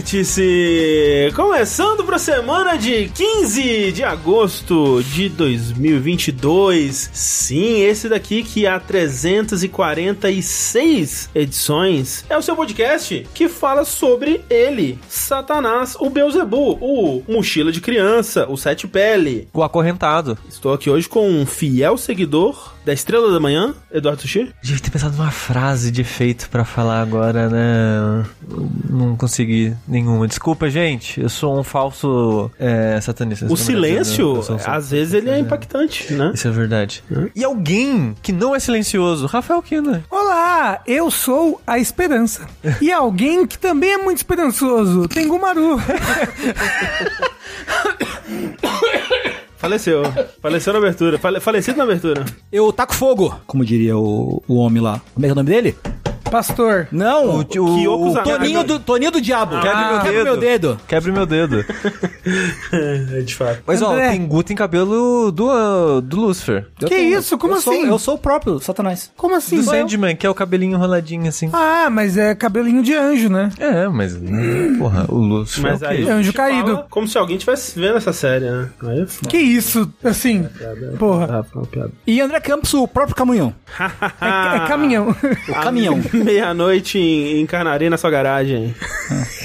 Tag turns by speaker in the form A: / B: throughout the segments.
A: Vértice! Começando para a semana de 15 de agosto de 2022. Sim, esse daqui que há 346 edições é o seu podcast que fala sobre ele, Satanás, o Beuzebu, o Mochila de Criança, o Sete Pele.
B: O acorrentado.
A: Estou aqui hoje com um fiel seguidor da Estrela da Manhã, Eduardo Sushi.
B: Devia ter pensado numa frase de efeito pra falar agora, né? Não consegui nenhuma. Desculpa, gente. Eu sou um falso é, satanista.
A: O silêncio, às vezes, ele é impactante, né?
B: um Isso é verdade. E alguém que não é silencioso, Rafael Kina.
C: Olá, eu sou a Esperança. E alguém que também é muito esperançoso, tem Gumaru.
A: Faleceu. Faleceu na abertura. Fale- Falecido na abertura.
D: Eu taco fogo, como diria o, o homem lá. Como é que é o nome dele?
C: Pastor.
D: Não, o, o,
A: Kyoko
D: o
A: Zanaga.
D: Toninho, do, Toninho do Diabo.
B: Ah,
D: Quebra meu dedo.
B: Quebre meu dedo.
A: É, de fato.
B: Mas ó,
C: André.
B: tem Guto em cabelo do, ah, do Lucifer.
D: Eu
C: Que
D: tenho. um-
C: isso? Como
D: Eu sou-
C: assim?
D: eu sou o próprio Satanás.
C: Como assim?
B: Do
C: Sou eu?
B: Sandman, que é o cabelinho roladinho assim.
C: Ah, mas é cabelinho de anjo, né?
B: É, mas. Porra, o Lucifer.
A: Mas
B: é o
A: aí.
B: quê?
A: a gente
C: Anjo caído.
A: fala Como se alguém estivesse vendo essa série, né? Aí é foda.
C: Que isso, assim, porra.
A: Ah, foi uma piada.
D: E André Campos, o próprio caminhão.
C: É,
A: Ah.
C: é caminhão.
D: O caminhão.
A: Meia-noite em, em Canari, na sua garagem.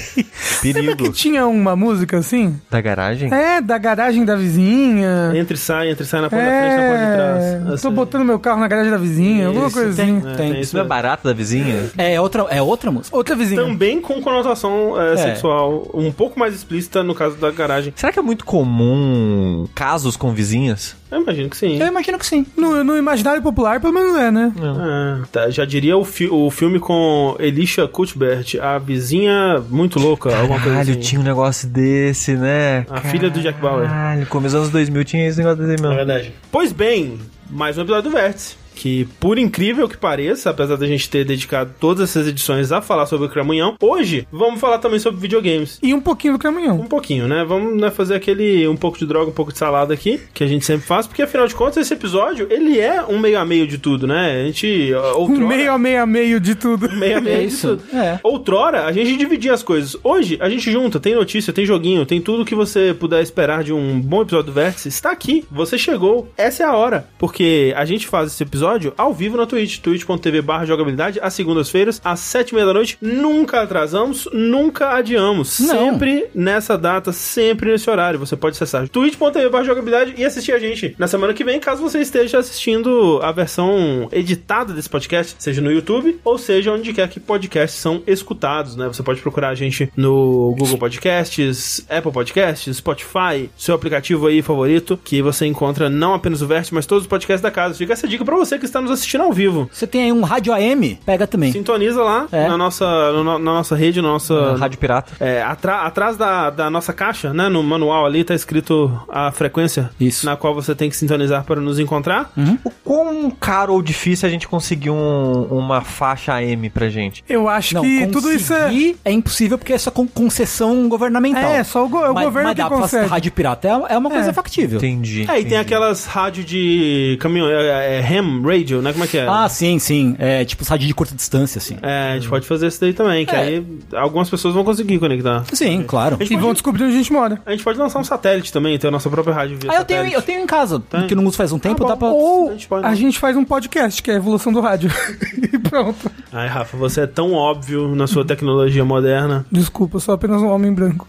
C: Lembra que
B: Perigo.
C: tinha uma música assim?
B: Da garagem?
C: É, da garagem da vizinha.
A: Entra e sai, entra e sai na porta da frente, na porta de
C: É,
A: trás.
C: tô
A: Assim.
C: botando meu carro na garagem da vizinha, alguma assim.
D: Isso,
C: coisinha.
D: tem.
A: É,
D: Tem.
A: tem
B: Isso
A: isso
B: não é
A: mesmo.
B: barata da vizinha?
D: É outra, é outra música? Então,
C: Outra vizinha.
A: Também com conotação é,
D: É.
A: sexual um pouco mais explícita no caso da garagem.
B: Será que é muito comum casos com vizinhas?
A: Eu imagino que
C: É.
A: sim.
D: Eu imagino que sim.
C: No, no imaginário popular, pelo menos é, né?
A: Ah, tá, já diria o, fi- o filme com Elisha Cuthbert, a vizinha muito louca, alguma coisa assim.
B: Caralho, tinha um negócio desse, né?
A: A filha do Jack Bauer. É.
B: Caralho, começo dos anos 2000 tinha esse negócio desse mesmo.
A: verdade. Pois bem, mais um episódio do Vértice. Que, por incrível que pareça, apesar da gente ter dedicado todas essas edições a falar sobre o Cramunhão, hoje vamos falar também sobre videogames.
C: E um pouquinho do caminhão.
A: Um pouquinho, né? Vamos né, fazer aquele um pouco de droga, um pouco de salada aqui, que a gente sempre faz, porque afinal de contas esse episódio, ele é um meio a meio de tudo, né? A gente. ó, Outrora,
C: Um meio a meio a meio de tudo.
A: meio a meio
D: É
A: de
D: isso.
A: tudo.
D: É.
A: Outrora, a gente dividia as coisas. Hoje, a gente junta, tem notícia, tem joguinho, tem tudo que você puder esperar de um bom episódio do Vértice. Está aqui, você chegou, essa é a hora. Porque a gente faz esse episódio ao vivo na Twitch, twitch.tv barra jogabilidade, às segundas-feiras, às sete e meia da noite. Nunca atrasamos, nunca adiamos.
D: Não.
A: Sempre nessa data, sempre nesse horário. Você pode acessar twitch.tv barra jogabilidade e assistir a gente na semana que vem, caso você esteja assistindo a versão editada desse podcast, seja no YouTube ou seja onde quer que podcasts são escutados, né? Você pode procurar a gente no Google Podcasts, Apple Podcasts, Spotify, seu aplicativo aí favorito, que você encontra não apenas o Vértice, mas todos os podcasts da casa. Fica essa dica pra você que está nos assistindo ao vivo.
D: Você tem aí um rádio AM? Pega também.
A: Sintoniza lá
D: É.
A: na, nossa, no- na nossa rede, na nossa,
B: Um Rádio Pirata.
A: é, atra- atrás da, da nossa caixa, né? No manual ali tá escrito a frequência
D: Isso. Hum.
A: na qual você tem que sintonizar para nos encontrar.
B: O quão caro ou difícil a gente conseguir um- uma faixa AM pra gente?
C: Eu acho
D: Não,
C: que tudo isso é.
D: conseguir é impossível porque é só con- concessão governamental.
C: É, só o, go- é o
D: Então, mas,
C: governo
D: mas
C: que
D: dá pra
C: consegue.
D: rádio pirata é, é uma coisa
C: É.
D: factível.
B: Entendi.
A: É, e tem
B: entendi.
A: aquelas rádio de caminhão, é, é, é ham radio, né? Como é que é?
D: Ah, sim, sim. É tipo rádio de curta distância, assim.
A: É, a gente pode fazer isso daí também, que
D: É.
A: aí algumas pessoas vão conseguir conectar.
D: Sim, claro.
C: E vão descobrir onde a gente mora.
A: A gente pode lançar um satélite também, ter a nossa própria rádio via
D: Ah, eu tenho,
A: satélite.
D: eu tenho em casa, que eu não uso faz um tempo,
A: bom.
D: dá pra...
C: Ou
A: a gente pode-
C: a gente faz um podcast, que é a evolução do rádio. e pronto.
A: Ai, Rafa, você é tão óbvio na sua tecnologia moderna.
C: Desculpa, eu sou apenas um homem branco.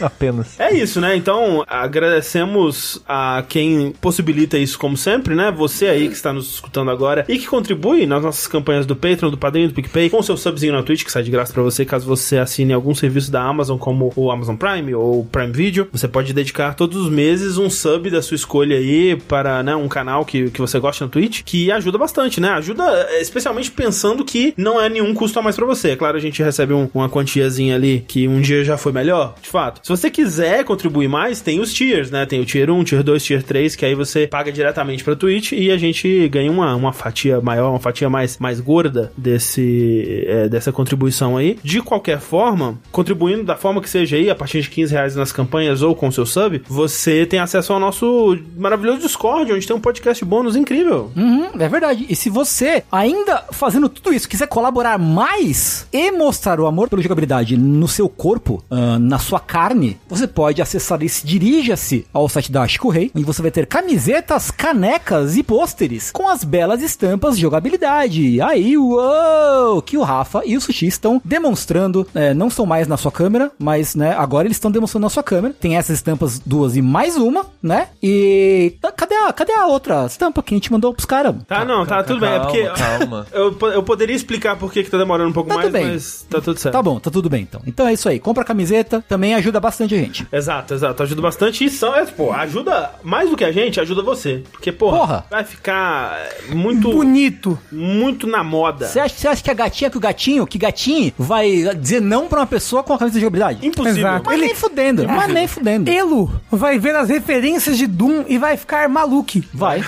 B: Apenas.
A: É isso, né? Então, agradecemos a quem possibilita isso, como sempre, né? Você aí que está nos escutando agora e que contribui nas nossas campanhas do Patreon, do Padrinho, do PicPay, com seu subzinho na Twitch, que sai de graça pra você caso você assine algum serviço da Amazon, como o Amazon Prime ou o Prime Video. Você pode dedicar todos os meses um sub da sua escolha aí para né, um canal que, que você gosta na Twitch, que ajuda bastante, né? Ajuda, eh, especialmente pensando que não é nenhum custo a mais pra você. É claro, a gente recebe um- uma quantiazinha ali que um dia já foi melhor, de fato. Se você quiser contribuir mais, tem os tiers, né? Tem o tier 1, tier 2, tier 3, que aí você paga diretamente pra Twitch e a gente ganha uma, uma fatia maior, uma fatia mais, mais gorda desse, é, dessa contribuição aí. De qualquer forma, contribuindo da forma que seja aí, a partir de 15 reais nas campanhas ou com o seu sub, você tem acesso ao nosso maravilhoso Discord, onde tem um podcast bônus incrível.
E: Uhum, é verdade. E se você, ainda fazendo tudo isso, quiser colaborar mais e mostrar o amor pela jogabilidade no seu corpo, ah, na sua carne, você pode acessar esse dirija-se ao site da Chico Rei, onde você vai ter camisetas, canecas e pôsteres com as belas estampas de jogabilidade. Aí, uou! Que o Rafa e o Sushi estão demonstrando, é, não são mais na sua câmera, mas né, agora eles estão demonstrando na sua câmera. Tem essas estampas duas e mais uma, né? E ah, cadê a, cadê a outra estampa que a gente mandou pros caras?
A: Tá, não, tá, tudo bem. É
B: calma,
A: porque
B: calma.
A: Eu, po- eu poderia explicar por que, que tá demorando um pouco
E: Tá
A: mais,
E: tudo bem.
A: mas tá tudo certo.
E: Tá bom, tá tudo bem então. Então é isso aí. Compra a camiseta, também ajuda bastante a gente.
A: Exato, exato. Ajuda bastante. E são, é, pô, ajuda mais do que a gente, ajuda você. Porque, porra,
E: Porra.
A: vai ficar muito,
C: Bonito.
A: muito na moda.
E: Você acha, você acha que a gatinha, que o gatinho, que gatinho vai dizer não pra uma pessoa com a camisa de jogabilidade?
A: Impossível.
C: Exato.
E: Mas nem fudendo, mas nem fudendo.
C: Elo vai ver as referências de Doom e vai ficar maluco.
E: Vai.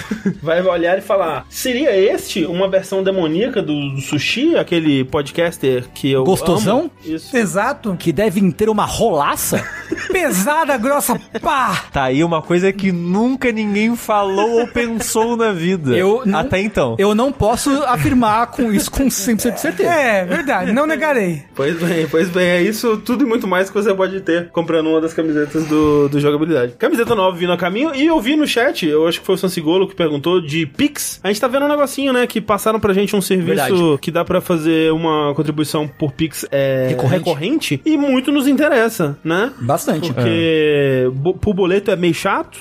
A: Vai olhar e falar: seria este uma versão demoníaca do, do sushi, aquele podcaster que eu.
E: Gostosão?
A: amo? Isso.
C: Exato.
E: Que devem ter uma rolaça.
C: Pesada, grossa, pá!
B: Tá aí uma coisa que nunca ninguém falou ou pensou na vida.
E: Eu não-
B: Até então.
E: Eu não posso afirmar com isso com 100% de certeza.
C: É, verdade, não negarei.
A: Pois bem, pois bem, é isso tudo e muito mais que você pode ter comprando uma das camisetas do, do jogabilidade. Camiseta nova vindo a caminho e eu vi no chat, eu acho que foi o Sansigolo que perguntou, de Pix. A gente tá vendo um negocinho, né? Que passaram pra gente um serviço
E: Verdade.
A: que dá pra fazer uma contribuição por Pix é,
E: Recorrente. Uhum.
A: recorrente e muito nos interessa, né?
E: Bastante.
A: Porque bo- por boleto é meio chato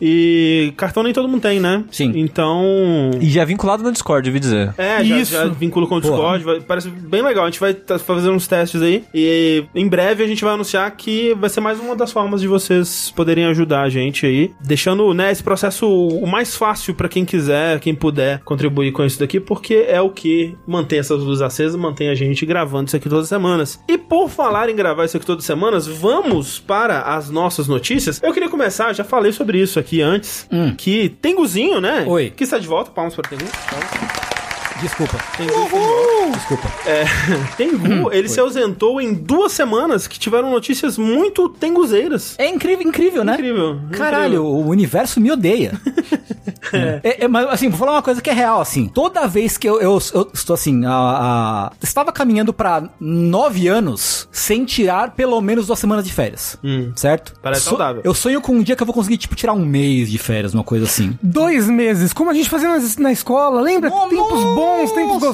A: e cartão nem todo mundo tem, né?
E: Uhum. Sim.
A: Então.
B: E já vinculado no Discord, eu vi dizer.
A: É, já,
C: Isso.
A: já vincula com o
E: Porra.
A: Discord. vai- parece bem legal. A gente vai tá fazendo uns testes aí. E em breve a gente vai anunciar que vai ser mais uma das formas de vocês poderem ajudar a gente aí. Deixando né, esse processo o mais fácil pra quem quiser, quem puder contribuir com isso daqui, porque é o que mantém essas luzes acesas, mantém a gente gravando isso aqui todas as semanas. E por falar em gravar isso aqui todas as semanas, vamos para as nossas notícias. Eu queria começar, já falei sobre isso aqui antes, que Tenguzinho, né?
E: Hum. Oi.
A: Que está de volta, palmas para o Tengu.
E: É. Desculpa,
A: Tenguzinho está de volta.
E: desculpa.
A: Tengu,
E: Hum,
A: ele se ausentou em duas semanas que tiveram notícias muito tenguzeiras.
E: É incrível, incrível, né?
A: Incrível.
E: Caralho, o universo me odeia. É, é, mas assim, vou falar uma coisa que é real, assim. Toda vez que eu, eu- eu estou assim, a- a- estava caminhando pra nove anos sem tirar pelo menos duas semanas de férias.
A: Hum.
E: Certo?
A: Parece saudável.
E: Eu sonho com um dia que eu vou conseguir, tipo, tirar um mês de férias, uma coisa assim.
C: Dois meses, como a gente fazia na, na escola, lembra?
E: Nossa!
C: Tempos bons, tempos
A: É,
B: Era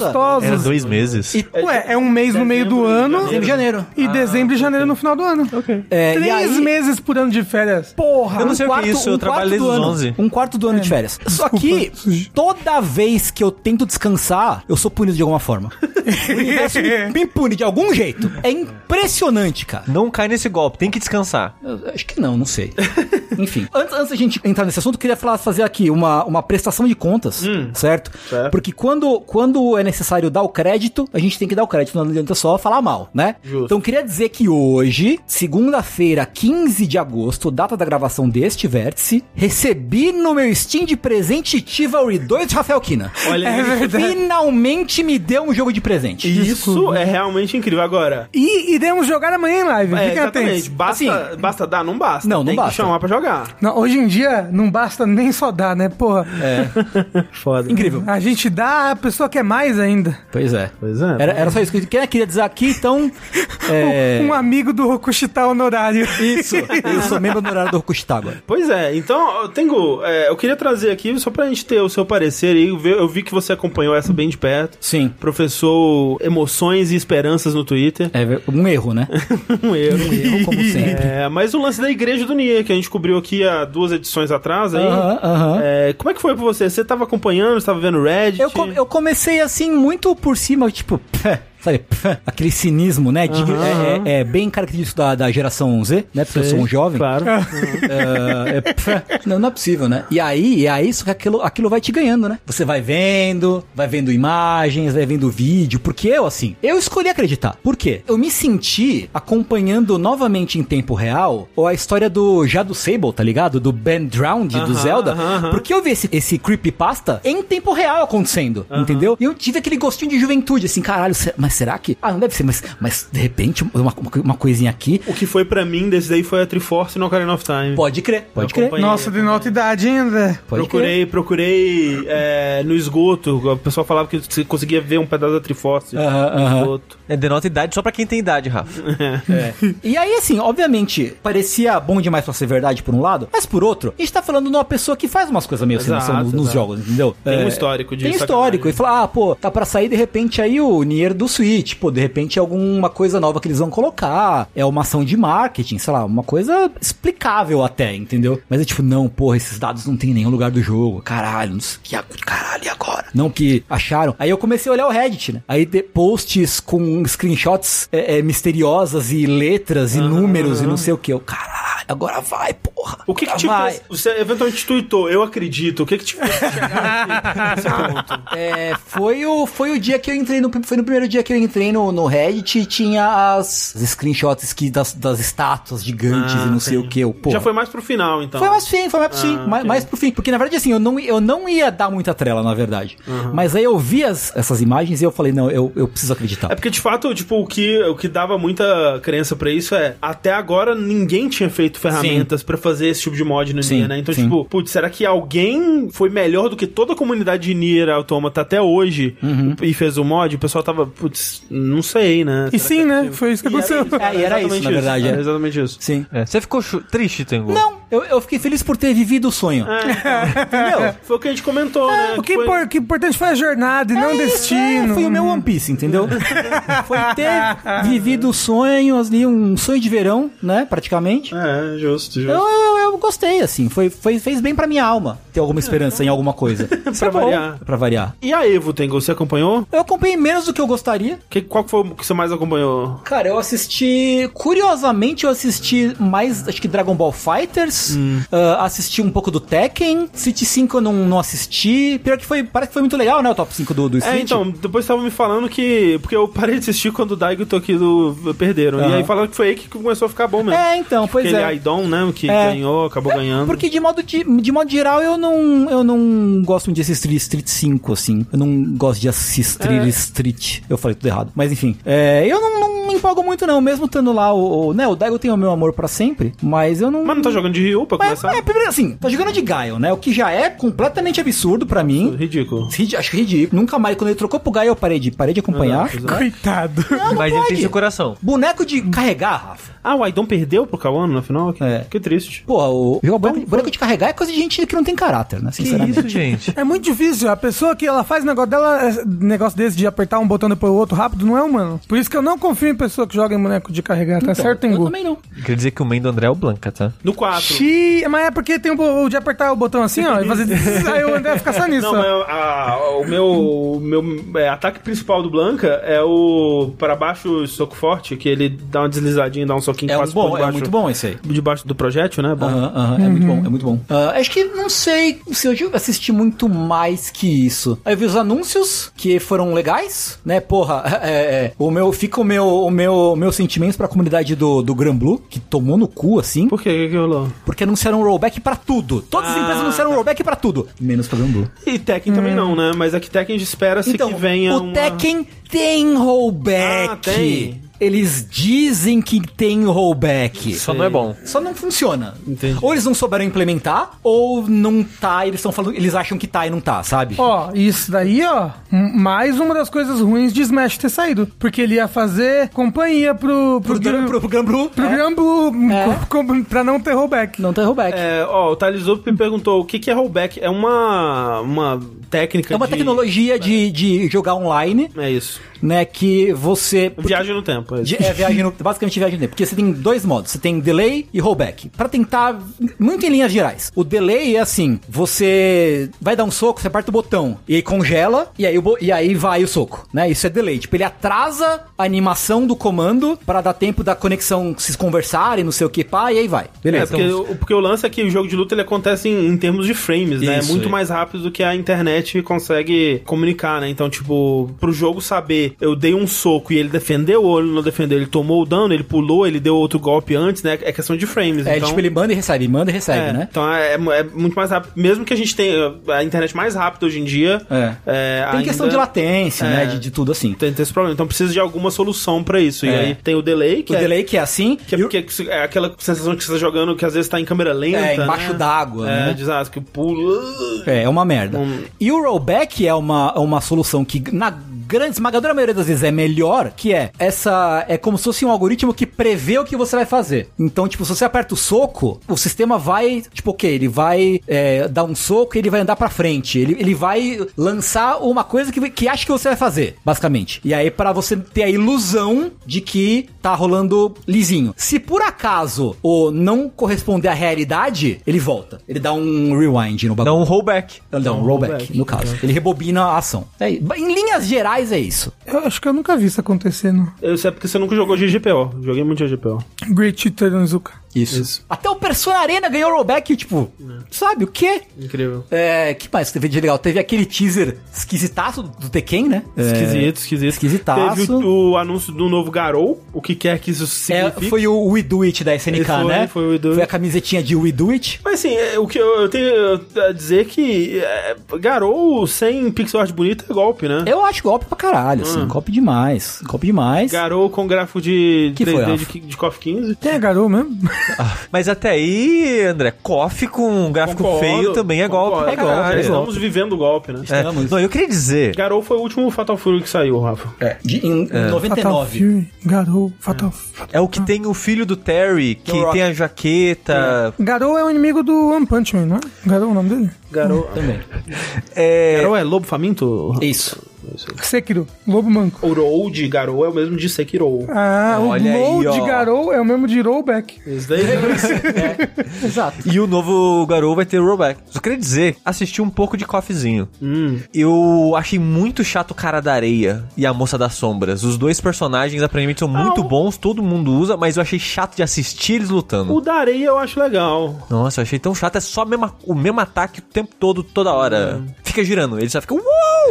C: gostosos.
B: dois meses.
E: E-
C: Ué, é um mês no meio do
A: Dezembro e
C: ano.
A: janeiro.
E: Janeiro.
C: E dezembro e janeiro no final do ano. Ah, Ok.
E: É, e
C: Três
E: aí-
C: meses por ano de férias. Porra!
B: Eu não sei o que é isso, eu trabalho
E: um quarto do
B: desde os
E: ano,
B: 11.
E: Um quarto do ano de férias. Só que, toda vez que eu tento descansar, eu sou punido de alguma forma. o universo me, me pune de algum jeito. É impressionante, cara.
B: Não cai nesse golpe, tem que descansar.
E: Eu acho que não, não sei. Enfim, antes, antes da gente entrar nesse assunto, eu queria falar, fazer aqui uma, uma prestação de contas, certo?
A: Hum. Certo.
E: Porque quando, quando é necessário dar o crédito, a gente tem que dar o crédito, não adianta só falar mal, né?
A: Justo.
E: Então, queria dizer que hoje, segunda-feira, 15 de agosto, data da gravação deste vértice, recebi no meu Steam de presente Chivalry 2 de Rafael Kina.
A: Olha,
C: É
A: isso-
C: verdade.
E: Finalmente me deu um jogo de presente.
A: isso é realmente incrível. Agora,
C: E iremos jogar amanhã em live.
A: é,
C: Fiquem
A: exatamente.
C: atentos.
A: Basta, basta dar? Não basta.
E: Assim, Não, não
A: Tem que
E: basta.
A: chamar pra jogar.
C: Não, hoje em dia não basta nem só dar, né? Porra.
A: Foda.
E: É. Incrível.
C: A gente dá, a pessoa quer mais ainda.
E: Pois é.
A: Pois é.
E: Era, era só isso que eu queria- queria dizer aqui, então. é,
C: Um amigo do Rokushita honorário.
E: Isso, eu sou membro do horário do Rokushita agora.
A: Pois é, então, ó, Tengu, é, eu queria trazer aqui, só pra gente ter o seu parecer aí, eu vi- eu vi que você acompanhou essa bem de perto.
E: Sim.
A: Professou emoções e esperanças no Twitter.
E: É ver- um erro, né?
A: Um erro.
E: Um erro, como sempre.
A: É, mas o lance da igreja do Nier, que a gente cobriu aqui há duas edições atrás aí.
E: Aham, aham.
A: É, como é que foi pra você? Você tava acompanhando, você tava vendo Reddit?
E: Eu, com- eu comecei assim, muito por cima, tipo, pé, sabe, pf, aquele cinismo, né? de- é, é- é bem característico da, da geração Z, né? Porque eu sou um jovem.
A: Claro.
E: É, é, pf, não, não é possível, né? E aí, e aí só que aquilo, aquilo vai te ganhando, né? Você vai vendo, vai vendo imagens, vai vendo vídeo, porque eu, assim, eu escolhi acreditar. Por quê? Eu me senti acompanhando novamente em tempo real ou a história do já do Sable, tá ligado? Do Ben Drowned, do
A: Aham,
E: Zelda.
A: aham, aham.
E: Porque eu vi esse, esse creepypasta em tempo real acontecendo, entendeu? E eu tive aquele gostinho de juventude, assim, caralho, se- mas será que... Ah, não deve ser, mas, mas de repente uma, uma, uma coisinha aqui...
A: O que foi pra mim desse daí foi a Triforce no Ocarina of Time.
E: Pode crer, pode
A: Eu
E: crer.
A: acompanhei.
C: Nossa, de nota idade ainda.
E: Pode
A: procurei,
E: crer.
A: procurei é, no esgoto. O pessoal falava que você conseguia ver um pedaço da Triforce
E: Aham,
A: no
E: aham.
A: esgoto.
B: É, denota idade só pra quem tem idade, Rafa.
A: É.
E: E aí, assim, obviamente, parecia bom demais pra ser verdade por um lado, mas por outro, a gente tá falando de uma pessoa que faz umas coisas meio sem
A: Exato,
E: noção nos, nos
A: exato.
E: jogos, entendeu? É,
A: Tem um histórico de
E: Tem histórico.
A: sacanagem.
E: E falar, ah, pô, tá pra sair de repente aí o Nier do Switch, pô, de repente alguma coisa nova que eles vão colocar, é uma ação de marketing, sei lá, uma coisa explicável até, entendeu? Mas é tipo, não, porra, esses dados não tem em nenhum lugar do jogo, caralho, não sei o que, ag- caralho, e agora? Não que acharam. Aí eu comecei a olhar o Reddit, né? Aí de- posts com screenshots é, é, misteriosas e
A: Ah.
E: letras e números e não sei o que, eu, caralho, agora vai, porra.
A: O que que
E: agora
A: te
E: vai.
A: fez? Você eventualmente tweetou, eu acredito. O que que te fez chegar nesse ponto?
E: É, foi o, foi o dia que eu entrei no, foi no primeiro dia que eu entrei no, no Reddit e tinha as, as screenshots que das, das estátuas gigantes
A: Ah,
E: e não sei o que. Eu, porra.
A: Já foi mais pro final, então.
E: Foi mais pro fim, foi mais pro fim,
A: Ah,
E: mais,
A: ok.
E: mais pro fim. Porque, na verdade, assim, eu não, eu não ia dar muita trela, na verdade. Mas aí eu vi as- essas imagens e eu falei, não, eu, eu preciso acreditar.
A: É porque, de fato, tipo, o que, o que dava muita crença pra isso é, até agora ninguém tinha feito ferramentas pra fazer esse tipo de mod no
E: Sim,
A: Nier, né? Então,
E: sim.
A: tipo, putz, será que alguém foi melhor do que toda a comunidade de Nier Automata até hoje e fez o mod? O pessoal tava, putz, não sei, né?
C: E
A: Será
C: sim, né? Foi isso que aconteceu.
E: É, e era isso, na verdade.
A: Era
E: é.
A: exatamente isso.
E: Sim.
B: É, Você ficou chu- triste, Tengu?
E: Não, eu, eu fiquei feliz por ter vivido o sonho.
A: Ah.
E: Entendeu?
A: Foi o que a gente comentou, né?
C: O que,
A: foi...
C: impor- que é importante foi a jornada e não o destino.
E: É, foi o meu One Piece, entendeu? foi ter vivido o sonho, ali, um sonho de verão, né? Praticamente.
A: É, justo,
E: Eu,
A: justo.
E: eu, eu gostei, assim. Foi, foi, fez bem pra minha alma ter alguma esperança em alguma coisa. Isso é bom,
A: variar.
E: Pra variar.
A: E a Evo, Tengo, você acompanhou?
E: Eu acompanhei menos do que eu gostaria.
A: Que, qual foi o que você mais acompanhou?
E: Cara, eu assisti. Curiosamente, eu assisti mais, acho que Dragon Ball Fighters.
A: Hum.
E: ah, assisti um pouco do Tekken. City 5 eu não, não assisti. Pior que foi. Parece que foi muito legal, né? O top 5 do, do
A: É,
E: Street.
A: então, depois estavam me falando que. Porque eu parei de assistir quando o Daigo e o Tokido perderam. E
E: Aham.
A: aí falaram que foi aí que começou a ficar bom mesmo.
E: É, então, pois
A: Aquele
E: é.
A: Aidon, né? Que
E: É.
A: ganhou, acabou ganhando.
E: Porque de modo, de, de modo geral, eu não, eu não gosto muito desse Street, Street 5, assim. Eu não gosto de assistir Street. Eu falei tudo errado. Mas enfim, é, eu não, não me empolgo muito, não. Mesmo estando lá, o, o, né, o Daigo tem o meu amor pra sempre, mas eu não...
A: Mas não tá jogando de Ryu pra
E: Mas,
A: começar?
E: é, primeiro assim, tá jogando de Gaio, né? O que já é completamente absurdo pra mim.
A: É Ridículo.
E: Ridi- Acho ridículo. Nunca mais, quando ele trocou pro Gaio, eu parei de, parei de acompanhar.
A: é.
C: Coitado.
B: Mas
E: não
B: ele tem
E: pode.
B: seu coração.
E: Boneco de carregar, Rafa.
A: Ah, o Aidon perdeu pro Kawano na final? Que,
E: É.
A: que triste.
E: Porra, o jogar boneco, boneco de carregar é coisa de gente que não tem caráter, né?
B: Que
E: Sinceramente.
B: isso, gente?
C: É muito difícil. A pessoa que ela faz o negócio dela, é- negócio desse de apertar um botão depois o outro rápido, não é humano. Por isso que eu não confio em pessoa que joga em boneco de carregar, tá certo,
E: Então, Eu
C: Tengu?
E: também não.
B: Quer dizer que o main do André é o Blanca, tá?
A: No 4.
C: Xi, mas é porque tem o bo- o de apertar o botão assim, ó, e fazer. zzz, Aí o André fica só nisso.
A: Não,
C: ó.
A: mas a- o meu, o meu é, ataque principal do Blanca é o para baixo soco forte, que ele dá uma deslizadinha, dá um soquinho
E: É,
A: que
E: um
A: passa
E: bom,
A: por
E: é
A: debaixo,
E: muito bom esse aí.
A: debaixo do projétil, né? Bom.
E: Aham, aham, É muito bom, é muito bom. Ah, acho que, não sei, se eu assisti muito mais que isso. Aí eu vi os anúncios, que foram legais, né? Porra, é, é, o meu, fica o meu, o meu, meus sentimentos pra comunidade do, do Gran Blue, que tomou no cu, assim,
A: Por quê? O que, que rolou?
E: porque anunciaram um rollback pra tudo. Todas as
A: Ah,
E: empresas anunciaram um rollback pra tudo, tá. menos pra Gran Blue.
A: E Tekken também não, né? Mas é que Tekken espera-se que venha
E: Então, o
A: uma...
E: Tekken tem rollback.
A: Ah, tem.
E: Eles dizem que tem rollback.
B: Só não é bom.
E: Só não funciona.
A: Entendi.
E: Ou eles não souberam implementar, ou não tá, eles estão falando, eles acham que tá e não tá, sabe?
C: Ó, isso daí, ó, m- mais uma das coisas ruins de Smash ter saído. Porque ele ia fazer companhia pro. pro,
E: pro,
C: Gran-
E: pro, pro, pro Granblue,
C: pro
E: é,
C: Gran Blue, co- co- pra não ter rollback.
E: não tem rollback. É,
A: É, ó, o Thales Zup me perguntou o que, que é rollback. É uma, uma técnica
E: uma
A: de-
E: tecnologia de, de jogar online
A: É isso.
E: né? Que você.
A: Viagem no tempo.
E: De- É viagem no, basicamente viagem no tempo. Porque você tem dois modos. Você tem delay e rollback. Pra tentar, muito em linhas gerais. O delay é assim, você vai dar um soco, você aperta o botão e aí congela e aí, o bo- e aí vai o soco, né? Isso é delay. Tipo, ele atrasa a animação do comando pra dar tempo da conexão se conversarem, não sei o que, pá, e aí vai. então,
A: É, porque, o, porque o lance é que o jogo de luta ele acontece em, em termos de frames, né? É
F: Isso,
A: muito
F: é.
A: mais rápido do que a internet consegue comunicar, né? Então, tipo, pro jogo saber, eu dei um soco e ele defendeu ou ele não defendeu, ele tomou o dano, ele pulou, ele deu outro golpe antes, né? É questão de frames.
E: É,
A: então...
E: tipo, ele manda e recebe, manda e recebe,
A: É,
E: né?
A: Então é, é muito mais rápido. Mesmo que a gente tenha é a internet mais rápida hoje em dia.
E: É. Tem questão de
A: então, ainda
E: latência,
A: É.
E: né? De, de tudo assim.
A: Tem, tem esse problema. Então precisa de alguma solução pra isso. E
E: É.
A: aí tem o delay, que
E: O
A: é.
E: delay que é assim,
A: Que é,
E: e o-
A: porque que é aquela sensação que você tá jogando que às vezes tá em câmera lenta.
E: é, embaixo
A: né?
E: d'água,
A: É,
E: né?
A: exato, que pula.
E: É, é uma merda. E o rollback é uma, é uma solução que, na grande esmagadora maioria das vezes, é melhor, que é essa. É como se fosse um algoritmo que prevê o que você vai fazer. Então, tipo, se você aperta o soco, o sistema vai. Tipo, ok, ele vai é, dar um soco e ele vai andar pra frente. Ele, ele vai lançar uma coisa que, que acha que você vai fazer, basicamente. E aí, pra você ter a ilusão de que tá rolando lisinho. Se por acaso o não corresponder à realidade, ele volta. Ele dá um rewind no bagulho.
B: Dá um rollback.
E: Não, Então, rollback, no caso. Ele rebobina a ação. É, em linhas gerais é isso.
C: Eu acho que eu nunca vi isso acontecendo.
A: Eu sei é porque você nunca jogou GGPO. Joguei muito GGPO.
C: Great Cheater Onizuka.
E: Isso. Até o Persona Arena ganhou rollback, tipo,
A: É.
E: sabe o quê?
A: Incrível.
E: É, que mais que teve de legal? Teve aquele teaser esquisitaço do Tekken, né?
A: Esquisito, esquisito.
E: Esquisitaço.
A: Teve o, o anúncio do novo Garou, o que quer que isso
E: É,
A: signifique.
E: foi o We Do It da SNK,
A: Foi,
E: né?
A: foi o We Do It.
E: Foi a camisetinha de We Do It.
A: Mas assim, é, o que eu, eu tenho a dizer que é, Garou sem pixel art bonito é golpe, né?
E: Eu acho golpe pra caralho, assim.
A: Ah.
E: Golpe demais. Golpe demais.
A: Garou com gráfico de
E: Que foi,
A: 3D
E: Rafa?
A: de, de KOF 15.
C: Tem a Garou mesmo?
B: Ah, Mas até aí, André, coffee com um gráfico
A: Concordo,
B: feio também é
A: concordo.
B: golpe. pra
A: Caralho,
B: caralho.
A: Estamos vivendo o golpe, né?
B: É, Não, eu queria dizer.
A: Garou foi o último Fatal Fury que saiu, Rafa.
E: É, de- em
C: Fatal
E: 99.
C: Fury, Garou, Fatal Fury.
B: É o que tem o filho do Terry, que
E: O Rock.
B: tem a jaqueta.
C: Garou é o inimigo do One Punch Man, não é? Garou é o nome dele?
A: Garou.
E: Também.
B: É,
A: Garou é Lobo Faminto?
E: Isso.
C: Sekiro, Lobo Manco.
A: O Road de Garou é o mesmo de Sekiro.
C: Ah,
B: Olha aí,
C: o Low
B: ó.
C: de Garou é o mesmo de Rollback.
A: Isso daí. é
E: Exato.
B: E o novo Garou vai ter rollback. Só queria dizer, assisti um pouco de Coffeezinho.
A: Hum.
B: Eu achei muito chato o cara da areia e a moça das sombras. Os dois personagens aparentemente são muito
A: o-
B: bons, todo mundo usa, mas eu achei chato de assistir eles lutando.
A: O da areia eu acho legal.
B: Nossa, eu achei tão chato. É só a mesma- o mesmo ataque o tempo todo, toda hora. Fica girando, ele só fica. Uou!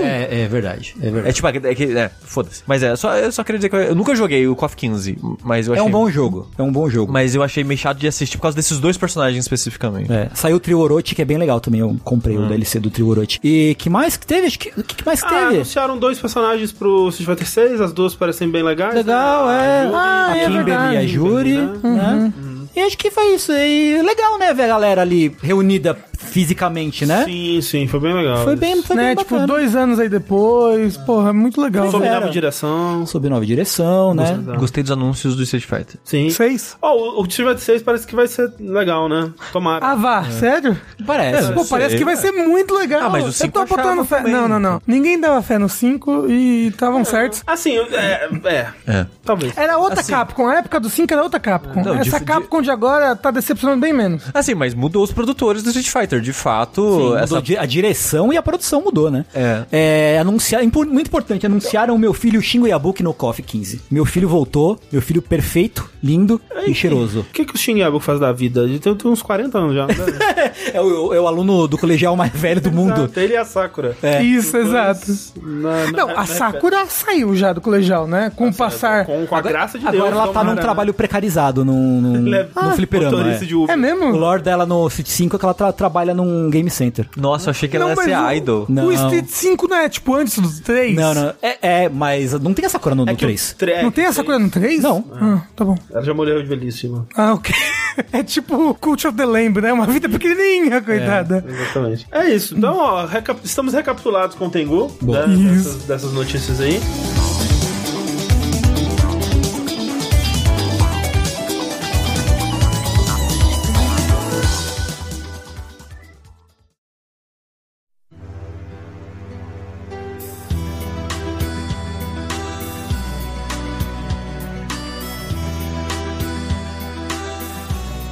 E: É, é verdade. É verdade.
B: É tipo, é, que- é, foda-se. Mas é, só, eu só queria dizer que eu, eu nunca joguei o KOF 15, mas eu
E: É
B: achei.
E: um bom jogo. É um bom jogo.
B: Mas eu achei meio chato de assistir por causa desses dois personagens especificamente.
E: É, saiu o Trio Orochi, que é bem legal também. Eu comprei o DLC do Trio Orochi. E que mais que teve? Acho que- O que, que mais que
A: Ah,
E: teve?
A: anunciaram dois personagens pro Street Fighter 6, as duas parecem bem legais.
E: Legal, é.
A: Ah,
E: a
C: é
E: Kimberly e a
C: verdade.
E: Juri, né? E acho que foi isso. E legal, né, ver a galera ali reunida fisicamente, né?
A: Sim, sim, foi bem legal.
E: Foi bem, foi
C: né?
E: bem
C: Tipo,
E: é bacana.
C: dois anos aí depois. Porra, muito legal.
A: Sob
C: velho.
A: nova direção.
E: Sob nova direção, né?
B: Gostei dos anúncios do Street Fighter.
A: Sim.
C: Seis.
A: Ó, o- o Street Fighter 6 parece que vai ser legal, né? Tomara.
C: Ah, vá, sério?
E: Parece.
C: Pô, parece que vai ser muito legal.
B: É. Ah, mas o cinco
C: Eu tô botando
B: achava
C: fé.
B: também.
C: Não, não, não. Ninguém dava fé no 5 e estavam certos.
A: Assim, eu- é, é.
B: É.
A: Talvez.
C: Era outra Capcom. A época do 5 era outra Capcom.
B: Assim. Não,
C: Essa
B: de-
C: Capcom de agora tá decepcionando bem menos.
B: Assim, mas mudou os produtores do Street Fighter. De fato,
E: Sim, mudou
B: essa
E: di- A direção e a produção mudou, né?
B: É.
E: anunciar, impo- muito importante, anunciaram o meu filho Shingo Yabuki no KOF 15. Meu filho voltou, meu filho perfeito, lindo e cheiroso.
A: O que, que o Shin Yabu faz da vida? Ele tem, tem uns 40 anos já. né?
E: É o, é o aluno do colegial mais velho do mundo.
A: Exato, Ele e a Sakura.
E: É,
B: É.
A: Então,
C: Isso, exato.
A: Na- na-
C: Não,
A: na-
C: a Sakura saiu já do colegial, né? Com o passar.
A: Com, com a graça de Deus.
E: Agora ela tá
A: tomara,
E: num
A: né?
E: trabalho precarizado num, num,
A: Ele é
E: num fliperama.
A: motorista
E: é.
A: de um- Uber.
C: É
E: O
C: mesmo?
E: lore dela no Street 5 é que ela tra- trabalha num game center.
B: Nossa, eu achei que ela ia
C: mas
B: ser
C: o-
B: é idol.
E: Não.
C: O Street 5 não é tipo antes do 3?
E: Não, não. É, é, mas não tem essa cor no, no
A: É que o
E: 3.
A: tre-
C: Não tem essa coisa no 3?
E: Não.
C: Ah, tá bom.
A: Ela já morreu de velhice, mano.
C: Ah, ok. É tipo Cult of the Lamb, né? Uma vida
E: É.
C: pequenininha, coitada.
A: Exatamente. É isso. Então, ó, reca- estamos recapitulados com o Tengu né, dessas, dessas notícias aí.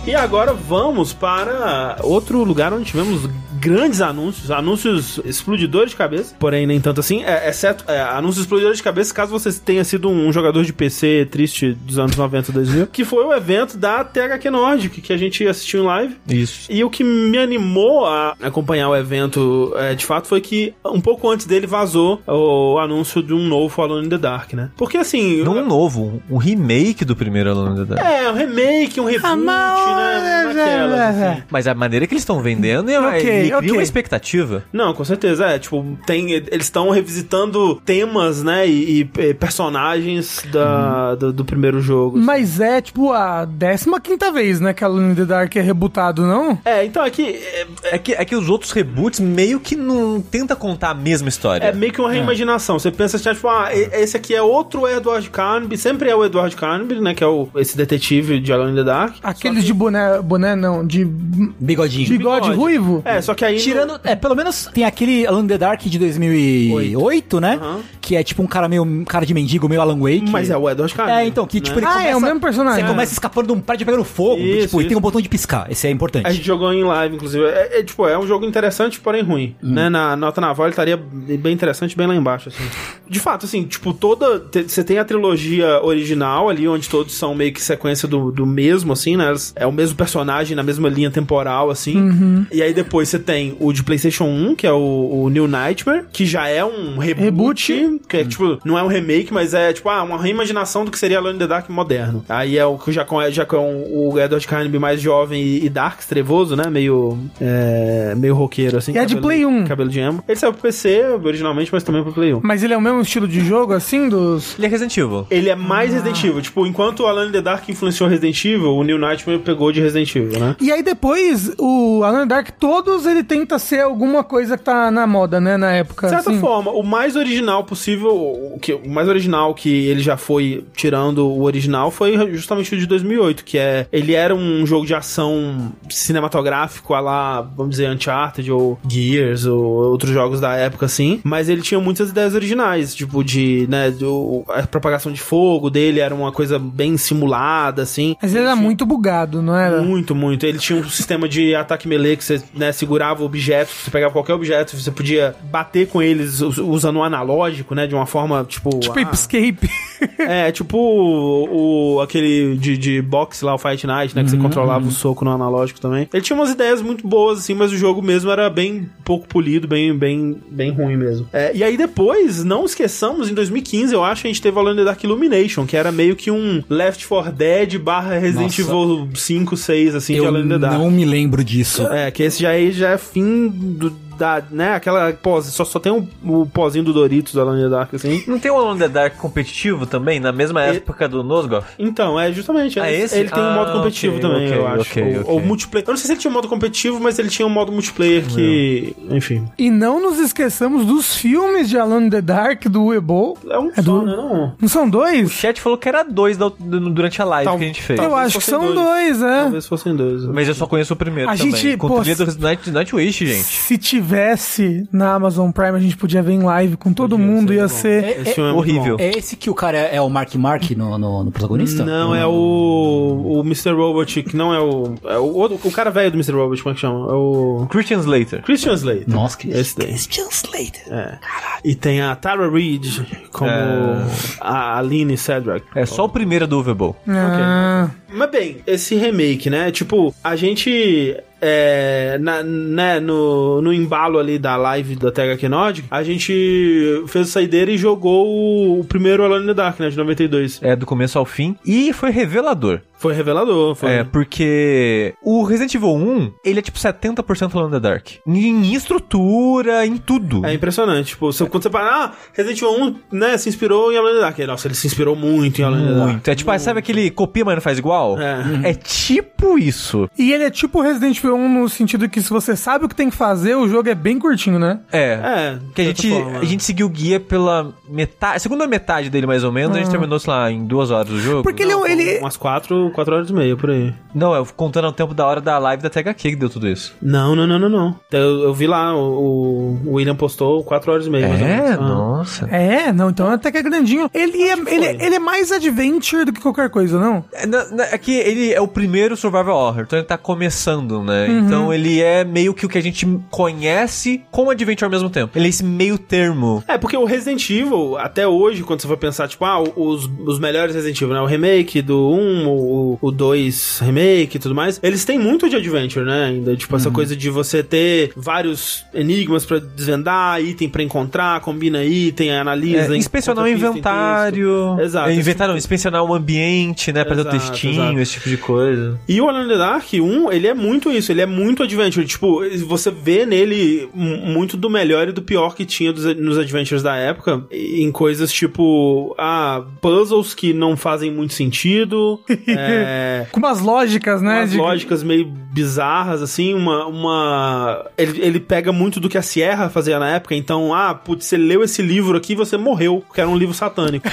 A: E agora vamos para outro lugar onde tivemos grandes anúncios, anúncios explodidores de cabeça, porém nem tanto assim, é, exceto é, anúncios explodidores de cabeça, caso você tenha sido um jogador de PC triste dos anos 90, 2000, que foi o evento da THQ Nordic, que a gente assistiu em live.
B: Isso.
A: E o que me animou a acompanhar o evento é, de fato foi que um pouco antes dele vazou o anúncio de um novo Alone in the Dark, né? Porque assim.
B: Não um novo, um remake do primeiro Alone in the Dark.
A: É, um remake, um reboot, né? Naquelas, assim.
B: Mas a maneira que eles estão vendendo é,
C: Ok,
B: é- cria
C: ok.
B: uma expectativa.
A: Não, com certeza, é. Tipo, tem, eles estão revisitando temas, né? E, e, eh, personagens
E: Uhum.
A: da, do, do primeiro jogo. assim.
C: Mas é, tipo, a 15 vez, né, que a Luna in the Dark é rebutado, não?
A: É, então aqui é,
B: É que, é que os outros reboots meio que não tenta contar a mesma história.
A: é meio que uma reimaginação. Você pensa assim, tipo, ah, e- esse aqui é outro Edward Carnaby, sempre é o Edward Carnaby, né? Que é o, esse detetive de Alone in the Dark.
C: Aqueles de boné, boné não, de
E: Bigodinho.
C: bigode,
A: bigode.
C: ruivo.
A: É, só que aí. no-
E: Tirando, é, pelo menos tem aquele Alone in the Dark de 2008, né?
A: Aham.
E: Que é tipo um cara meio um cara de mendigo, meio Alan Wake.
A: Mas é o Edward Carnaby.
E: É, então, que
A: né?
E: tipo ele
C: Ah,
E: começa,
C: é o mesmo personagem.
E: Você começa escapando de um prédio pegando fogo,
A: Isso,
E: tipo, e tem
A: isso.
E: um botão de piscar. Esse é importante.
A: A gente jogou em live, inclusive. É, é, tipo, é um jogo interessante, porém ruim. Né? Na nota naval ele estaria bem interessante, bem lá embaixo, assim. De fato, assim, tipo, toda. te- Você tem a trilogia original ali, onde todos são meio que sequência do, do mesmo, assim, né? Elas- É o mesmo personagem na mesma linha temporal, assim. E aí depois você tem o de PlayStation 1, que é o, o New Nightmare, que já é um reboot. Que é, tipo, não é um remake, mas é, tipo, ah, uma reimaginação do que seria Alone in the Dark moderno. Aí é o que já com, já com o Edward Carnaby mais jovem e, e Dark, trevoso, né? Meio. É, meio roqueiro, assim.
C: E é de
A: cabelo-
C: Play 1.
A: Cabelo de emo. Ele saiu pro PC originalmente, mas também pro Play 1.
C: Mas ele é o mesmo estilo de jogo, assim, dos...
B: Ele é Resident Evil.
A: Ele é mais
C: Ah.
A: Resident Evil. Tipo, enquanto o Alone in the Dark influenciou Resident Evil, o New Nightmare pegou de Resident Evil, né?
C: E aí depois, o Alan Dark, todos ele tenta ser alguma coisa que tá na moda, né, na época.
A: De certa
C: assim.
A: forma, o mais original possível, o, que, o mais original que ele já foi tirando o original foi justamente o de 2008, que é ele era um jogo de ação cinematográfico, a lá, vamos dizer, Uncharted ou Gears ou outros jogos da época assim, mas ele tinha muitas ideias originais, tipo de, né, do, a propagação de fogo dele era uma coisa bem simulada assim.
C: Mas ele era muito bugado, não era?
A: Muito, muito. Ele tinha um sistema de ataque melee que você né, segurava objetos, você pegava qualquer objeto, você podia bater com eles us- usando um analógico, né? De uma forma, tipo.
C: Tipo,
A: ah,
C: Escape.
A: é, tipo o, o- aquele de, de boxe lá, o Fight Night, né? Que você
E: Uhum,
A: controlava o soco no analógico também. Ele tinha umas ideias muito boas, assim, mas o jogo mesmo era bem pouco polido, bem, bem, bem ruim mesmo. É, e aí depois, não esqueçamos, em 2015, eu acho, a gente teve o Alone in the Dark Illumination, que era meio que um Left 4 Dead barra Resident
E: Nossa.
A: Evil 5, 6, assim, de
E: Eu
A: Alone in the Dark.
E: não me lembro disso.
A: É, que esse já é, já é fim do, da, né, aquela pós, só, só tem o, o pozinho do Doritos da Alone in the Dark, assim.
B: Não tem o Alone in the Dark competitivo também, na mesma
A: E-
B: época do Nosgoth?
A: Então, é justamente,
B: Ah,
A: ele-
B: esse?
A: ele tem um
B: Ah,
A: modo competitivo
B: ok,
A: também,
B: ok,
A: eu acho.
B: ok,
A: ou, ou
B: ok.
A: multiplayer. Eu não sei se ele tinha um modo competitivo, mas ele tinha um modo multiplayer que, enfim,
C: E não nos esqueçamos dos filmes de Alone in the Dark, do Uebo.
A: é um só,
C: É do-
A: né, não?
C: Não são
B: O
C: dois?
B: chat falou que era dois da- do- durante a live
A: Tal-
B: que a gente fez.
C: Eu
A: talvez
C: acho que
A: fossem
C: são
A: dois.
C: dois,
E: É.
C: né?
A: Talvez fossem dois. né?
B: Mas eu só conheço o primeiro
C: A
B: também.
C: gente,
B: com
C: pô,
B: trilha do Night, Nightwish, gente.
C: Se tivesse na Amazon Prime, a gente podia ver em live com todo mundo, ia ser...
E: É,
A: Esse
E: é-
A: filme é muito
B: horrível.
E: é esse que o cara é, é o Mark Mark no, no- no protagonista?
A: Não, é o, o Mr. Robot, que não é o. É o, outro- o cara velho do Mr. Robot, como é que chama? É o.
B: Christian Slater.
A: Christian Slater.
E: Nossa, que
A: Esse daí.
E: Christian Slater.
A: É. E tem a Tara Reid como
B: É.
A: a Aline Cedric.
B: É só o primeiro do Overbowl.
C: Ah,
A: Mas bem, esse remake, né? Tipo, a gente. é, na- né, no, no embalo ali da live da THQ Nordic, a gente fez a saideira e jogou o, o primeiro Alone in the Dark, né? De 92.
B: É do começo ao fim. E foi revelador.
A: Foi revelador, foi.
B: É, porque o Resident Evil 1, ele é tipo 70% Alone in the Dark. Em estrutura, em tudo.
A: É impressionante, tipo, você, quando você para, ah, Resident Evil 1, né, se inspirou em Alone in the Dark. Nossa, ele se inspirou muito em Alone in the Dark.
B: Muito. É tipo, ah, sabe aquele copia, mas não faz igual?
A: É.
B: É tipo isso.
C: E ele é tipo Resident Evil 1 no sentido que se você sabe o que tem que fazer, o jogo é bem curtinho, né?
B: É.
A: É,
B: Que a
A: de
B: gente,
A: certa forma.
B: a gente seguiu o guia pela metade, segunda metade dele mais ou menos, a gente terminou, sei lá, em duas horas do jogo.
C: Ah. Porque ele é um- ele,
A: Umas quatro, 4 horas e meia, por aí.
B: Não, eu contando o tempo da hora da live da THQ que deu tudo isso.
A: Não, não, não, não, não. Eu, eu vi lá, o, o William postou 4 horas e meia, mais ou menos.
B: É,
A: Ah.
B: nossa.
C: É, não, então até que é grandinho. Ele é, ele, ele é mais adventure do que qualquer coisa, não?
B: É, na- na- é que ele é o primeiro survival horror, então ele tá começando, né?
A: Uhum.
B: Então ele é meio que o que a gente conhece com Adventure ao mesmo tempo. Ele é esse meio termo.
A: É, porque o Resident Evil, até hoje, quando você vai pensar, tipo, ah, os, os melhores Resident Evil, né? O remake do 1, o, o 2 remake e tudo mais, eles têm muito de adventure, né? Ainda, tipo,
B: Uhum.
A: essa coisa de você ter vários enigmas pra desvendar, item pra encontrar, combina item, analisa.
B: É, inspecionar o
A: encontra pista,
B: inventário.
A: texto. Exato.
B: É, inventaram, inspecionar o ambiente, né? Pra ter o
A: Exato,
B: textinho,
A: exato.
B: esse tipo de coisa.
A: E o Alone in the Dark 1, ele é muito isso, ele é muito adventure. Tipo, você vê nele mu- muito do melhor e do pior que tinha dos- nos adventures da época, e- em coisas tipo, ah, puzzles que não fazem muito sentido, é,
C: Com umas lógicas, né?
A: umas
C: de-
A: lógicas meio bizarras, assim, uma... uma... Ele, ele pega muito do que a Sierra fazia na época, então, ah, putz, você leu esse livro aqui e você morreu, porque era um livro satânico.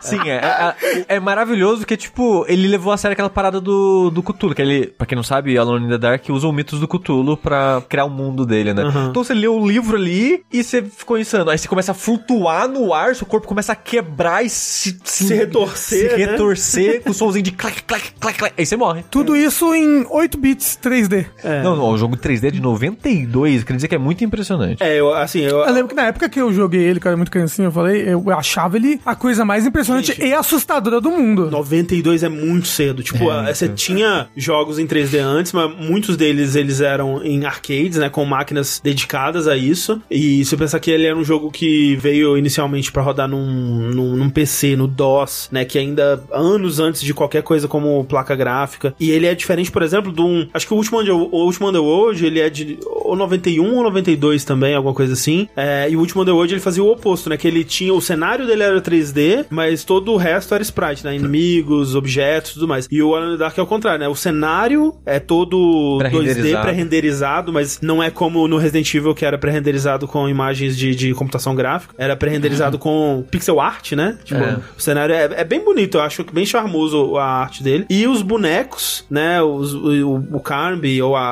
B: Sim, é, é- é, é maravilhoso que, tipo, ele levou a sério aquela parada do, do Cthulhu, que ele, pra quem não sabe, Alone in the Dark usa os mitos do Cthulhu pra criar o mundo dele, né?
A: Uhum.
B: Então você lê o livro ali e você ficou insano. Aí você começa a flutuar no ar, seu corpo começa a quebrar e se...
A: Se retorcer,
B: Se
A: né?
B: retorcer com o somzinho de clac, clac, clac, clac. Aí você morre.
C: Tudo isso em 8 bits 3D.
A: É.
B: Não, não, o jogo 3D é de 92, quer dizer que é muito impressionante.
A: É, eu, assim, eu,
C: Eu lembro que na época que eu joguei ele, cara, muito criancinha, eu falei, eu achava ele a coisa mais impressionante e assustadora do mundo.
A: 92 é muito cedo. Tipo, a- você tinha jogos em 3D antes, mas muitos deles eles eram em arcades, né? Com máquinas dedicadas a isso. E se eu pensar que ele era um jogo que veio inicialmente pra rodar num, num, num PC, no DOS, né? Que ainda anos antes de qualquer coisa como placa gráfica. E ele é diferente, por exemplo, de um. Acho que o último Under- o último Underworld, ele é de ou 91 ou 92 também, alguma coisa assim. É, e o último Underworld ele fazia o oposto, né? Que ele tinha. O cenário dele era 3D, mas todo o resto era sprite, né? Inimigos, objetos tudo mais. E o Alan Dark é o contrário, né? O cenário é todo 2D
B: Pré-renderizado.
A: pré-renderizado, mas não é como no Resident Evil que era pré-renderizado com imagens de, de computação gráfica. Era pré-renderizado com pixel art, né? Tipo,
B: É.
A: o cenário é, é bem bonito, eu acho bem charmoso a arte dele. E os bonecos, né? Os- o, o, o Carmby ou a,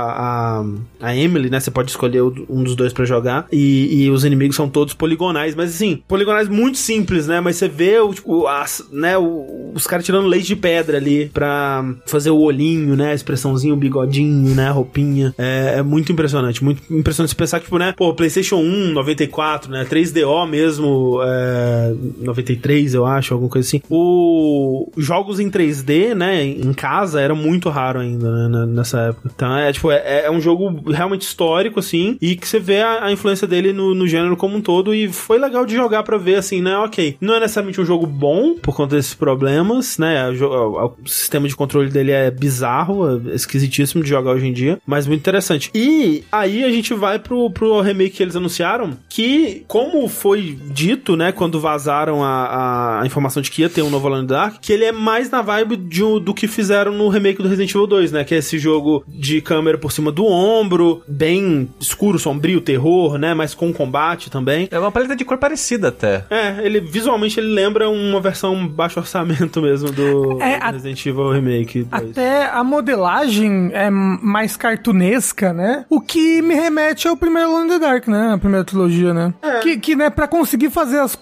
A: a, a Emily, né? Você pode escolher o- um dos dois pra jogar. E, e os inimigos são todos poligonais, mas assim, poligonais muito simples, né? Mas você vê o, tipo, as- né? o- os caras tirando leite de pedra ali pra fazer o olhinho, né? A expressãozinha, o bigodinho, né? A roupinha. É, é muito impressionante, muito impressionante você pensar que, tipo, né? Pô, PlayStation 1, 94, né? 3DO mesmo, é, 93, eu acho, alguma coisa assim. O jogos em 3D, né, em casa era muito raro ainda, né, na- nessa época. Então é tipo é, é um jogo realmente histórico assim e que você vê a, a influência dele no, no gênero como um todo e foi legal de jogar pra ver assim, né, OK. Não é necessariamente um jogo bom por conta desses problemas, né? O, jo- o- o sistema de controle dele é bizarro, é esquisitíssimo de jogar hoje em dia, mas muito interessante. E aí a gente vai pro, pro remake que eles anunciaram, que, como foi dito, né, quando vazaram a, a- a informação de que ia ter um novo Alone in the Dark, que ele é mais na vibe de um- do que fizeram no remake do Resident Evil 2, né, que é esse jogo de câmera por cima do ombro, bem escuro, sombrio, terror, né, mas com combate também.
B: É uma paleta de cor parecida até.
A: É, ele visualmente ele lembra uma versão baixo orçamento mesmo do,
C: É,
A: do
C: a-
A: Resident Evil Remake 2.
C: Até a modelagem é mais cartunesca, né? O que me remete ao primeiro Alone in the Dark, né? A primeira trilogia, né?
A: É.
C: Que, que, né, pra conseguir fazer as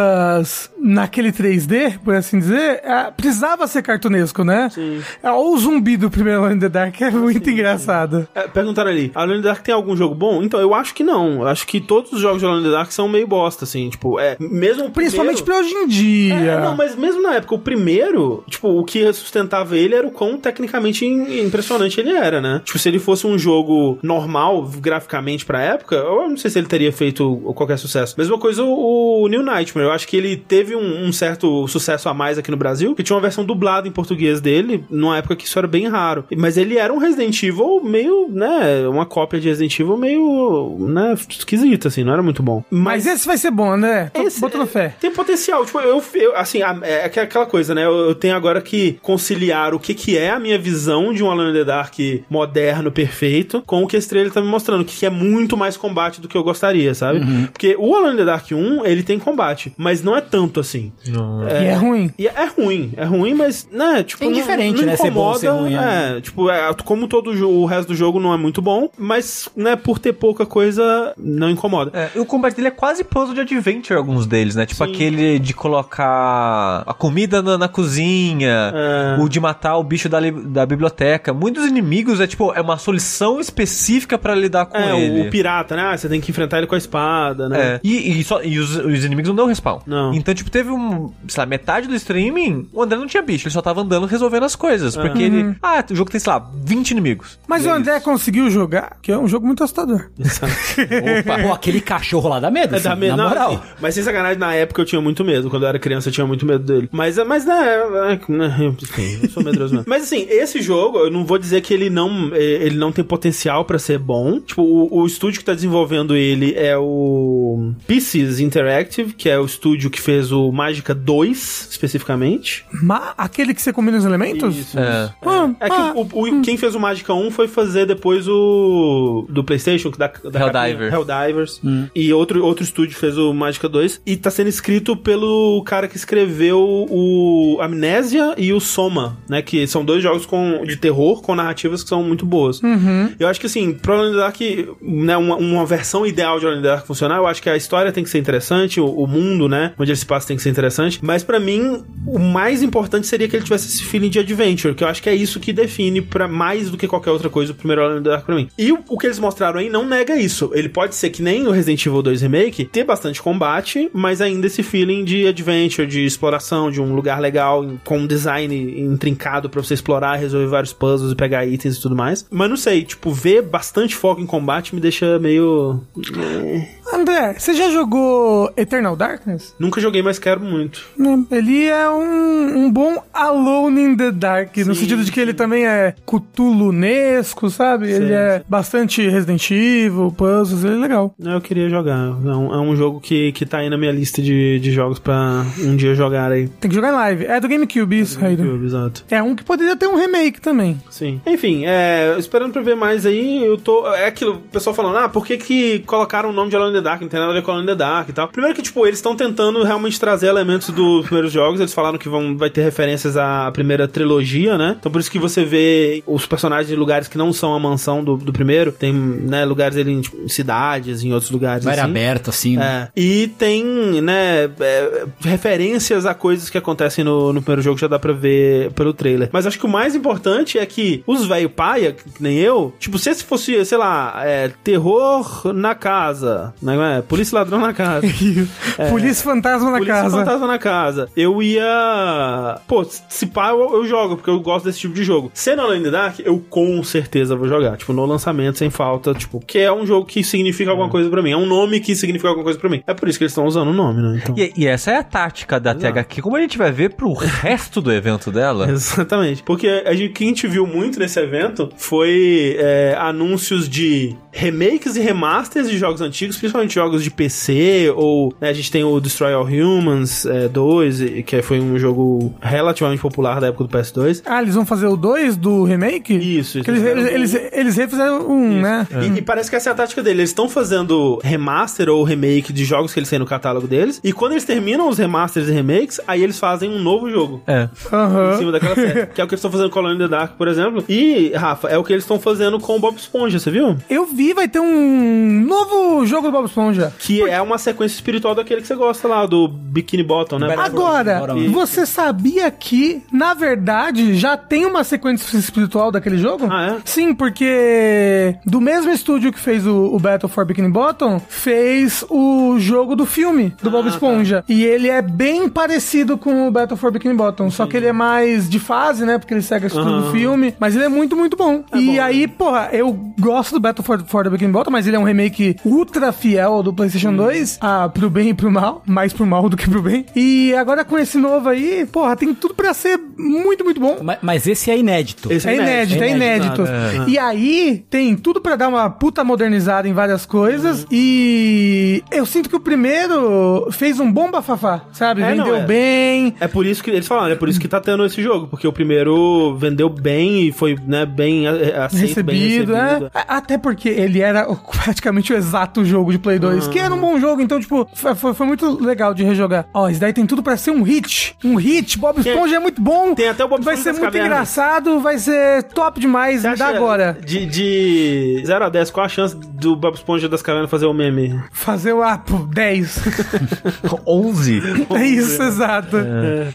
C: coisas naquele 3D, por assim dizer, é, precisava ser cartunesco, né? Sim. É, ou o zumbi do primeiro Alone in the Dark é muito engraçado.
A: É, perguntaram ali, Alone in the Dark tem algum jogo bom? Então, eu acho que não. Eu acho que todos os jogos de Alone in the Dark são meio bosta, assim. Tipo, é. Mesmo o
C: Principalmente
A: primeiro...
C: pra hoje em dia.
A: É, não, mas mesmo na época, o primeiro, tipo, o que sustentava ele era o quão tecnicamente im- impressionante ele era, né? Tipo, se ele fosse um jogo normal, graficamente, pra época, eu não sei se ele teria feito qualquer sucesso. Mesma coisa o, o New Nightmare. Eu acho que ele teve um, um certo sucesso a mais aqui no Brasil, que tinha uma versão dublada em português dele, numa época que isso era bem raro. Mas ele era um Resident Evil meio, né, uma cópia de Resident Evil meio, né, esquisita, assim, não era muito bom.
C: Mas esse vai ser bom, né? Tô
A: Esse- é,
C: botando fé.
A: Tem potencial. Tipo, eu, eu- assim, a- é aqu- aquela coisa, né? Eu, eu tenho agora que conciliar o que, que é a minha visão de um Alone in the Dark moderno, perfeito, com o que esse trailer tá me mostrando, que é muito mais um, combate do que eu gostaria, sabe? Porque o Alone in the Dark 1, ele tem combate, mas não é tanto tanto assim.
C: E é ruim.
A: E é ruim, é ruim, mas, né, tipo,
E: É indiferente, né, se é bom ou se é ruim,
A: é, tipo, é, como todo jo- o resto do jogo não é muito bom, mas, né, por ter pouca coisa, não incomoda.
B: É, o combate dele é quase puzzle de adventure, alguns deles, né? Tipo aquele de colocar a comida na, na cozinha,
A: É.
B: o de matar o bicho da, li- da biblioteca. Muitos inimigos é tipo, é uma solução específica pra lidar com
A: É,
B: ele.
A: o, o pirata, né, ah, você tem que enfrentar ele com a espada, né.
B: É. E, e só, e os, os inimigos não dão respawn.
A: Não.
B: Então, tipo, teve um. Sei lá, metade do streaming, o André não tinha bicho, ele só tava andando resolvendo as coisas.
A: É.
B: Porque ele. Ah, o jogo tem, sei lá, 20 inimigos.
C: Mas o André conseguiu jogar, que é um jogo muito assustador.
E: Opa, pô, aquele cachorro lá dá medo,
A: É da
E: assim,
A: me-
E: na
A: não,
E: moral.
A: assim, mas sem sacanagem, na época eu tinha muito medo. Quando eu era criança, eu tinha muito medo dele. Mas, é- mas né, é- é- né, enfim, eu sou medroso mesmo. Mas assim, esse jogo, eu não vou dizer que ele não, é, ele não tem potencial pra ser bom. Tipo, o, o estúdio que tá desenvolvendo ele é o Pieces Interactive, que é o estúdio que fez o Mágica 2, especificamente.
C: Mas aquele que você combina os elementos?
B: É.
C: Ah,
A: É que
C: ah,
A: o- o- quem fez o Mágica 1 foi fazer depois o. do PlayStation, que da, da
B: Helldivers.
A: capinha, Helldivers. E outro, outro estúdio fez o Mágica 2. E tá sendo escrito pelo cara que escreveu o Amnésia e o Soma, né? Que são dois jogos com, de terror com narrativas que são muito boas. Eu acho que assim, pra Alone in the Dark, né, uma, uma versão ideal de Alone in the Dark funcionar, eu acho que a história tem que ser interessante, o, o mundo, né, onde ele se passa tem que ser interessante, mas pra mim, o mais importante seria que ele tivesse esse feeling de adventure, que eu acho que é isso que define para mais do que qualquer outra coisa o primeiro Alone in the Dark pra mim. E o, o que eles mostraram aí não nega isso. Ele pode ser que nem o Resident Evil 2 Remake, ter bastante combate, mas ainda esse feeling de adventure, de exploração, de um lugar legal, em- com um design intrincado pra você explorar, resolver vários puzzles e pegar itens e tudo mais. Mas não sei, tipo, ver bastante foco em combate me deixa meio. eh,
C: André, você já jogou Eternal Darkness?
A: Nunca joguei, mas quero muito.
C: Né, Ele é um, um bom Alone in the Dark, no
A: Sim,
C: sentido de que ele também é cutulunesco, sabe? ele é bastante Resident Evil, puzzles, ele é legal.
A: Eu queria jogar. É um, é um jogo que, que tá aí na minha lista de, de jogos pra um dia jogar aí.
C: Tem que jogar em live. É do GameCube isso, Raiden.
A: Exato.
C: É um que poderia ter um remake também.
A: Sim. Enfim, é, esperando pra ver mais aí, eu tô. É aquilo, o pessoal falando, ah, por que, que colocaram o nome de Alone in the Dark? Não tem nada a ver com Alone in the Dark e tal. Primeiro que, tipo, eles estão tentando realmente trazer elementos dos primeiros jogos, eles falaram que vão, vai ter referências à primeira trilogia, né? Então por isso que você vê os personagens em lugares que não são a mansão do, do primeiro, tem, né, lugares ali em tipo, cidades, em outros lugares.
E: Vai
A: assim.
E: aberto, assim. né?
A: É. E tem, né, é, referências a coisas que acontecem no, no primeiro jogo, já dá pra ver pelo trailer. Mas acho que o mais importante é que os velho paia, que nem eu, tipo, se esse fosse, sei lá, é, terror na casa, né, é, polícia e ladrão na casa.
C: Polícia Fantasma na
A: Polícia e
C: casa.
A: É. Fantasma na casa. Eu ia. Pô, se pá, eu, eu jogo, porque eu gosto desse tipo de jogo. Sendo Alone in the Dark, eu com certeza vou jogar. Tipo, no lançamento, sem falta. Tipo, que é um jogo que significa alguma coisa pra mim. É um nome que significa alguma coisa pra mim. É por isso que eles estão usando o nome, né? Então.
B: E, e essa é a tática da THQ, como a gente vai ver pro resto do evento dela.
A: Exatamente. Porque a gente, o que a gente viu muito nesse evento foi é, anúncios de remakes e remasters de jogos antigos, principalmente jogos de PC, ou né, a gente tem o Destroy All Humans é, 2, e- que foi um jogo relativamente popular da época do PS2.
C: Ah, eles vão fazer o 2 do remake?
A: Isso, um isso.
C: Que eles, eles, eles, eles refizeram um, né?
A: E, e parece que essa é a tática dele. Eles estão fazendo remaster ou remake de jogos que eles têm no catálogo deles. E quando eles terminam os remasters e remakes, aí eles fazem um novo jogo.
B: É.
C: Aham.
A: em cima daquela série. que é o que eles estão fazendo com Alone in the Dark, por exemplo. E, Rafa, é o que eles estão fazendo com o Bob Esponja, você viu?
C: Eu vi, vai ter um novo jogo do Bob Esponja.
A: Que é uma sequência espiritual daquele que você gosta lá, do Bikini Bottom, né?
C: Agora,
E: Bora,
A: mano.
C: você sabia que, na verdade, já tem uma sequência espiritual daquele jogo?
A: Ah, é?
C: Sim, porque do mesmo estúdio que fez o, o Battle for Bikini Bottom, fez o jogo do filme do Bob Esponja. E ele é bem parecido com o Battle for Bikini Bottom, só que ele é mais de fase, né? Porque ele segue a estrutura do filme, mas ele é muito, muito bom. e aí, porra, eu gosto do Battle for, for the Bikini Bottom, mas ele é um remake ultra fiel ao do PlayStation 2, ah, pro bem e pro mal, mais pro mal do que pro bem. E agora com esse novo aí, porra, tem tudo pra ser muito, muito bom.
E: Ma- Mas, esse é inédito.
A: Esse
C: É inédito, é inédito. E aí, tem tudo pra dar uma puta modernizada em várias coisas. E eu sinto que o primeiro fez um bom bafafá, sabe?
A: É, não,
C: Vendeu
A: é.
C: bem.
A: É por isso que eles falaram, é por isso que tá tendo esse jogo, porque o primeiro vendeu bem e foi, né, bem é, aceito, bem
C: Recebido, é.
A: recebido.
C: né? A- Até porque ele era o- praticamente o exato jogo de Play Boy 2, que era um bom jogo, então, tipo, fa- foi, foi muito legal de rejogar. Ó, isso daí tem tudo pra ser um hit. Um hit, Bob Esponja é muito bom.
A: Tem até o Bob
C: Vai
A: Esponja
C: ser
A: das
C: muito
A: cavernas.
C: engraçado, vai ser top demais.
A: Você
C: Me dá
A: acha
C: agora.
A: De, de 0 a 10, qual a chance do Bob Esponja das Cavernas fazer o meme?
C: Fazer o ah, pô, 10.
B: 11.
C: É isso, exato.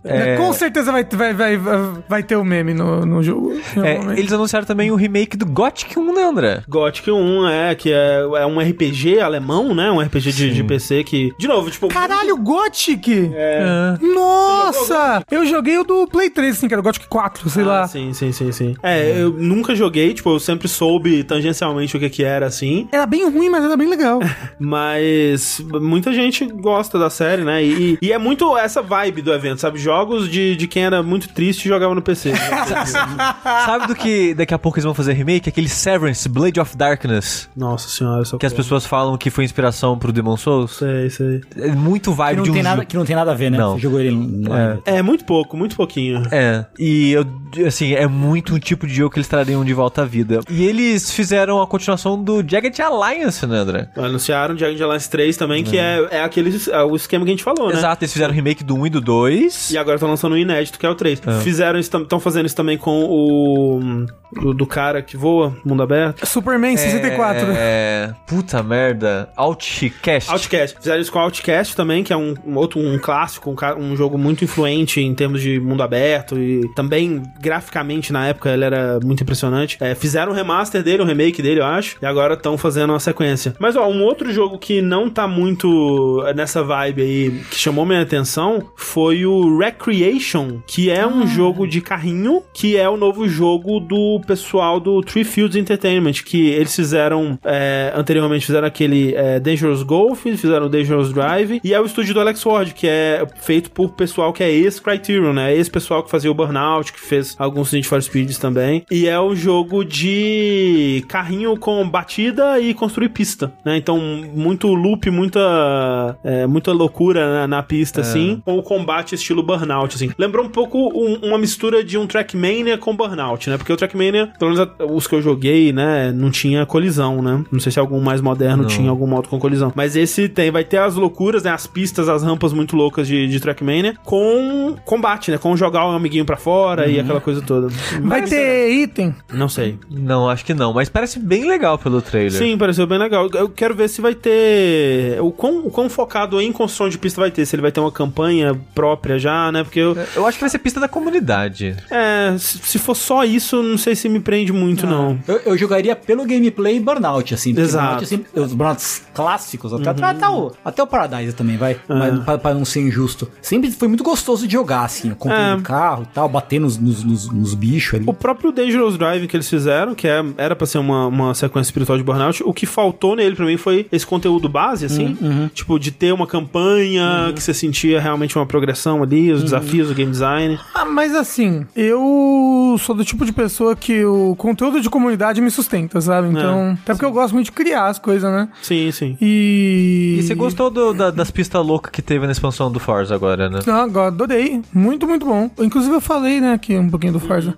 C: É, Com certeza vai, vai, vai, vai ter o meme no, no jogo.
B: É,
C: realmente.
B: eles anunciaram também o remake do Gothic 1, né, André?
A: Gothic 1, é, que é, é um RPG alemão, né? Um RPG de, de PC que, de novo, tipo...
C: Caralho, Gothic!
B: É.
C: Nossa! Eu joguei o do Play 3, assim, que era o Gothic 4, sei
A: Ah,
C: lá.
A: Sim, sim, sim, sim. É, eu nunca joguei, tipo, eu sempre soube tangencialmente o que que era, assim,
C: Era bem ruim, mas era bem legal.
A: mas muita gente gosta da série, né? E, e é muito essa vibe do evento, sabe? Jogos de, de quem era muito triste e jogava no PC.
B: Sabe do que daqui a pouco eles vão fazer remake? Aquele Severance, Blade of Darkness.
A: Nossa senhora, só
B: Que as pessoas falam que foi inspiração pro Demon Souls.
A: Sei, sei.
B: É muito
E: Que
B: vibe
E: não,
B: de um
E: tem
B: jogo.
E: nada, que não tem nada a ver, né?
B: Não.
E: Você jogou ele no...
A: É, muito pouco, muito pouquinho.
B: É, e eu, assim, é muito um tipo de jogo que eles trariam de volta à vida. E eles fizeram a continuação do Jagged Alliance, né, André?
A: Anunciaram Dragon Alliance 3 também, que é, é aquele é o esquema que a gente falou, né?
B: Exato, eles fizeram o remake do 1 e do 2.
A: E agora estão lançando um inédito, que é o 3. Fizeram isso, estão fazendo isso também com o, o do cara que voa, mundo aberto.
C: Superman 64.
B: É. Puta merda. Outcast.
A: Outcast. Fizeram isso com Outcast também, que é um, um outro um clássico, um, ca- um jogo muito influente em termos de mundo aberto e também graficamente na época ele era muito impressionante. É, fizeram um remaster dele, um remake dele, eu acho, e agora estão fazendo uma sequência. Mas ó, um outro jogo que não tá muito é, nessa vibe aí, que chamou minha atenção, foi o Recreation, que é um jogo de carrinho, que é o novo jogo do pessoal do Three Fields Entertainment, que eles fizeram é, anteriormente fizeram aquele é, Dangerous Golf, fizeram o Dangerous Drive, e é o estúdio do Alex Ward, que é feito por pessoal que é ex-Criterion, né? Ex-pessoal que fazia o Burnout, que fez alguns Need for Speeds também. E é um jogo de carrinho com batida e construir pista, né? Então, muito loop, muita, é, muita loucura na, na pista, assim, com o combate estilo Burnout, assim. Lembrou um pouco um- uma mistura de um Trackmania com Burnout, né? Porque o Trackmania, pelo menos a- os que eu joguei, né, não tinha colisão, né? Não sei se algum mais moderno tinha algum modo com colisão. Mas esse tem, vai ter as loucuras, né? As pistas, as rampas muito loucas de, de Trackmania com combate, né? Com jogar o amiguinho pra fora e aquela coisa toda.
C: Uhum. Vai
B: é.
C: ter item.
A: Não sei.
B: Não, acho que não, mas parece bem legal pelo trailer.
A: Sim, pareceu bem legal. Eu quero ver se vai ter. O quão, o quão focado em construção de pista vai ter. Se ele vai ter uma campanha própria já, né? Porque eu.
B: Eu acho que vai ser pista da comunidade.
A: É, se se for só isso, não sei se me prende
C: Ah.
A: muito, não.
E: Eu, eu jogaria pelo gameplay Burnout, assim. porque
A: Exato. Uhum.
E: Burnout, assim, os Burnouts clássicos, até, até, o, até o Paradise também,
A: É.
E: vai. Mas pra, pra não ser injusto. Sempre foi muito gostoso de jogar, assim. Comprando o carro e tal, bater nos, nos, nos- nos bichos ali.
A: É. O próprio Dangerous Drive que eles fizeram, que é- era pra ser uma, uma sequência espiritual de Burnout, o que faltou nele pra mim foi esse conteúdo base, assim.
B: Uhum,
A: Tipo, de ter uma campanha que você sentia realmente uma progressão ali,
B: Uhum.
A: os desafios, o game design.
C: Ah, mas assim, eu sou do tipo de pessoa que o conteúdo de comunidade me sustenta, sabe? Então, até porque eu gosto muito de criar as coisas, né?
A: Sim, sim.
C: E.
B: E você gostou do- da- das pistas loucas que teve na expansão do Forza agora, né?
C: Não, agora adorei. Muito, muito bom. Inclusive eu falei, né, aqui um pouquinho do
B: Uhum.
C: Forza.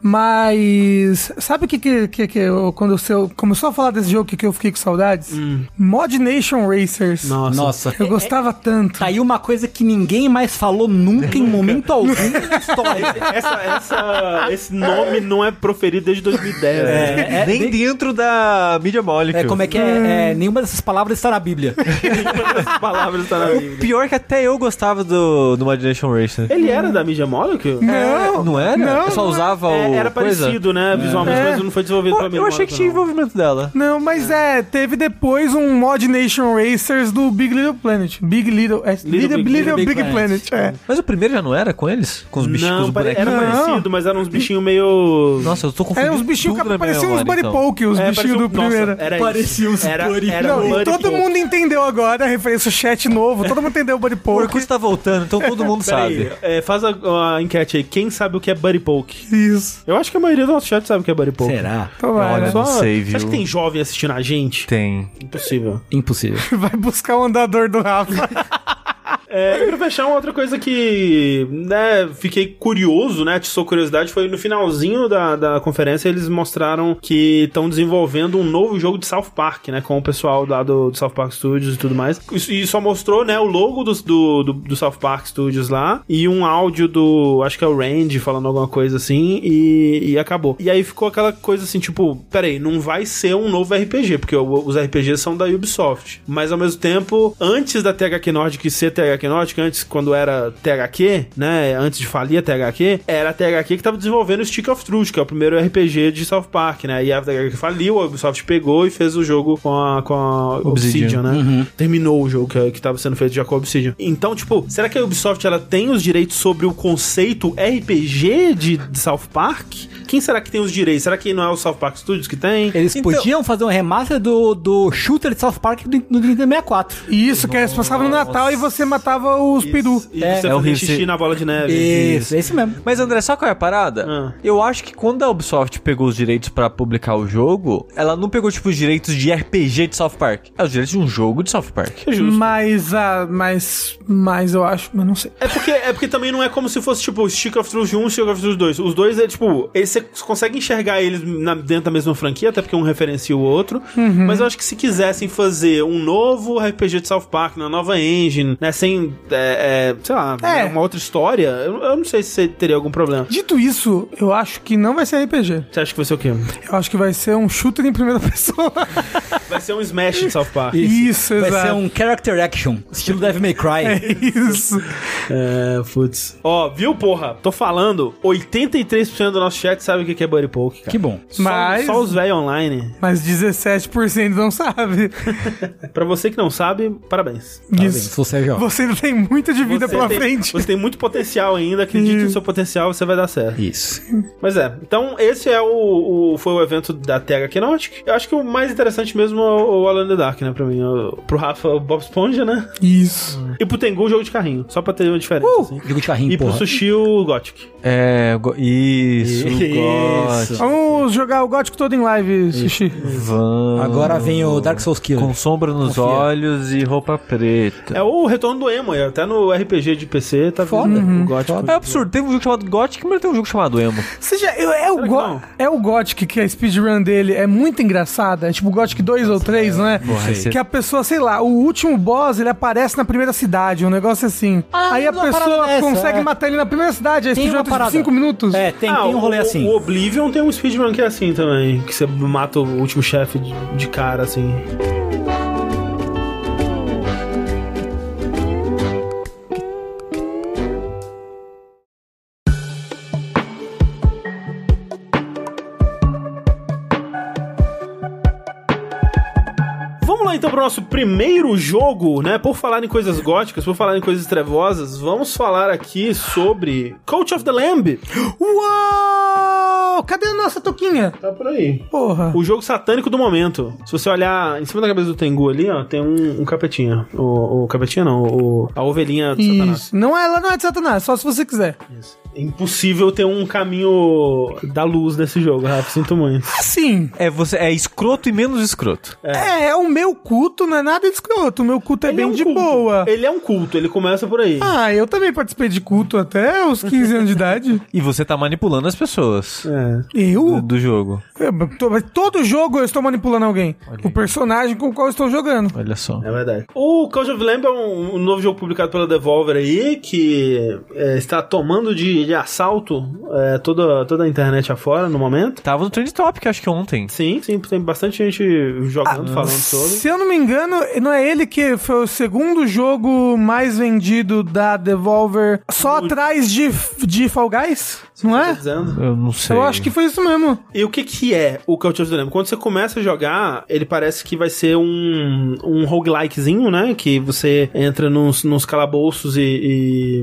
C: Mas sabe o que que, que, que eu, quando o seu começou a falar desse jogo, o que, que eu fiquei com saudades?
B: Hum.
C: Mod Nation Racers.
A: Nossa.
E: Nossa.
C: Eu gostava tanto.
B: É,
E: Tá aí uma coisa que ninguém mais falou nunca, em momento algum na história.
A: Essa, essa- esse nome não é proferido desde 2010. né?
E: É, é,
B: Nem
E: nem-
B: dentro da Media Molecule.
E: é,
A: Tipo,
E: como é que é, é,
A: "Ah."
E: Nenhuma dessas palavras está na Bíblia.
A: As palavras tá na
B: O pior é que até eu gostava do, do Modulation Racing.
A: Ele era da Media Molecule?
C: É, Não,
B: Não era?
C: Não,
B: eu só
C: não
B: usava
A: É,
B: o.
A: era
B: coisa?
A: parecido, né? Visualmente,
C: É.
A: mas não foi desenvolvido
B: Pô,
A: pela Media
B: eu achei que tinha
A: Molecule, não.
B: envolvimento dela.
C: Não, mas é. teve depois um Mod Nation Racers do Big Little Planet. Big Little. É, Little, Big,
A: Big-
C: Little
E: Big
C: Big, Planet. é.
E: Planet.
B: Mas o primeiro já não era com eles? Com os bichinhos, com os
A: Não, pare- era
B: bonequinhos?
A: parecido, mas eram uns bichinhos meio.
B: Nossa, eu tô
C: É.
B: confundindo.
C: É, os bichinhos
B: tudo
C: que
B: na minha
C: pareciam uns
B: memória,
C: Buddy
B: então.
C: Poke, os
A: É,
C: bichinhos
A: parecia um-
C: do
A: nossa,
C: primeiro.
A: Era
E: Parecia uns
A: isso. Era,
E: Buddy
A: era
C: Não, e
A: Buddy
C: todo
A: Poke.
C: mundo entendeu agora a referência, o chat novo, todo mundo entendeu o Buddy
B: O
C: Poke.
B: Orkut tá voltando, então todo mundo
A: Peraí,
B: sabe.
A: é, faz a, a enquete aí. Quem sabe o que é Buddy Poke?
C: Isso.
A: Eu acho que a maioria do nosso chat sabe o que é Buddy Poke.
E: Será?
C: Tomara.
B: Olha,
A: Só,
B: Não sei,
A: Você acha
B: viu?
A: que tem jovem assistindo a gente?
B: Tem.
A: Impossível.
E: Impossível.
C: Vai buscar o andador do Rafa.
A: É, e pra fechar, uma outra coisa que, né, fiquei curioso, né, te sou curiosidade, foi no finalzinho da, da conferência eles mostraram que estão desenvolvendo um novo jogo de South Park, né, com o pessoal lá do, do South Park Studios e tudo mais. E, e só mostrou, né, o logo do, do, do, do South Park Studios lá e um áudio do, acho que é o Randy falando alguma coisa assim e, e acabou. E aí ficou aquela coisa assim, tipo, peraí, não vai ser um novo RPG, porque o- os RPGs são da Ubisoft. Mas ao mesmo tempo, antes da THQ Nordic ser THQ Nordic, antes quando era THQ, né? Antes de falir a THQ, era a THQ que tava desenvolvendo o Stick of Truth, que é o primeiro RPG de South Park, né? E a THQ faliu, a Ubisoft pegou e fez o jogo com a, com a Obsidian,
B: Obsidian.
A: né? Terminou o jogo que, que tava sendo feito já com a Obsidian. Então, tipo, será que a Ubisoft ela tem os direitos sobre o conceito RPG de, de South Park? Quem será que tem os direitos? Será que não é o South Park Studios que tem?
E: Eles
B: Então-
E: podiam fazer um remaster do, do shooter de South Park do, do Nintendo 64.
C: E Isso, que eles passavam no Natal e você matava os peru.
A: E você
B: é
A: fazer
B: horrível,
A: xixi
B: você-
A: na bola de neve.
E: Isso, é isso mesmo.
B: Mas André, sabe qual é a parada?
A: Ah.
B: Eu acho que quando a Ubisoft pegou os direitos pra publicar o jogo, ela não pegou, tipo, os direitos de RPG de South Park. É os direitos de um jogo de South Park.
A: É justo.
C: Mas, ah, mas, mas eu acho, mas não sei.
A: É porque, é porque também não é como se fosse, tipo, Stick of Truth 1 e Stick of Truth 2. Os dois, é tipo, eles, você consegue enxergar eles na- dentro da mesma franquia, até porque um referencia o outro. Mas eu acho que se quisessem fazer um novo RPG de South Park, na nova engine, né, sem, é, é, sei lá,
C: É.
A: né, uma outra história, eu, eu não sei se você teria algum problema.
C: Dito isso, eu acho que não vai ser RPG.
A: Você acha que vai ser o quê?
C: Eu acho que vai ser um shooter em primeira pessoa.
A: Vai ser um Smash de South Park.
C: Isso,
E: Vai
C: exato.
E: ser um character action, estilo Devil May Cry.
C: Isso.
A: É, putz. Ó, viu, porra? Tô falando, 83% do nosso chat sabe o que que é Buddy Poke, cara.
E: Que bom.
A: Só-
C: Mas-
A: Só, os velhos online.
C: Mas 17% não sabe.
A: Tá Pra você que não sabe, parabéns.
E: Parabéns,
C: Isso.
E: Você é jovem.
C: Você ainda tem muita de vida pela
A: tem,
C: frente.
A: Você tem muito potencial ainda, acredite no seu potencial, você vai dar certo.
E: Isso.
A: Mas é, então esse é o, o- foi o evento da THQ Nordic. Eu acho que o mais interessante mesmo é o, o Alan the Dark, né, pra mim. O- pro Rafa, o Bob Esponja, né?
C: Isso.
A: E pro Tengu, o jogo de carrinho. Só pra ter uma diferença,
C: Uh!
A: assim.
E: Jogo de
A: E
E: carrinho,
A: pro
E: porra.
A: Sushi, o Gothic.
B: É. go- Isso,
A: Isso.
B: gosto.
C: Vamos jogar o gótico todo em live, Sushi.
B: Vamos.
E: Agora vem o Dark Souls Killer.
B: Com sombra nos
E: Confia.
B: olhos e roupa preta.
A: É o retorno do emo, é até no RPG de PC tá
E: Foda.
A: vindo o Gothic.
B: É absurdo, tem um jogo chamado Gothic, mas tem um jogo chamado Emo.
C: Você já, eu- é, o
A: que
C: Go-
A: não?
C: é o Gothic que a speedrun dele é muito engraçada. É tipo Gothic 2 ou 3, não é?
B: Porra, esse-
C: Que a pessoa, sei lá, o último boss ele aparece na primeira cidade, um negócio assim.
E: Ah,
C: aí a
E: uma parada
C: pessoa
E: dessa,
C: consegue
E: é.
C: matar ele na primeira cidade, aí
E: Tem
C: speedrun tem
E: uma
C: tipo
E: parada.
C: 5 minutos.
E: É, tem,
A: Ah,
E: tem um rolê
A: o-
E: assim.
A: O Oblivion tem um speedrun que é assim também, que você mata o último chefe de, de cara, assim. Vamos lá então pro nosso primeiro jogo, né? Por falar em coisas góticas, por falar em coisas trevosas, vamos falar aqui sobre Coach of the Lamb.
C: Uou! Oh, Cadê a nossa toquinha?
A: Tá por aí.
C: Porra.
A: O jogo satânico do momento. Se você olhar em cima da cabeça do Tengu ali, ó, tem um, um capetinha. O, o capetinha não, o, a ovelhinha do Satanás.
C: Isso. Não, ela não é de Satanás, só se você quiser.
A: É impossível ter um caminho da luz nesse jogo, Rafa. Sinto muito.
C: Assim,
B: É, você, é escroto e menos escroto.
C: é. é o meu culto, não é nada de escroto. O meu culto é
A: Ele
C: bem
A: um
C: de
A: culto.
C: boa.
A: Ele é um culto, ele começa por aí.
C: Ah, eu também participei de culto até os 15 anos de idade.
B: E você tá manipulando as pessoas
A: É.
B: do,
C: Eu?
B: do jogo.
C: Eu tô- mas Todo jogo eu estou manipulando alguém. O personagem com o qual eu estou jogando.
B: Olha só.
A: É verdade. O Call of Lamb é um, um novo jogo publicado pela Devolver aí, que é, está tomando de, de assalto é, toda, toda a internet afora no momento.
B: Tava no Trend Topic, acho que ontem.
A: Sim, sim, tem bastante gente jogando, falando sobre.
C: Se eu não me engano, não é ele que foi o segundo jogo mais vendido da Devolver, só atrás de, de Fall Guys? Não
A: Tá
C: é?
A: dizendo.
B: Eu não sei.
C: Eu acho que foi isso mesmo.
A: E o que que é o Cult of the Lamb? Quando você começa a jogar, ele parece que vai ser um, um roguelikezinho, né? Que você entra nos, nos calabouços e,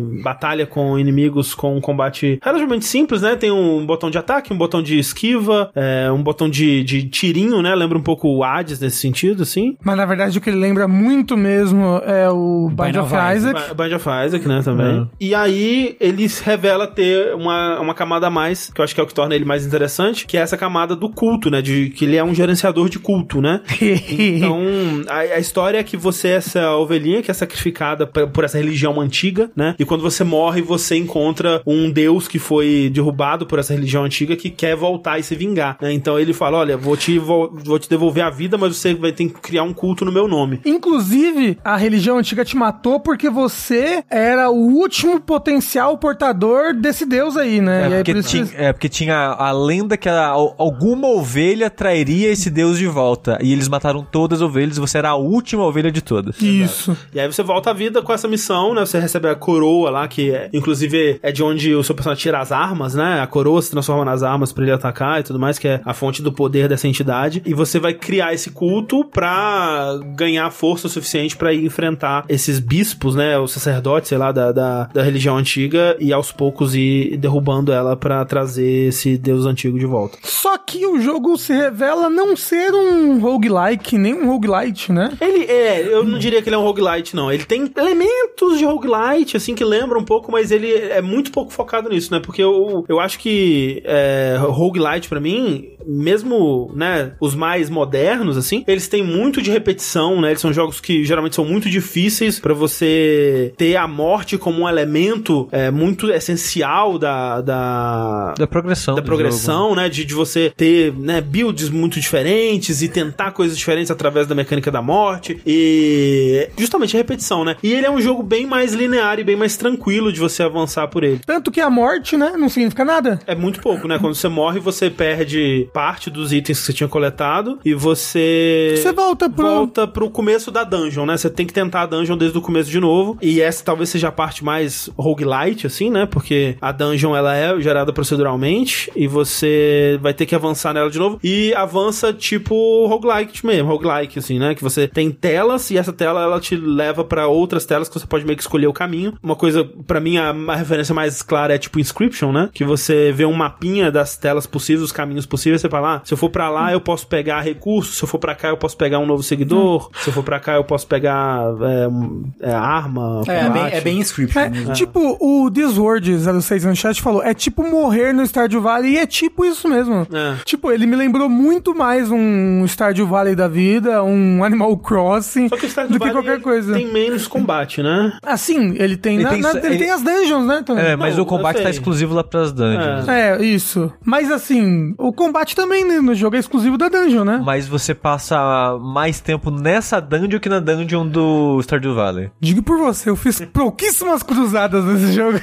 A: e batalha com inimigos com, com combate relativamente simples, né? Tem um botão de ataque, um botão de esquiva, é, um botão de, de tirinho, né? Lembra um pouco o Hades nesse sentido, assim.
C: Mas na verdade o que ele lembra muito mesmo é o Bind
E: Bind
C: of
E: of
C: Isaac.
A: Ba- Band of Isaac, né, também. E aí ele se revela ter uma, uma camada a mais, que eu acho que é o que torna ele mais interessante, que é essa camada do culto, né? De que ele é um gerenciador de culto, né? Então, a, a história é que você é essa ovelhinha que é sacrificada pra- por essa religião antiga, né? E quando você morre, você encontra um deus que foi derrubado por essa religião antiga que quer voltar e se vingar, né? Então ele fala, olha, vou te, vol- vou te devolver a vida, mas você vai ter que criar um culto no meu nome.
C: Inclusive, a religião antiga te matou porque você era o último potencial portador desse deus aí, né?
B: É
C: e aí,
B: porque,
C: por isso
B: tinha,
C: que-
B: é, porque tinha a lenda que a- al- alguma ovelha trairia esse deus de volta. E eles mataram todas as ovelhas e você era a última ovelha de todas.
C: Isso.
A: E aí você volta à vida com essa missão, né? Você recebe a coroa lá, que é, inclusive é de onde o seu personagem tira as armas, né? A coroa se transforma nas armas pra ele atacar e tudo mais, que é a fonte do poder dessa entidade. E você vai criar esse culto pra ganhar força o suficiente pra ir enfrentar esses bispos, né? Os sacerdotes, sei lá, da, da, da religião antiga e aos poucos ir derrubando ela pra trazer esse deus antigo de volta.
C: Só que o jogo se revela não ser um roguelike, nem um roguelite, né?
A: Ele é, eu não diria que ele é um roguelite, não. Ele tem elementos de roguelite, assim, que lembra um pouco, mas ele é muito pouco focado nisso, né? Porque eu, eu acho que é, roguelite, pra mim, mesmo, né, os mais modernos, assim, eles têm muito de repetição, né? Eles são jogos que geralmente são muito difíceis pra você ter a morte como um elemento é, muito essencial da- da,
B: Da progressão.
A: da
B: do
A: progressão, né? De, de você ter né, builds muito diferentes e tentar coisas diferentes através da mecânica da morte. E justamente a repetição, né? E ele é um jogo bem mais linear e bem mais tranquilo de você avançar por ele.
C: Tanto que a morte, né, não significa nada.
A: É muito pouco, né? Quando você morre, você perde parte dos itens que você tinha coletado e você.
C: Você volta pro...
A: Volta pro começo da dungeon, né? Você tem que tentar a dungeon desde o começo de novo. E essa talvez seja a parte mais roguelite, assim, né? Porque a dungeon ela é gerada proceduralmente e você vai ter que avançar nela de novo. E avança tipo roguelite mesmo, roguelike, assim, né? Que você tem telas e essa tela ela te leva pra outras telas que você pode meio que escolher o caminho. Uma coisa, pra mim, a, a referência mais clara é tipo Inscription, né? Que você vê um mapinha das telas possíveis, os caminhos possíveis, você fala, ah, se eu for pra lá, eu posso pegar recursos, se eu for pra cá, eu posso pegar um novo seguidor, se eu for pra cá, eu posso pegar é, um- é, arma,
E: É, bem,
A: combate.
E: é bem inscription
C: É,
E: mesmo.
C: tipo, o This World 06 no chat falou, é tipo morrer no Stardew Valley, e é tipo isso mesmo.
A: É.
C: Tipo, ele me lembrou muito mais um Stardew Valley da vida, um Animal Crossing,
A: Só que o Stardew
C: do que
A: Valley,
C: qualquer
A: ele
C: coisa.
A: Tem menos combate, né?
C: Assim, ele tem,
B: Ele
C: na-
B: tem
C: na-
B: só-
C: ele
B: ele-
C: tem as dungeons, né? Também.
B: jogo. É, mas
A: Não,
B: o combate
A: eu
B: tá
A: sei.
B: exclusivo lá pras dungeons.
C: É, isso. Mas assim, o combate também né, no jogo é exclusivo da dungeon, né?
B: Mas você passa mais tempo nessa dungeon que na dungeon do Stardew Valley.
C: Digo por você, eu fiz pouquíssimas cruzadas nesse jogo.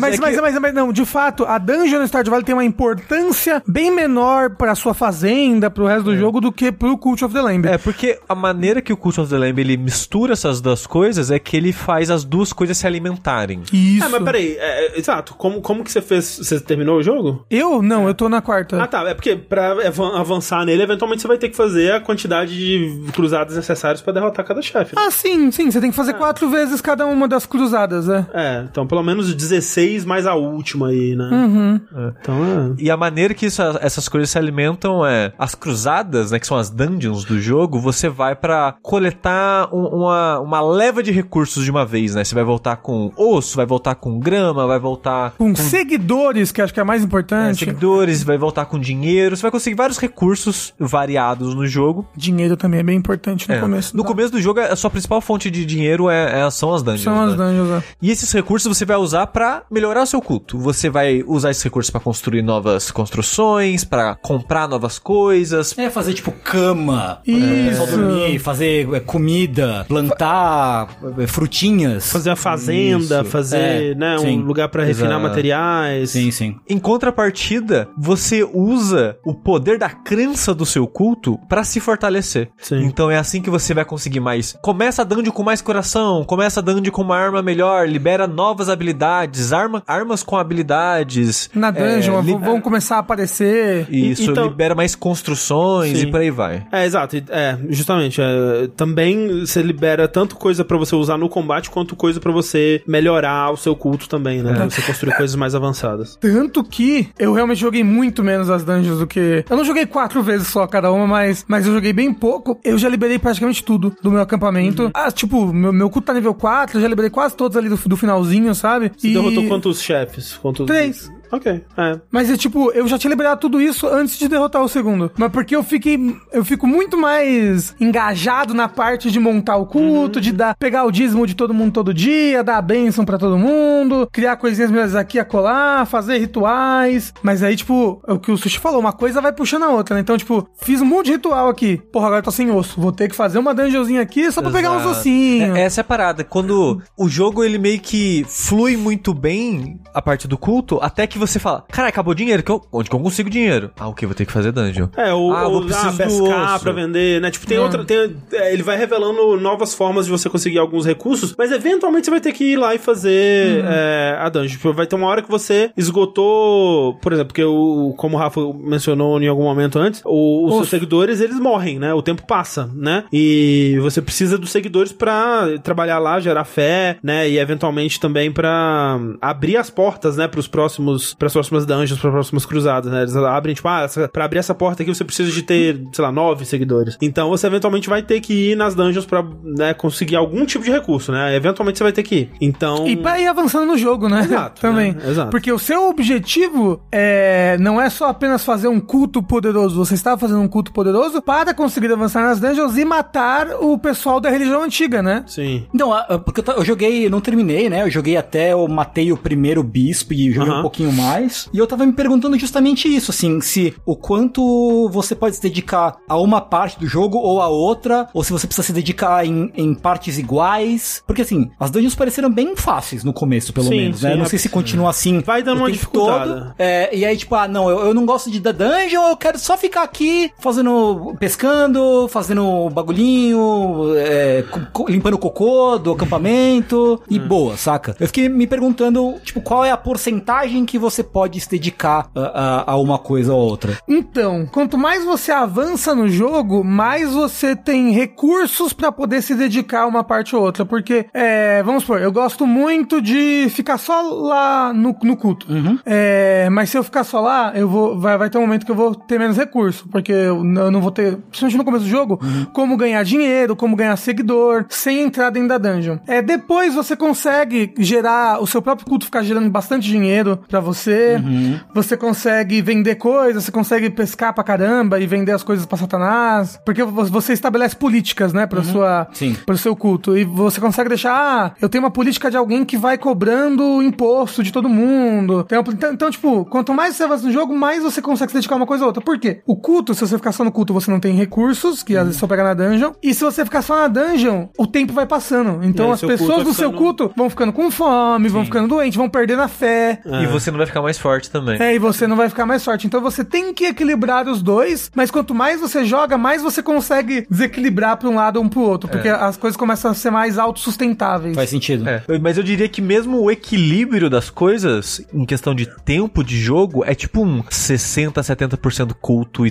B: Mas
C: mas,
B: é
C: mas,
B: que-
C: mas, não, de fato, a dungeon no Stardew Valley tem uma importância bem menor pra sua fazenda, pro resto do jogo, do que pro Cult of the Lamb.
B: É, porque a maneira que o Cult of the Lamb ele mistura essas duas coisas é que ele faz as duas coisas se alimentarem.
C: Isso.
A: Ah, mas peraí, é, é, exato, como, como que você fez, você terminou o jogo?
C: Eu? Não, eu tô na quarta.
A: Ah tá, é porque pra avan- avançar nele, eventualmente você vai ter que fazer a quantidade de cruzadas necessárias pra derrotar cada chefe. né?
C: Ah, sim, sim, você tem que fazer quatro vezes cada uma das cruzadas, é.
A: É, então pelo menos 16 mais a última aí, né? É, Então
B: E a maneira que isso- essas coisas se alimentam é as cruzadas, né, que são as dungeons do jogo, você vai pra coletar um- uma, uma leva de recursos de uma vez, né? Você vai voltar com osso, vai voltar com grama, vai voltar
C: Com seguidores, que acho que é mais
B: é,
C: importante.
B: seguidores, vai voltar com dinheiro, você vai conseguir vários recursos variados no jogo.
C: Dinheiro também é bem importante no
B: É.
C: começo. né?
B: No
C: da-
B: começo do jogo, é, a sua principal fonte de dinheiro é, é- são as dungeons.
C: São
B: né?
C: as dungeons, é.
B: E esses recursos você vai usar pra melhorar o seu culto. Você vai usar esses recursos pra construir novas construções, pra comprar novas coisas.
E: É fazer tipo cama,
C: Isso.
E: é, pessoal dormir, fazer é, comida, plantar é, frutinhas.
A: fazer a fazenda,
E: Isso.
A: fazer
E: É,
A: né, um
E: sim.
A: lugar pra refinar
B: Exato.
A: materiais.
E: Sim, sim.
B: Em contrapartida, você usa o poder da crença do seu culto pra se fortalecer.
A: Sim.
B: Então é assim que você vai conseguir mais. Começa a dungeon com mais coração, começa a dungeon com uma arma melhor, libera novas habilidades, arma, armas com habilidades.
C: Na dungeon,
B: É, li-
C: vão começar a aparecer.
B: Isso,
A: Então-
B: libera mais construções
A: Sim.
B: e por aí vai.
A: É, exato. E- É, justamente. é, também você libera tanto coisa pra você usar no combate, quanto coisa pra você melhorar o seu culto também,
E: É.
A: né? Você construir coisas mais avançadas.
C: Tanto que eu realmente joguei muito menos as dungeons do que. Eu não joguei quatro vezes só cada uma, mas, mas eu joguei bem pouco. Eu já liberei praticamente tudo do meu acampamento.
B: Uhum.
C: Ah, tipo, meu, meu culto tá nível 4, eu já liberei quase todos ali do, do finalzinho, sabe?
A: Você derrotou quantos chefes? Quantos...
C: Três.
A: Ok, é.
C: Mas é tipo, eu já tinha liberado tudo isso antes de derrotar o segundo. Mas porque eu fiquei. Eu fico muito mais engajado na parte de montar o culto,
B: Uhum.
C: de dar, pegar o dízimo de todo mundo todo dia, dar a bênção pra todo mundo, criar coisinhas melhores aqui a colar, fazer rituais. Mas aí, tipo, é o que o Sushi falou, uma coisa vai puxando a outra, né? Então, tipo, fiz um monte de ritual aqui. Porra, agora eu tô sem osso. Vou ter que fazer uma dungeonzinha aqui só pra pegar um uns
B: Exato.
C: ossinhos.
B: É, essa é a parada. Quando o jogo ele meio que flui muito bem a parte do culto, até que você fala: Cara, acabou o dinheiro, que eu- onde que eu consigo dinheiro? Ah, o que? Vou ter que fazer dungeon.
A: É, ou,
B: Ah, vou
A: ou
B: precisar
A: ah,
B: do
A: pescar
B: osso.
A: pra vender, né? Tipo, tem outra. Tem, é, ele vai revelando novas formas de você conseguir alguns recursos, mas eventualmente você vai ter que ir lá e fazer é, a dungeon. Tipo, vai ter uma hora que você esgotou. Por exemplo, porque o, como o Rafa mencionou em algum momento antes, o- os seus seguidores eles morrem, né? O tempo passa, né? E você precisa dos seguidores pra trabalhar lá, gerar fé, né? E eventualmente também pra abrir as portas, né? Pros próximos, pras próximas dungeons, pras próximas cruzadas, né? Eles abrem, tipo, ah, essa, pra abrir essa porta aqui você precisa de ter, sei lá, nove seguidores. Então você eventualmente vai ter que ir nas dungeons pra, né, conseguir algum tipo de recurso, né? Eventualmente você vai ter que ir. Então.
C: E pra ir avançando no jogo, né?
A: Exato,
C: Também.
A: né? Exato.
C: Porque o seu objetivo é não é só apenas fazer um culto poderoso. Você está fazendo um culto poderoso para conseguir avançar nas dungeons e matar o pessoal da religião antiga, né?
A: Sim.
E: Não, a- a- porque eu, ta- eu joguei, eu não terminei, né? Eu joguei até eu matei o primeiro bispo e joguei
A: Aham.
E: um pouquinho mais. E eu tava me perguntando justamente isso, assim, se o quanto você pode se dedicar a uma parte do jogo ou a outra, ou se você precisa se dedicar em, em partes iguais. Porque assim, as dungeons pareceram bem fáceis no começo, pelo
A: Sim,
E: menos, né?
A: sim,
E: não
A: é-
E: sei se continua assim.
A: Vai dando
E: o
A: uma
E: tempo
A: dificultada.
E: todo. É, e aí, tipo, ah, não, eu, eu não gosto de da dungeon, eu quero só ficar aqui fazendo. pescando, fazendo bagulhinho, é, co- co- limpando o cocô do acampamento
A: Hum.
E: e boa, saca? Eu fiquei me perguntando, tipo, qual é a porcentagem que você pode se dedicar a, a- a uma coisa ou outra.
A: Tipo,
C: Então, quanto mais você avança no jogo, mais você tem recursos pra poder se dedicar a uma parte ou outra. Porque, é, vamos supor, eu gosto muito de ficar só lá no, no culto. É, mas se eu ficar só lá, eu vou, vai, vai ter um momento que eu vou ter menos recurso. Porque eu n- eu não vou ter, principalmente no começo do jogo, como ganhar dinheiro, como ganhar seguidor, sem entrar dentro da dungeon. É, depois você consegue gerar, o seu próprio culto ficar gerando bastante dinheiro pra você.
A: Uhum.
C: Você consegue vender coisas, você consegue pescar pra caramba e vender as coisas pra Satanás. Porque vo- você estabelece políticas, né,
A: Uhum.
C: pra sua,
E: Sim.
C: pro seu culto. E você consegue deixar, ah, eu tenho uma política de alguém que vai cobrando imposto de todo mundo. Tem uma- Então, então, tipo, quanto mais você avança no jogo, mais você consegue se dedicar a uma coisa ou outra. Por quê? O culto, se você ficar só no culto, você não tem recursos,
A: Uhum.
C: que às vezes só pega na dungeon. E se você ficar só na dungeon, o tempo vai passando.
A: E
C: Então
A: aí
C: as
A: seu culto
C: pessoas
A: vai
C: do seu
A: ficando-
C: culto vão ficando com fome, vão ficando doentes, vão perdendo a fé.
B: E você não vai ficar mais forte também.
C: É, e você não vai ficar mais forte. Então você tem que equilibrar os dois, mas quanto mais você joga, mais você consegue desequilibrar pra um lado ou um pro outro, porque as coisas começam a ser mais autossustentáveis.
E: Faz sentido.
B: É, eu- mas eu diria que mesmo o equilíbrio das coisas, em questão de tempo de jogo, é tipo um 60, 70% culto e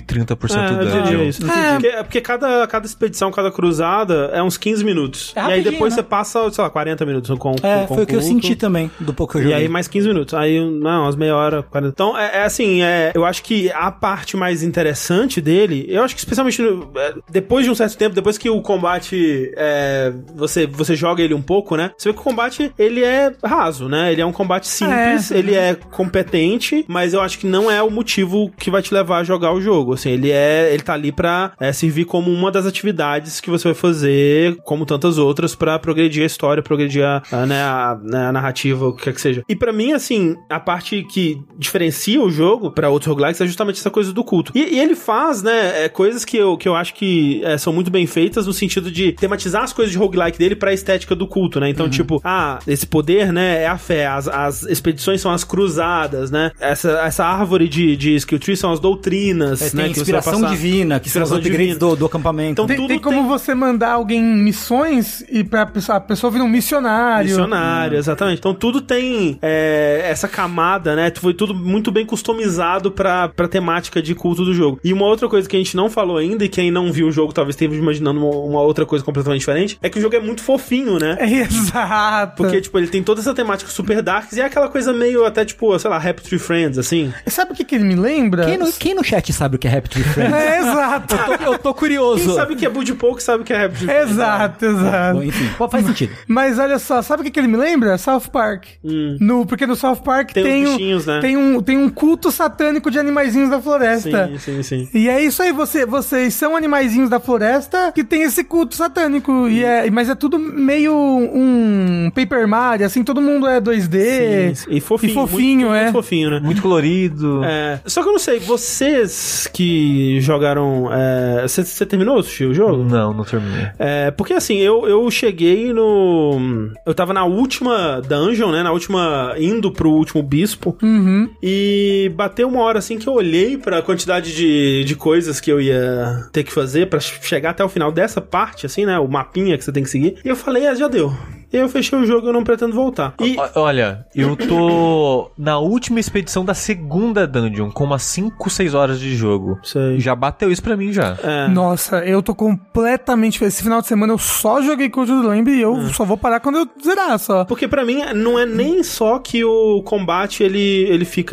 A: É,
B: 30%
A: eu diria
B: dungeon.
A: isso. Porque, é porque cada, cada expedição, cada cruzada é uns 15 minutos. e
E: É
A: aí
E: rapidinho,
A: depois você
E: né?
A: passa, sei lá, 40 minutos com, com,
E: É,
A: com
E: foi o que eu
A: culto.
E: senti também do pouco que eu
A: um E
E: joguei.
A: aí mais 15 minutos. Aí, não, umas meia hora, 40. Então, é, é assim, é, eu acho que a parte mais interessante dele, eu acho que especialmente no- é, depois de um certo tempo, depois que o combate, é, você, você joga ele um pouco, né? Você vê que o combate, ele é raso, né? Ele é um combate simples,
C: É.
A: ele é competente, mas eu acho que não é o motivo que vai te levar a jogar o jogo. Assim, ele é, ele tá ali pra é, servir como uma das atividades que você vai fazer, como tantas outras, pra progredir a história, progredir a, a, né, a- né, a narrativa, o que quer que seja. E pra mim, assim, a parte parte que diferencia o jogo pra outros roguelikes é justamente essa coisa do culto. E, e ele faz, né, é, coisas que eu, que eu acho que é, são muito bem feitas no sentido de tematizar as coisas de roguelike dele pra estética do culto, né?
E: Uhum.
A: Então, tipo, ah, esse poder, né, é a fé, as, as expedições são as cruzadas, né? Essa, essa árvore de, de skill tree são as doutrinas,
E: É,
A: né?
E: tem
A: que você vai
E: inspiração
A: passar.
E: divina, que são os
A: Inspiração
E: upgrades
A: divina.
E: do, do acampamento.
A: Então,
E: Tem-
A: tudo
C: tem como você mandar alguém em missões e pra pessoa, a pessoa vira um missionário.
A: Missionário, exatamente. Então tudo tem é, essa camada, né? Foi tudo muito bem customizado pra, pra temática de culto do jogo. E uma outra coisa que a gente não falou ainda, e quem não viu o jogo talvez esteja imaginando uma, uma outra coisa completamente diferente, é que o jogo é muito fofinho, né?
C: É, Exato.
A: Porque, tipo, ele tem toda essa temática super darks e é aquela coisa meio até, tipo, sei lá, Happy Tree Friends, assim.
C: Sabe o que, que ele me lembra?
E: Quem no, quem no chat sabe o que é Rapid Friends?
C: É, exato.
E: eu tô curioso.
A: Quem sabe o que é Bud Pouco sabe o que é Happy Tree Friends.
C: exato, exato.
E: Bom, enfim, pô, faz sentido.
C: Mas olha só, sabe o que, que ele me lembra? South Park. No, porque no South Park
A: Hum. Tem
C: tem,
A: os
C: um-
A: bichinhos, né?
C: tem um tem um culto satânico de animaizinhos da floresta.
A: Sim, sim, sim.
C: E é isso aí, você, vocês são animaizinhos da floresta que tem esse culto satânico. E é, mas é tudo meio um Paper Mario, assim, todo mundo é 2D.
A: Sim, sim. E fofinho.
C: E fofinho,
A: muito,
C: é.
A: Muito fofinho, né?
B: Muito colorido.
A: É, só que eu não sei, vocês que jogaram. é, Você terminou Sushi, o jogo?
B: Não, não terminei.
A: É, porque assim, eu, eu cheguei no. Eu tava na última dungeon, né? Na última. indo pro último bispo. E bateu uma hora assim que eu olhei pra quantidade de, de coisas que eu ia ter que fazer pra chegar até o final dessa parte, assim, né? O mapinha que você tem que seguir. E eu falei, ah, já deu. E aí eu fechei o jogo e eu não pretendo voltar. E.
B: O- Olha, eu tô na última expedição da segunda dungeon, com umas 5, 6 horas de jogo.
A: Sei.
B: Já bateu isso pra mim já.
A: É.
C: Nossa, eu tô completamente. Esse final de semana eu só joguei Code do Lamb e eu
A: Ah.
C: só vou parar quando eu zerar só.
A: Porque pra mim não é nem só que o combate ele, ele fica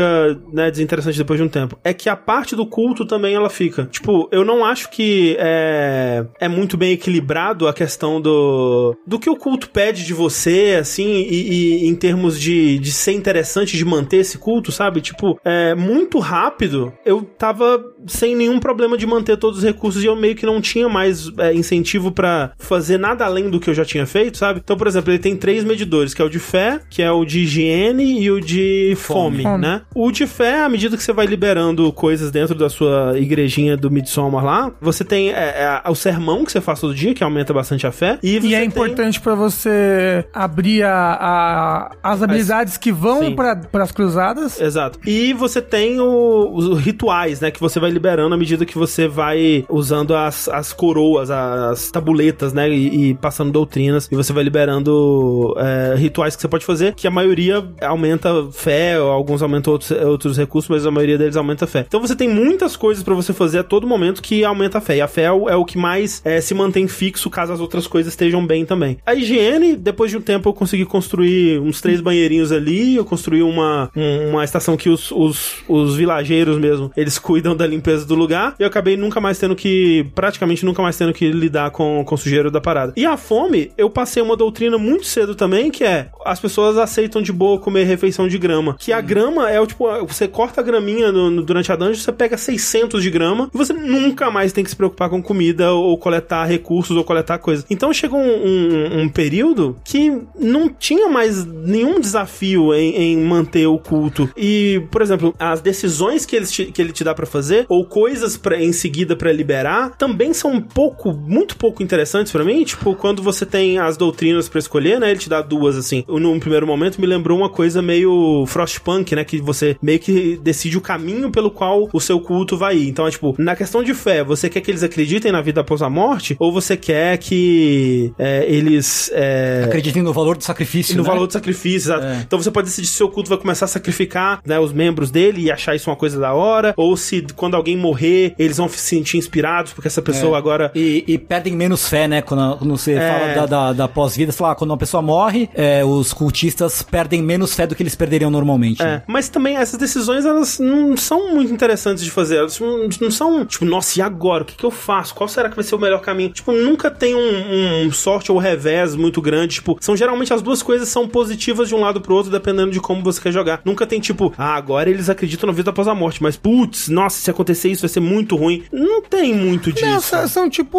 A: né, desinteressante depois de um tempo, é que a parte do culto também ela fica. Tipo, eu não acho que é, é muito bem equilibrado a questão do do que o culto pede de você, assim, e, e em termos de, de ser interessante, de manter esse culto, sabe? Tipo, é muito rápido eu tava sem nenhum problema de manter todos os recursos e eu meio que não tinha mais é, incentivo pra fazer nada além do que eu já tinha feito, sabe? Então, por exemplo, ele tem três medidores, que é o de fé, que é o de higiene e o de fome,
C: Fome.
A: né? O de fé, à medida que você vai liberando coisas dentro da sua igrejinha do Midsommar lá, você tem é, é, o sermão que você faz todo dia, que aumenta bastante a fé. E, você
C: E é
A: tem-
C: importante pra você abrir a, a- as habilidades que
A: sim. É
C: vão para as cruzadas.
A: Exato. E você tem o- os rituais, né? Que você vai liberando à medida que você vai usando as, as coroas, as tabuletas, né? E, e passando doutrinas. E você vai liberando é, rituais que você pode fazer, que a maioria aumenta fé, ou alguns aumentam outros, outros recursos, mas a maioria deles aumenta fé. Então você tem muitas coisas pra você fazer a todo momento que aumenta a fé. E a fé é o, é o que mais é, se mantém fixo caso as outras coisas estejam bem também. A higiene, depois de um tempo, eu consegui construir uns três banheirinhos ali, eu construí uma, um- uma estação que os, os, os vilageiros mesmo, eles cuidam da limpeza do lugar, e eu acabei nunca mais tendo que, praticamente nunca mais tendo que lidar com, com o sujeiro da parada. E a fome, eu passei uma doutrina muito cedo também, que é, as pessoas aceitam de boa comer refeição de grama, que a grama é o tipo, você corta a graminha no- no- durante a dungeon, você pega 600 de grama, e você nunca mais tem que se preocupar com comida, ou coletar recursos, ou coletar coisas. Então chegou um, um- um período que não tinha mais nenhum desafio em, em manter o culto. E, por exemplo, as decisões que ele te, que ele te dá pra fazer, ou coisas pra, em seguida pra liberar, também são um pouco, muito pouco interessantes pra mim. Tipo, quando você tem as doutrinas pra escolher, né? Ele te dá duas, assim. Num primeiro momento me lembrou uma coisa meio Frostpunk, né? Que você meio que decide o caminho pelo qual o seu culto vai ir. Então é tipo, na questão de fé, você quer que eles acreditem na vida após a morte? Ou você quer que é, eles. é,
E: Acreditem no valor do sacrifício,
A: no
E: né?
A: valor do sacrifício, exato.
E: É.
A: Então você pode decidir se seu culto vai começar a sacrificar né, os membros dele e achar isso uma coisa da hora, ou se quando alguém morrer, eles vão se sentir inspirados, porque essa pessoa
E: É.
A: agora
E: E, e perdem menos fé, né? Quando, quando você
A: É.
E: fala da, da, da pós-vida, sei lá, quando uma pessoa morre, é, os cultistas perdem menos fé do que eles perderiam normalmente.
A: É,
E: né?
A: mas também essas decisões, elas não são muito interessantes de fazer. Elas não, não são, tipo, nossa, e agora? O que, que eu faço? Qual será que vai ser o melhor caminho? Tipo, nunca tem um, um sorte ou revés muito grande tipo, são geralmente as duas coisas são positivas de um lado pro outro, dependendo de como você quer jogar. Nunca tem, tipo, ah, agora eles acreditam na vida após a morte, mas putz, nossa, se acontecer isso vai ser muito ruim. Não tem muito disso.
C: Não, são, são tipo.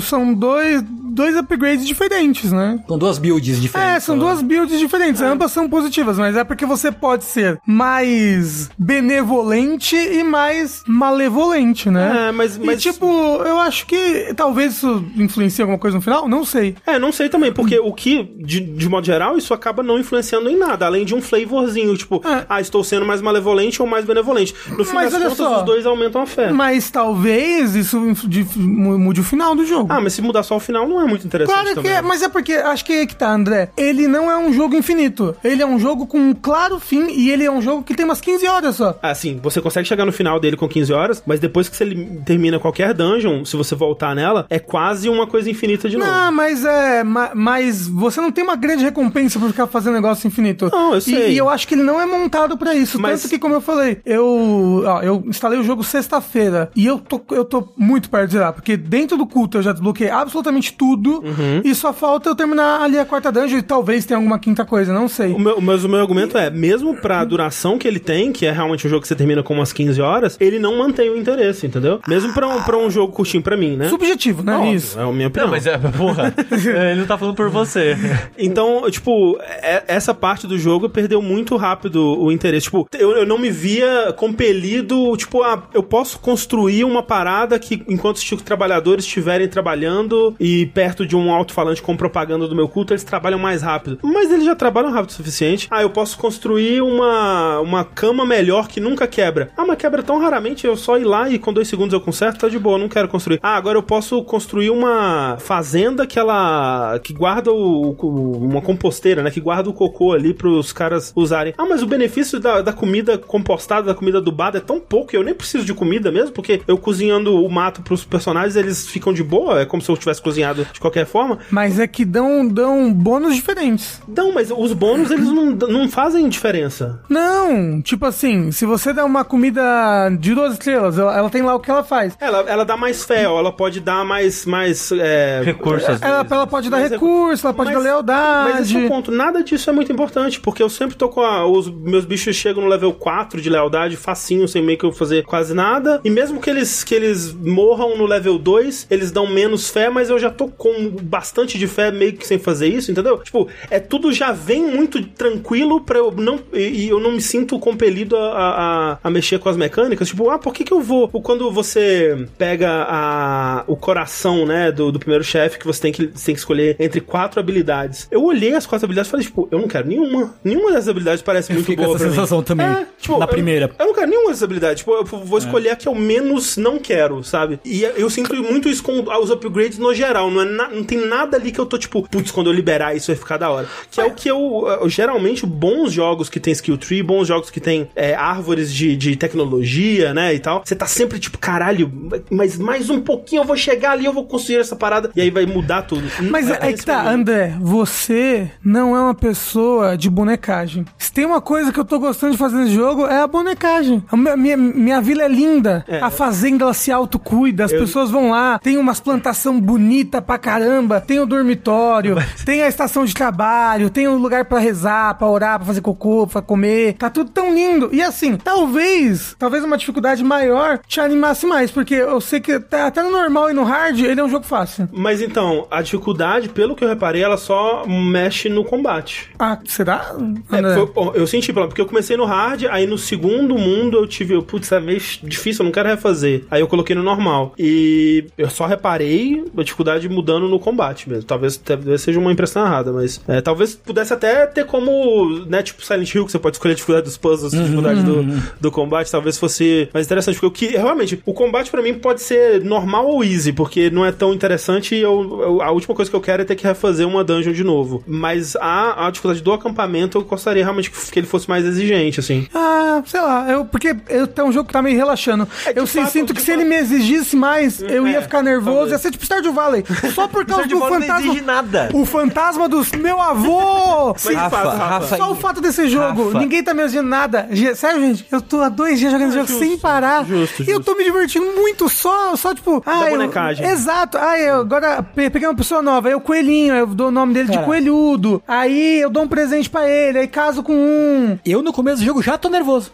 C: São dois, dois upgrades diferentes, né?
E: Com duas builds diferentes.
C: É, são duas builds diferentes. Ambas são positivas, mas é porque você pode ser mais benevolente e mais malevolente, né?
A: É, mas-
C: E,
A: mas-
C: tipo, eu acho que talvez isso influencie alguma coisa no final, não sei.
A: É, não sei também, porque o que, de, de modo geral, isso acaba não influenciando em nada, além de um flavorzinho, tipo,
C: É.
A: ah, estou sendo mais malevolente ou mais benevolente. No fim
C: Mas
A: das
C: olha
A: contas,
C: só.
A: os dois aumentam a fé.
C: Mas talvez isso influ- de- mu- mude o final do jogo.
A: Ah, mas se mudar só o final não é muito interessante
C: Claro que
A: também.
C: é, mas é porque acho que é que tá, André. Ele não é um jogo infinito. Ele é um jogo com um claro fim e ele é um jogo que tem umas 15 horas só.
A: Assim, você consegue chegar no final dele com 15 horas, mas depois que você li- termina qualquer dungeon, se você voltar nela, é quase uma coisa infinita de novo.
C: Não, mas é. ma- mas você não tem uma grande recompensa por ficar fazendo negócio infinito.
A: Não, eu
C: E-
A: sei.
C: E, eu acho que ele não é montado pra isso.
A: Mas-
C: Tanto que, como eu falei, eu. ó, eu instalei o jogo sexta-feira e eu tô, eu tô muito perto de zerar. Porque dentro do culto eu já desbloqueei absolutamente tudo.
A: Uhum.
C: E só falta eu terminar ali a quarta dungeon e talvez tenha alguma quinta coisa, não sei.
A: O meu, mas o meu argumento é, mesmo pra duração que ele tem, que é realmente um jogo que você termina com umas 15 horas, ele não mantém o interesse, entendeu? Mesmo pra um, pra um jogo curtinho pra mim, né?
C: Subjetivo, né?
A: Óbvio,
C: Isso.
A: É a minha opinião.
B: Não, mas é, porra, ele não tá falando por você.
A: Então, eu, tipo, é- essa parte do jogo perdeu muito rápido o interesse. Tipo, eu, eu não me via compelido, tipo, ah, eu posso construir uma parada que enquanto os tipo, trabalhadores estiverem trabalhando e perto de um alto-falante com propaganda do meu culto, eles trabalham mais rápido. Mas eles já trabalham rápido o suficiente. Ah, eu posso construir uma, uma cama melhor que nunca quebra. Ah, mas quebra tão raramente, eu só ir lá e com dois segundos eu conserto, tá de boa, eu não quero construir. Ah, agora eu posso construir uma fazenda que ela. que guarda o. o- uma composteira, né? Que guarda o cocô ali pros caras usarem. Ah, mas o benefício da, da comida compostada, da comida adubada é tão pouco, eu nem preciso de comida mesmo, porque eu cozinhando o mato pros personagens, eles ficam de boa, é como se eu tivesse cozinhado de qualquer forma.
C: Mas é que dão, dão bônus diferentes.
A: Não, mas os bônus, eles não, não fazem diferença.
C: Não, tipo assim, se você der uma comida de duas estrelas, ela, ela tem lá o que ela faz.
A: Ela, ela dá mais fé, ó, ela pode dar mais. mais é,
B: Recursos.
C: Ela, ela pode dar
A: Mas é-
C: recurso, ela pode
A: mas-
C: dar lealdade.
A: Mas esse é o ponto. Nada disso é muito importante, porque eu sempre tô com a, os meus bichos chegam no level 4 de lealdade, facinho, sem meio que eu fazer quase nada. E mesmo que eles que eles morram no level 2, eles dão menos fé, mas eu já tô com bastante de fé meio que sem fazer isso, entendeu? Tipo, é tudo já vem muito tranquilo para eu não e, e eu não me sinto compelido a, a, a- a mexer com as mecânicas. Tipo, ah, por que que eu vou? Quando você pega a, o coração, né, do, do primeiro chefe, que você tem que, você tem que escolher entre quatro habilidades. Eu olhei as quatro habilidades e falei, tipo, eu não quero nenhuma. Nenhuma dessas habilidades parece muito
E: Fica
A: boa
E: essa
A: pra mim.
E: sensação também.
A: É, tipo,
E: na
A: eu-
E: primeira. É.
A: Eu não quero nenhuma dessas habilidades. Tipo, eu vou escolher a que eu menos não quero, sabe? E é, eu sinto muito isso com os upgrades no geral. Não, é na- não tem nada ali que eu tô tipo, putz, quando eu liberar isso vai ficar da hora. Que é o que eu. eh, Geralmente, bons jogos que tem skill tree, bons jogos que tem eh, árvores de, de tecnologia, né? E tal. Você tá sempre tipo, caralho, mas mais um pouquinho eu vou chegar ali, eu vou construir essa parada. E aí vai mudar tudo.
C: Mas é, é que tá, André, você não é uma pessoa de bonecagem. Se tem uma coisa que eu tô gostando de fazer nesse jogo, é a bonecagem. A minha, minha, minha vila é linda, a fazenda ela se autocuida, as pessoas vão lá, tem umas plantação bonita pra caramba, tem o dormitório, tem a estação de trabalho, tem o lugar pra rezar, pra orar, pra fazer cocô, pra comer. Tá tudo tão lindo. E assim, talvez, talvez uma dificuldade maior te animasse mais, porque eu sei que tá- até no normal e no hard, ele é um jogo fácil.
A: Mas então, a dificuldade, pelo que eu reparei, ela só mexe no combate.
C: Ah, será?
A: É,
C: André?
A: foi- bom, eu senti, pelo- porque eu comecei no hard, aí no segundo mundo eu tive, eu, putz, é meio difícil, eu não quero refazer. Aí eu coloquei no normal. E eu só reparei a dificuldade mudando no combate mesmo. Talvez, talvez seja uma impressão errada, mas é, talvez pudesse até ter como, né, tipo Silent Hill, que você pode escolher a dificuldade dos puzzles, a dificuldade do, do combate, talvez fosse mais interessante. Porque o que, realmente, o combate pra mim pode ser normal ou easy, porque não é tão interessante e eu, eu- a última coisa que eu quero é ter que refazer uma dungeon de novo. Mas a, a dificuldade do acampamento eu gostaria realmente que, que ele fosse mais exigente, assim.
C: Ah, sei lá, eu, porque eu, é um jogo que tá meio relaxando. eu
A: É, de
C: sim-
A: fato,
C: sinto que
A: de
C: se ele
A: fato.
C: me exigisse mais, eu ia
A: é,
C: ficar nervoso.
A: talvez.
C: Ia ser tipo Stardew Valley. Só por causa do
B: Stardew Valley não
C: fantasma.
B: exige nada.
C: O fantasma dos meu avô! Sim,
B: Rafa,
A: fato, Rafa.
B: Rafa,
C: Só o fato desse jogo,
B: Rafa.
C: ninguém tá me exigindo nada. Ge- Sério, gente, eu tô há dois dias jogando esse jogo sem parar.
A: Ah, justo,
C: E eu tô me divertindo muito, só, só tipo. Ah, eu-
A: bonecagem.
C: exato. Ah, eu agora pe- peguei uma pessoa nova, aí o coelhinho, aí eu dou mudou o nome dele de
E: Cara.
C: Coelhudo. Aí eu dou um presente pra ele, aí caso com um.
E: Eu, no começo do jogo, já tô nervoso.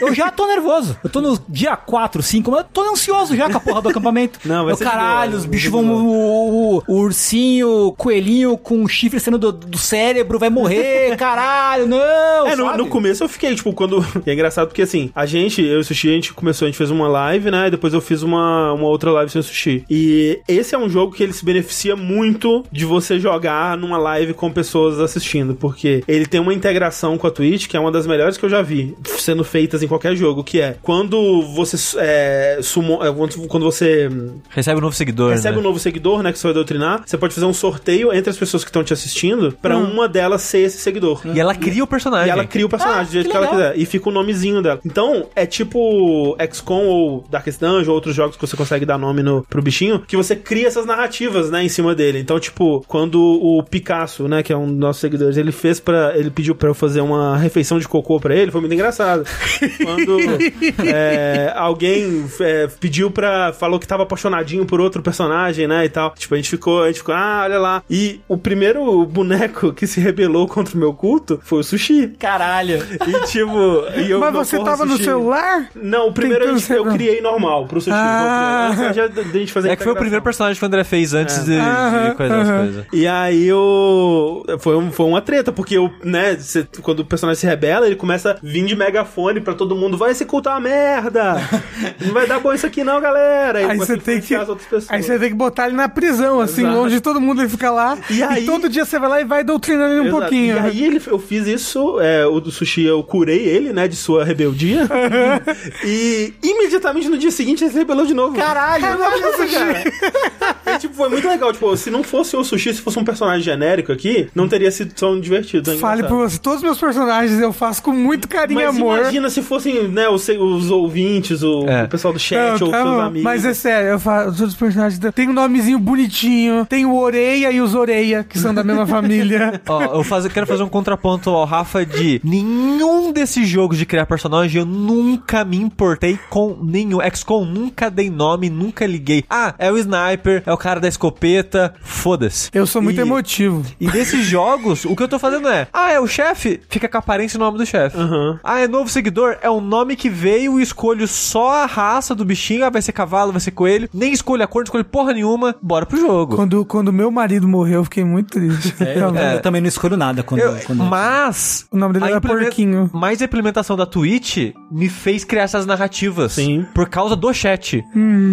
E: Eu já tô nervoso. Eu tô no dia 4, 5, mas eu tô ansioso já com a porra do acampamento.
A: Não, vai
E: Meu
A: ser de
E: caralho,
A: boa,
E: os
A: vai
E: bichos
A: ser de
E: vão. O, o- o ursinho, o coelhinho com o chifre saindo do, do cérebro, vai morrer, caralho, não!
A: É, no,
E: sabe?
A: no começo eu fiquei, tipo, quando. E é engraçado porque assim, a gente, eu e o Sushi, a gente começou, a gente fez uma live, né? Depois eu fiz uma, uma outra live sem o Sushi. E esse é um jogo que ele se beneficia muito de você jogar numa live com pessoas assistindo, porque ele tem uma integração com a Twitch, que é uma das melhores que eu já vi sendo feitas em qualquer jogo, que é quando você. É, sumo, é, quando quando você
B: Recebe um novo seguidor,
A: recebe
B: né?
A: um novo seguidor, né, que você vai doutrinar, você pode fazer um sorteio entre as pessoas que estão te assistindo pra uma delas ser esse seguidor.
B: Hum. E ela cria o personagem.
A: um E ela cria o personagem do jeito
E: Ah, que
A: que, ela
E: legal.
A: quiser. E fica o nomezinho dela. Então, é tipo XCOM ou Darkest Dungeon, ou outros jogos que você consegue dar nome no, pro bichinho, que você cria essas narrativas, né, em cima dele. Então, tipo, quando o Picasso, né, que é um dos nossos seguidores, ele fez para Ele pediu pra eu fazer uma refeição de cocô pra ele, foi muito engraçado. quando é, alguém é, pediu pra. falou que tava apaixonadinho por outro personagem, né, e tal. Tipo, a gente ficou, a gente ficou, ah, olha lá. E o primeiro boneco que se rebelou contra o meu culto foi o Sushi.
E: Caralho.
A: E tipo, e eu
C: Mas
A: não
C: você
A: corro
C: tava no
A: sushi.
C: celular?
A: Não, o primeiro eu,
C: Tentando
A: eu
C: ser-
A: criei normal pro sushi.
C: Ah.
A: não criei. Antes da- da gente fazer a
B: É que foi o
A: integração.
B: primeiro personagem que o André fez antes de, de
C: Aham,
B: coisar as
C: aham.
B: coisas.
A: E aí eu. Foi, um- foi uma treta, porque eu, né, cê- quando o personagem se rebela, ele começa a vir de megafone pra todo mundo, vai se cultar uma merda! não vai dar bom isso aqui, não, galera! E
C: Aí
A: começa
C: você
A: a
C: tem que.
A: influenciar as outras pessoas.
C: Aí você tem que botar ele na prisão, assim,
A: Exato.
C: longe de todo mundo, ele fica lá.
A: E aí-
C: todo dia você vai lá e vai doutrinando ele um
A: Exato.
C: pouquinho.
A: E aí ele, eu fiz isso, é, o do sushi eu curei ele, né, de sua rebeldia. e imediatamente no dia seguinte ele se rebelou de novo. Caralho, cara. É, tipo, foi muito legal. Tipo, se não fosse o sushi, se fosse um personagem genérico aqui, não teria sido tão divertido. tão
C: Fale por
A: engraçado.
C: você. Todos os meus personagens eu faço com muito carinho e
A: Mas
C: amor.
A: imagina se fossem, né, os, os ouvintes, o,
B: É.
A: o pessoal do chat,
C: Não,
A: ou
C: tá
A: seus
C: bom.
A: amigos.
C: Mas é sério, eu falo, todos os personagens tem um nomezinho bonitinho, tem o Oreia e os Oreia, que são da mesma família.
B: Ó, eu faz- quero fazer um contraponto ao Rafa de nenhum desses jogos de criar personagem eu nunca me importei com nenhum. XCOM nunca dei nome, nunca liguei. Ah, é o sniper, é o cara da escopeta, foda-se.
C: Eu sou muito
B: E-
C: emotivo.
B: E desses jogos, o que eu tô fazendo é: ah, é o chefe? Fica com a aparência e o nome do chefe. Ah, é novo seguidor? É o nome que veio e escolho só a raça do bichinho. Ah, vai ser cavalo, vai ser coelho. Nem escolho a cor, não escolho porra nenhuma. Bora pro jogo.
C: Quando, quando meu marido morreu, eu fiquei muito triste.
E: Eu,
A: É?
C: Realmente.
E: eu também não escolho nada quando.
B: Eu-
E: quando-
B: mas.
C: O nome dele
B: a
C: era
B: implemen-
C: Porquinho.
B: Mas a implementação da Twitch me fez criar essas narrativas.
A: Sim.
B: Por causa do chat.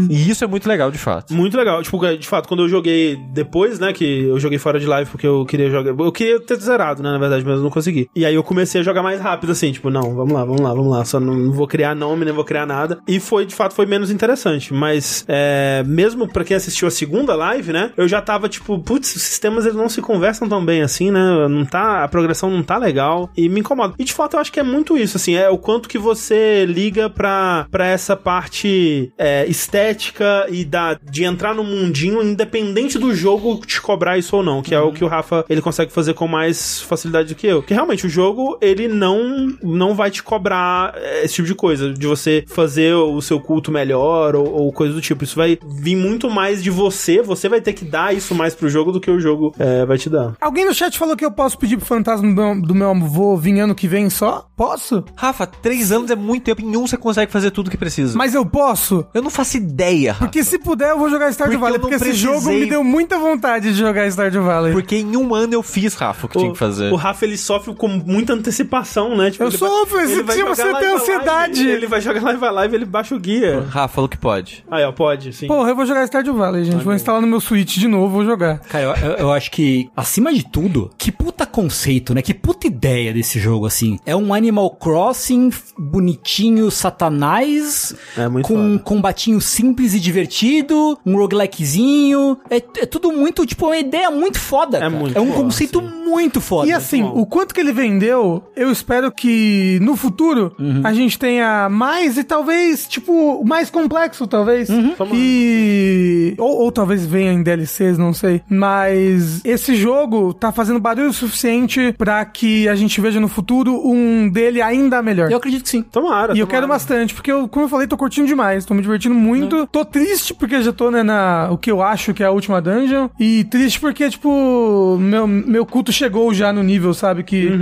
B: E isso é muito legal, de fato.
A: Muito legal. Tipo, de fato, quando eu joguei depois, né? Que eu joguei fora de live porque eu queria jogar. Eu queria ter zerado, né? Na verdade, mas eu não consegui. E aí eu comecei a jogar mais rápido, assim, tipo, não, vamos lá, vamos lá, vamos lá. Só não, não vou criar nome, nem vou criar nada. E foi, de fato, foi menos interessante. Mas é, mesmo pra quem assistiu a segunda live, né? Eu já tava, tipo, putz, os sistemas eles não se conversam tão bem assim, né? Não tá. A progressão não tá legal. E me incomoda. E de fato eu acho que é muito isso, assim, é o quanto que você liga pra, pra essa parte é, estética e da, de entrar no mundinho, independente do jogo te cobrar isso ou não, que
B: Uhum.
A: é o que o Rafa ele consegue fazer com mais facilidade do que eu. Porque realmente o jogo, ele não, não vai te cobrar é, esse tipo de coisa, de você fazer o seu culto melhor ou, ou coisa do tipo. Isso vai vir muito mais de você, você vai ter que dar isso mais pro jogo do que o jogo é, vai te dar.
C: Alguém no chat falou que eu posso pedir pro fantasma do meu, do meu avô vir ano que vem só? Posso?
B: Rafa, três anos é muito tempo. Em um você consegue fazer tudo que precisa.
C: Mas eu posso?
B: Eu não faço ideia, Rafa.
C: Porque se puder, eu vou jogar
B: Porque
C: Stardew
B: eu
C: Valley,
B: não
C: porque esse
B: precisei.
C: jogo me deu muita vontade de jogar Stardew Valley.
B: Porque em um ano eu fiz, Rafa, o que tinha que fazer.
A: O Rafa ele sofre com muita antecipação, né? Tipo,
C: Eu
A: ele
C: sofro, esse
A: ele vai
C: time,
A: jogar
C: você
A: live
C: tem
A: a live,
C: ansiedade.
A: ele vai jogar live a live, ele baixa o guia.
B: Rafa falou que pode.
A: Aí, ó, pode, sim.
C: Porra, eu vou jogar Stardew Valley, gente. Vou instalar no meu Switch de novo, vou jogar.
E: Cara, eu, eu- eu acho que, acima de tudo, que puta conceito, né? Que puta ideia desse jogo, assim. É um Animal Crossing f- bonitinho, satanás,
A: É muito
E: com um
A: foda.
E: combatinho simples e divertido, um roguelikezinho. É, é tudo muito, tipo, uma ideia muito foda. cara.
A: muito
E: É um
A: foda,
E: conceito muito foda. né?
C: E assim,
A: bom.
C: o quanto que ele vendeu, eu espero que no futuro
E: Uhum.
C: a gente tenha mais e talvez, tipo, mais complexo, talvez.
E: Uhum.
C: E. Ou, ou talvez venha em DLCs, não sei. Mas esse jogo tá fazendo barulho suficiente pra que a gente veja no futuro um dele ainda melhor.
E: eu acredito que sim.
A: Tomara.
C: E eu
A: tomara.
C: quero bastante, porque eu, como eu falei, tô curtindo demais, tô me divertindo muito. Tô triste porque já tô, né, na o que eu acho que é a última dungeon. E triste porque, tipo, meu, meu culto chegou já no nível, sabe? Que. eu-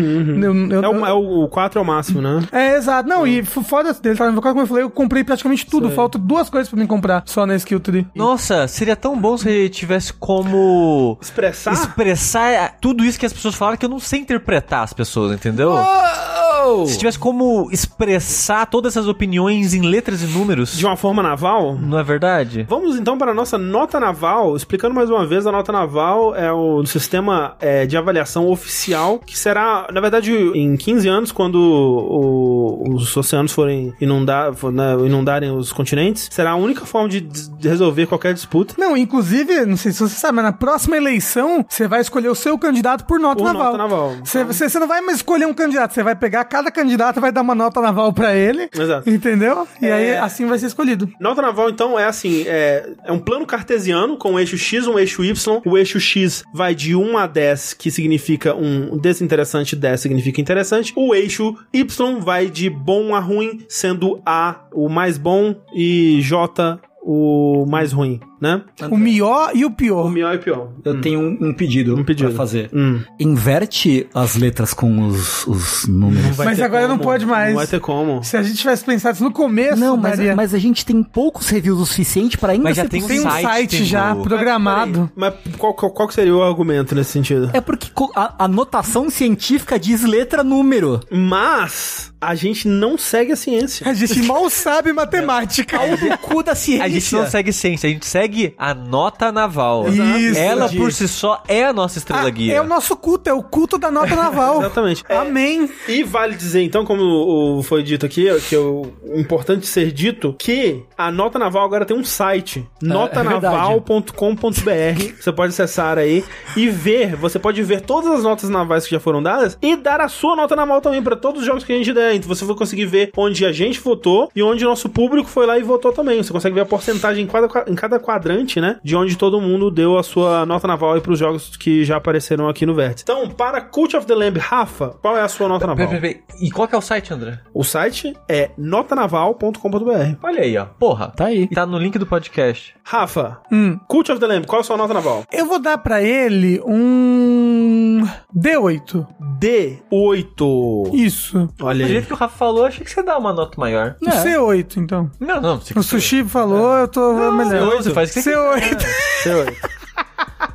C: eu-
A: É o, é o 4 é o máximo, né?
C: É, exato. Não, e f- foda dele tá no vocal, como eu falei, eu comprei praticamente tudo. Falta duas coisas pra mim comprar só na Skill Tree.
B: Nossa, seria tão bom se tivesse como
C: Tá.
A: Expressar?
B: expressar tudo isso que as pessoas falaram que eu não sei interpretar as pessoas, entendeu? Se tivesse como expressar todas essas opiniões em letras e números,
A: De uma forma naval?
B: não é verdade?
A: Vamos então para a nossa nota naval. Explicando mais uma vez, a nota naval é o sistema é, de avaliação oficial que será, na verdade, em 15 anos, quando o- os oceanos forem inundar, for- né, inundarem os continentes, será a única forma de des- de resolver qualquer disputa.
C: Não, inclusive, não sei se você sabe, mas na próxima eleição você vai escolher o seu candidato por nota
A: Por
C: naval.
A: nota naval.
C: Você, você- você não vai mais escolher um candidato, você vai pegar cada candidato e vai dar uma nota naval pra ele.
A: Exato. É.
C: Entendeu? E aí assim vai ser escolhido.
A: Nota naval, então, é assim: é, é um plano cartesiano com um eixo X, um eixo Y. O eixo X vai de 1 a 10, que significa um desinteressante, 10 significa interessante. O eixo Y vai de bom a ruim, sendo A o mais bom e J o mais ruim, né?
C: O melhor e o
A: O
C: pior.
A: melhor e pior.
E: Eu tenho um, um pedido,
A: Hum. Um pedido.
E: pra fazer.
A: Hum.
E: Inverte as letras com os, os números.
A: vai
C: Mas
A: ter
C: agora
A: como.
C: não pode mais.
A: Não vai ter como.
C: Se a gente tivesse pensado isso no começo,
E: Não, mas,
C: daria.
E: mas a gente tem poucos reviews o suficiente pra ainda
B: Mas já
E: ser
B: tem um
C: tem um
E: possível.
B: site,
C: site,
B: tem
C: já
B: o-
C: programado.
A: Mas qual, qual, qual que seria o argumento nesse sentido?
E: É porque co- a, a notação científica diz letra número.
A: Mas a gente não segue a ciência.
C: A gente mal sabe matemática.
E: O cu da ciência.
B: A gente não segue ciência, a gente segue a nota naval.
C: Isso.
B: Ela por si só é a nossa estrela guia.
C: É o nosso culto, é o culto da nota naval.
A: Exatamente. É,
C: Amém.
A: E vale dizer, então, como o- o- foi dito aqui, que é o importante ser dito, que a Nota Naval agora tem um site, notanaval.com.br. Você pode acessar aí e ver, você pode ver todas as notas navais que já foram dadas e dar a sua nota naval também para todos os jogos que a gente der. Então você vai conseguir ver onde a gente votou e onde o nosso público foi lá e votou também. Você consegue ver a porcentagem em cada, em cada quadrante, né? De onde todo mundo deu a sua nota naval aí pros jogos que já apareceram aqui no Vértice. Então, para Cult of the Lamb, Rafa, qual é a sua nota naval?
B: Peraí, peraí, peraí. E qual que é o site, André?
A: O site é notanaval.com.br.
B: Olha aí, ó. Porra.
E: Tá aí.
B: E tá no link do podcast.
C: Tá
A: Rafa,
B: Hum.
A: Cult of the Lamb, qual é a sua nota naval?
C: Eu vou dar pra ele um D8.
A: D8.
C: Isso.
A: Olha
B: Do
A: aí.
B: jeito que o Rafa falou, achei que você dá uma nota maior.
C: Um C8, então.
B: Não, não. Você
C: O sushi né? falou, eu tô melhor. é
B: Você faz o que você
C: C8.
A: C8.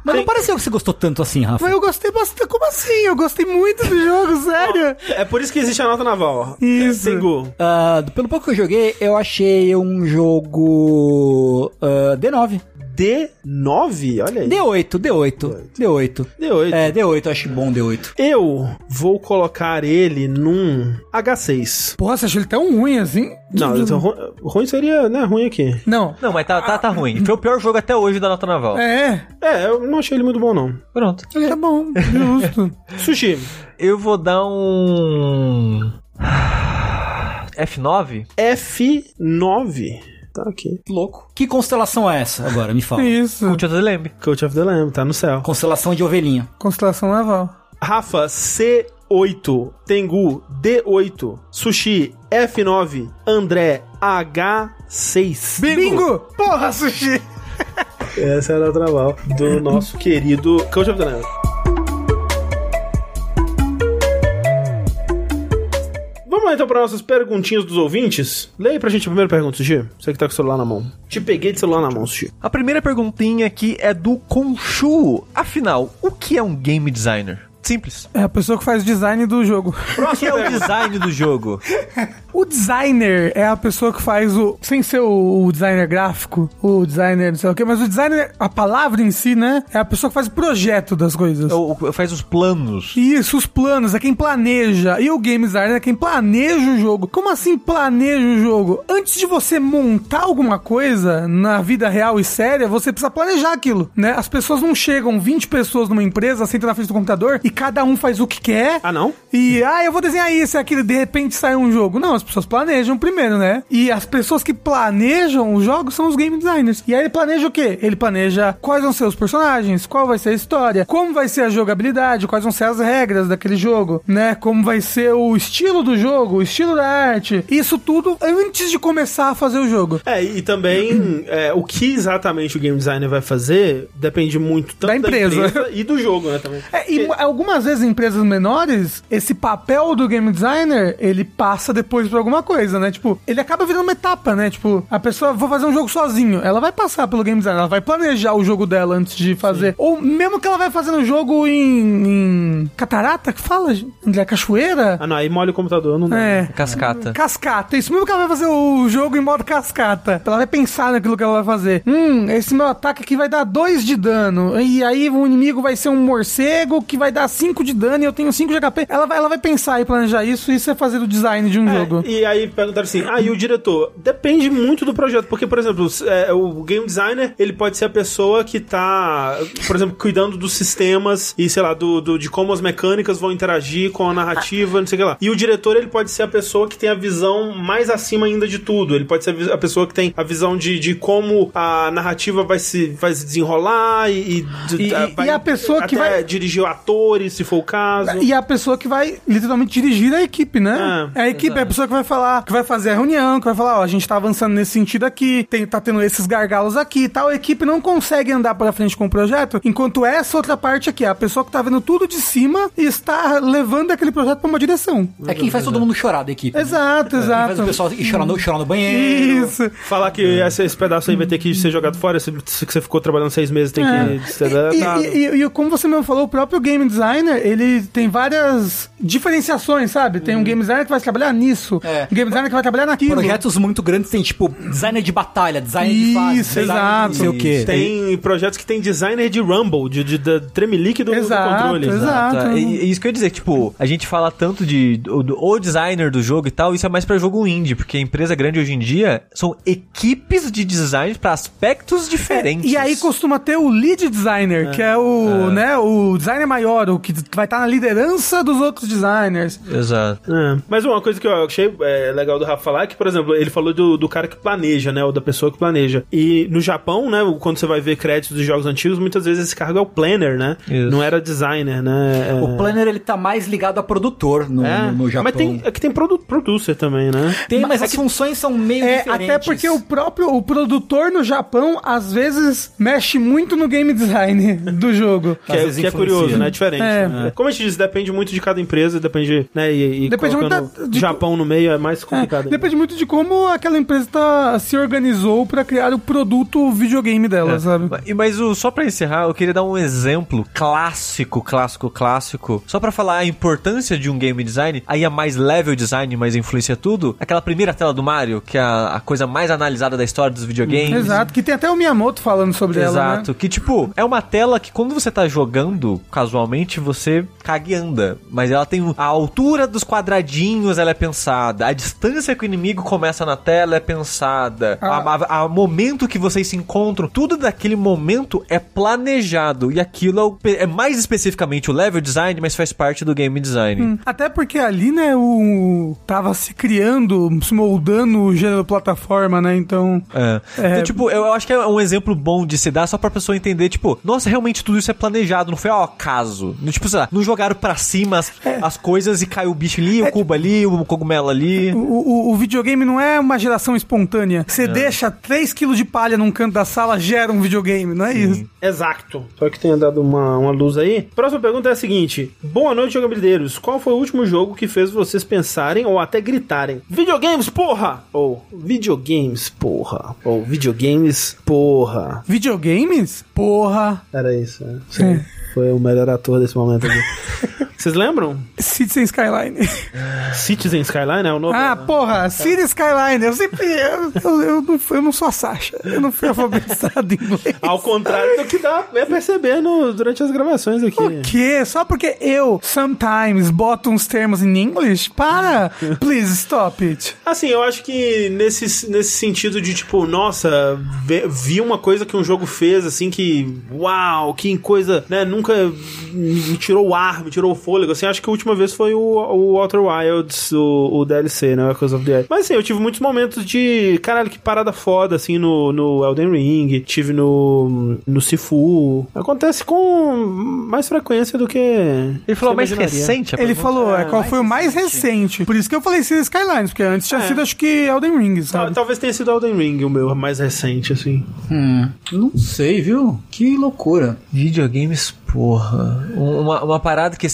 E: Mas não pareceu que você gostou tanto assim, Rafa.
C: Mas eu gostei bastante. Como assim? Eu gostei muito do jogo, sério.
A: É por isso que existe a nota naval.
C: Isso.
A: Singu.
E: Ah, pelo pouco que eu joguei, eu achei um jogo ah, D9.
A: D9? Olha aí.
E: D8, D8, D8.
A: D8.
E: É, D8, eu acho bom D8.
A: Eu vou colocar ele num H6.
C: Porra, você achou ele tão ruim assim?
A: Não, então, ru- ruim seria, né? Ruim aqui.
C: Não.
B: Não, mas tá, tá, tá ruim. Foi o pior jogo até hoje da nota naval.
C: Ah. É,
A: É, eu não achei ele muito bom, não.
B: Pronto.
C: tá bom, justo.
A: Sushi,
B: Eu vou dar um. F9?
A: F9. Tá aqui.
E: Louco. Que constelação é essa agora? Me fala.
C: Isso.
B: Cult of the Lamb.
A: Cult of the Lamb, tá no céu.
E: Constelação de ovelhinha.
C: Constelação naval.
A: Rafa, C8. Tengu, D8. Sushi, F9. André, H6.
C: Bingo! Porra, sushi!
A: Essa era a trabalho do nosso querido Coach of the Lamb. Vamos lá então para nossas perguntinhas dos ouvintes. Leia aí pra gente a primeira pergunta, Sushi. Você que tá com o celular na mão. Te peguei de celular na mão, Sushi.
B: A primeira perguntinha aqui é do Conchu. Afinal, o que é um game designer? Simples.
C: É a pessoa que faz o design do jogo.
B: O que é o design do jogo?
C: O designer é a pessoa que faz o. Sem ser o, o designer gráfico, o designer não sei o quê, mas o designer, a palavra em si, né? É a pessoa que faz o projeto das coisas.
B: É o- o- faz os planos.
C: Isso, os planos, é quem planeja. E o game designer é quem planeja o jogo. Como assim planeja o jogo? Antes de você montar alguma coisa na vida real e séria, você precisa planejar aquilo, né? As pessoas não chegam 20 pessoas numa empresa, sentam na frente do computador e cada um faz o que quer.
A: Ah, não?
C: E, ah, eu vou desenhar isso e aquilo, de é repente sai um jogo. Não, as pessoas planejam primeiro, né? E as pessoas que planejam os jogos são os game designers. E aí ele planeja o quê? Ele planeja quais vão ser os personagens, qual vai ser a história, como vai ser a jogabilidade, quais vão ser as regras daquele jogo, né? Como vai ser o estilo do jogo, o estilo da arte. Isso tudo antes de começar a fazer o jogo.
A: É, e também é, o que exatamente o game designer vai fazer depende muito tanto
C: Da empresa.
A: e do jogo, né, também.
C: É, e algumas vezes em empresas menores, esse papel do game designer, ele passa depois pra alguma coisa, né? Tipo, ele acaba virando uma etapa, né? Tipo, a pessoa, vou fazer um jogo sozinho, ela vai passar pelo game designer, ela vai planejar o jogo dela antes de fazer. Ou mesmo que ela vai fazendo o jogo em, em catarata, que fala, André, cachoeira?
A: Ah, não, aí molha o computador, não dá.
C: É.
B: Cascata.
C: Cascata. Isso mesmo que ela vai fazer o jogo em modo cascata. Ela vai pensar naquilo que ela vai fazer. Hum, esse meu ataque aqui vai dar 2 de dano. E aí o inimigo vai ser um morcego que vai dar 5 de dano e eu tenho 5 de HP. Ela vai, ela vai pensar e planejar isso. Isso é fazer o design de um
A: É,
C: jogo.
A: E aí perguntaram assim: ah, e o diretor? Depende muito do projeto, porque, por exemplo, s- é, o game designer ele pode ser a pessoa que tá, por exemplo, cuidando dos sistemas e, sei lá, do, do- de como as mecânicas vão interagir com a narrativa, não sei o que lá. E o diretor ele pode ser a pessoa que tem a visão mais acima ainda de tudo. Ele pode ser a vi- a pessoa que tem a visão de, de como a narrativa vai se, vai se desenrolar e, de-
C: E-
A: tá,
C: e a pessoa que
A: até
C: vai-
A: dirigir atores, se for o caso.
C: E é a pessoa que vai literalmente dirigir a equipe, né?
A: É,
C: É, a equipe, é a pessoa que vai falar, que vai fazer a reunião, que vai falar, ó, a gente tá avançando nesse sentido aqui, tem, tá tendo esses gargalos aqui e tal. A equipe não consegue andar pra frente com o projeto, enquanto essa outra parte aqui, é a pessoa que tá vendo tudo de cima e está levando aquele projeto pra uma direção.
E: É quem faz todo mundo chorar da equipe. né?
C: Exato,
E: Quem faz
C: exato.
E: o pessoal ir chorar no, chorar no banheiro.
C: Isso.
A: Falar que
C: É.
A: esse, esse pedaço aí vai ter que ser jogado fora, esse, que você ficou trabalhando seis meses tem
C: É.
A: que ser adaptado.
C: E, e- e- e como você mesmo falou, o próprio game designer, ele tem várias diferenciações, sabe? Tem um game designer que vai trabalhar nisso,
E: Uhum. É.
C: um game designer que vai trabalhar naquilo.
E: Projetos muito grandes tem, tipo, designer de batalha, designer de fase.
C: Isso,
E: designer de
C: exato.
E: Não sei o quê.
A: Tem projetos que tem designer de Rumble, de, de, da tremelique do, do
C: Exato,
A: controle.
C: exato.
B: Tá, e, e isso que eu ia dizer, que, tipo, a gente fala tanto de o, do- o designer do jogo e tal, isso é mais pra jogo indie, porque a empresa grande hoje em dia são equipes de design pra aspectos diferentes.
C: É, E aí costuma ter o lead designer, que é o, né, o designer maior, o que vai estar na liderança dos outros designers.
B: Exato.
A: É. Mas uma coisa que eu achei é, legal do Rafa falar é que, por exemplo, ele falou do, do cara que planeja, né? Ou da pessoa que planeja. E no Japão, né? Quando você vai ver créditos dos jogos antigos, muitas vezes esse cargo é o planner, né?
B: Isso.
A: Não era designer, né? É.
E: O planner, ele tá mais ligado a produtor no,
A: É.
E: no, no Japão.
A: Mas tem, é que tem produ producer também, né?
E: Tem, mas as funções são meio
C: É,
E: diferentes.
C: até porque o próprio o produtor no Japão às vezes mexe muito no game design do jogo.
A: Que é,
E: vezes
A: que é
E: influencia.
A: curioso, né? É diferente.
C: É.
A: né? Como a gente diz, depende muito de cada empresa, depende, né? E, e
C: Depende muito
A: colocando
C: da- de-
A: Japão no meio é mais
C: É,
A: complicado. ainda.
C: depende muito de como aquela empresa tá- se organizou pra criar o produto videogame dela, sabe?
B: Ma- e- Mas o, só pra encerrar, eu queria dar um exemplo clássico, clássico, clássico. Só pra falar a importância de um game design, aí é mais level design, mas influencia tudo. Aquela primeira tela do Mario, que é a, a coisa mais analisada da história dos videogames.
C: Exato, que tem até o Miyamoto falando sobre ela. né?
B: Exato. Que, tipo, é uma tela que quando você tá jogando casualmente, você caga e anda. Mas ela tem um- a altura dos quadradinhos, ela é pensada. A distância que o inimigo começa na tela é pensada.
C: Ah.
B: A, a- a momento que vocês se encontram, tudo daquele momento é planejado. E aquilo é, o pe- é mais especificamente o level design, mas faz parte do game design.
C: Até porque ali, né, o. Tava se criando, se moldando o gênero plataforma, né? Então.
B: É.
C: É.
B: Então, tipo, eu, eu acho que é um exemplo bom de se dar só pra pessoa entender, tipo, nossa, realmente tudo isso é planejado, não foi ao acaso. Não, Tipo, sei lá, não jogaram pra cima as, as coisas e caiu o bicho ali, o cubo ali, o cogumelo ali.
C: O, o- o videogame não é uma geração espontânea. Você deixa 3kg de palha num canto da sala, gera um videogame, não é isso?
A: Exato. Só que tenha dado uma, uma luz aí. Próxima pergunta é a seguinte: Boa noite, jogabilideiros. Qual foi o último jogo que fez vocês pensarem ou até gritarem? Videogames, porra! Ou videogames, porra. Ou videogames, porra.
C: Videogames? Porra.
A: Era isso. né? Sim.
C: É.
A: Foi o melhor ator desse momento aqui. Vocês lembram?
C: Citizen Skyline.
A: Citizen Skyline é o novo.
C: ah, porra, Citizen Skyline. Eu sempre. Eu, eu- eu não, fui- eu não sou a Sasha. Eu não fui alfabetizado em inglês.
A: Ao contrário do que dá pra perceber no- durante as gravações aqui.
C: O quê? Só porque eu, sometimes, boto uns termos em inglês? Para! Please stop it.
A: Assim, eu acho que nesse, nesse sentido de tipo, nossa, ve- vi uma coisa que um jogo fez, assim, que uau, que coisa, né, nunca me me tirou o ar, me tirou o fôlego, assim. Acho que a última vez foi o, o Outer Wilds, o, o DLC, né? Echoes of the Eye. Mas, assim, eu tive muitos momentos de, caralho, que parada foda, assim, no, no Elden Ring, tive no, no Sifu. Acontece com mais frequência do que...
B: Ele falou mais
A: recente.
B: recente a
C: Ele
B: pergunta.
C: falou é, qual foi o mais recente. Por isso que eu falei Cities Skylines, porque antes
B: É.
C: tinha sido, acho que, Elden Ring,
E: Tá.
C: sabe?
A: Talvez tenha sido Elden Ring o meu mais recente, assim.
E: Hum, não sei, viu? Que loucura.
B: Videogames, porra. Um- Uma, uma parada que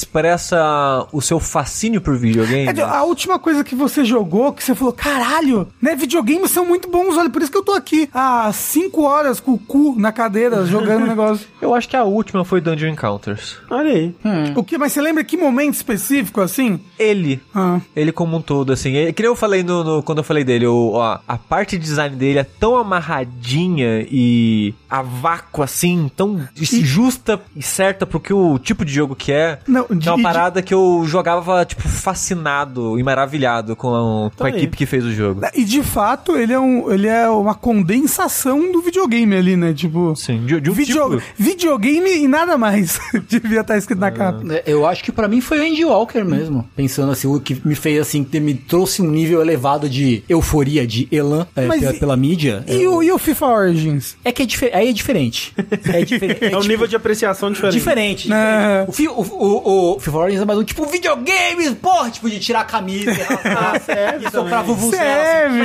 B: expressa o seu fascínio por videogame.
C: É, a última coisa que você jogou, que você falou, caralho, né? Videogames são muito bons, olha, por isso que eu tô aqui há cinco horas com o cu na cadeira jogando o negócio.
B: Eu acho que a última foi Dungeon Encounters.
A: Olha aí.
E: É,
B: É.
C: O que? Mas você lembra que momento específico, assim?
B: Ele.
C: Ah.
B: Ele como um todo, assim. É, que nem eu falei no, no- quando eu falei dele, o, ó, a parte de design dele é tão amarradinha e a vácuo, assim, tão justa e certa pro que o tipo de jogo que é.
C: Não,
B: que
C: de-
B: é uma
C: de-
B: parada que eu jogava, tipo, fascinado e maravilhado com a, com a
A: Tá aí.
B: equipe que fez o jogo.
C: E de fato, ele é, um, ele é uma condensação do videogame ali, né? Tipo.
B: Sim, de, de um
C: Video,
B: tipo...
C: Videogame e nada mais. Devia estar escrito na capa.
E: É, Eu acho que pra mim foi o Andy Walker mesmo. Pensando assim, o que me fez assim, que me trouxe um nível elevado de euforia, de elan é,
C: Mas
E: pela,
C: e-
E: pela mídia.
C: E o, e o FIFA Origins?
E: É que é, dife- aí é diferente. É, diferente.
A: É um nível de apreciação diferente.
E: Diferente.
C: É.
E: diferente. O, fi- o, o, o FIFA Origins é mais um tipo videogame, porra, tipo de tirar a camisa e rasgar,
A: Ah, serve
E: Ah, e soprar
A: também.
E: vuvuzela. assim.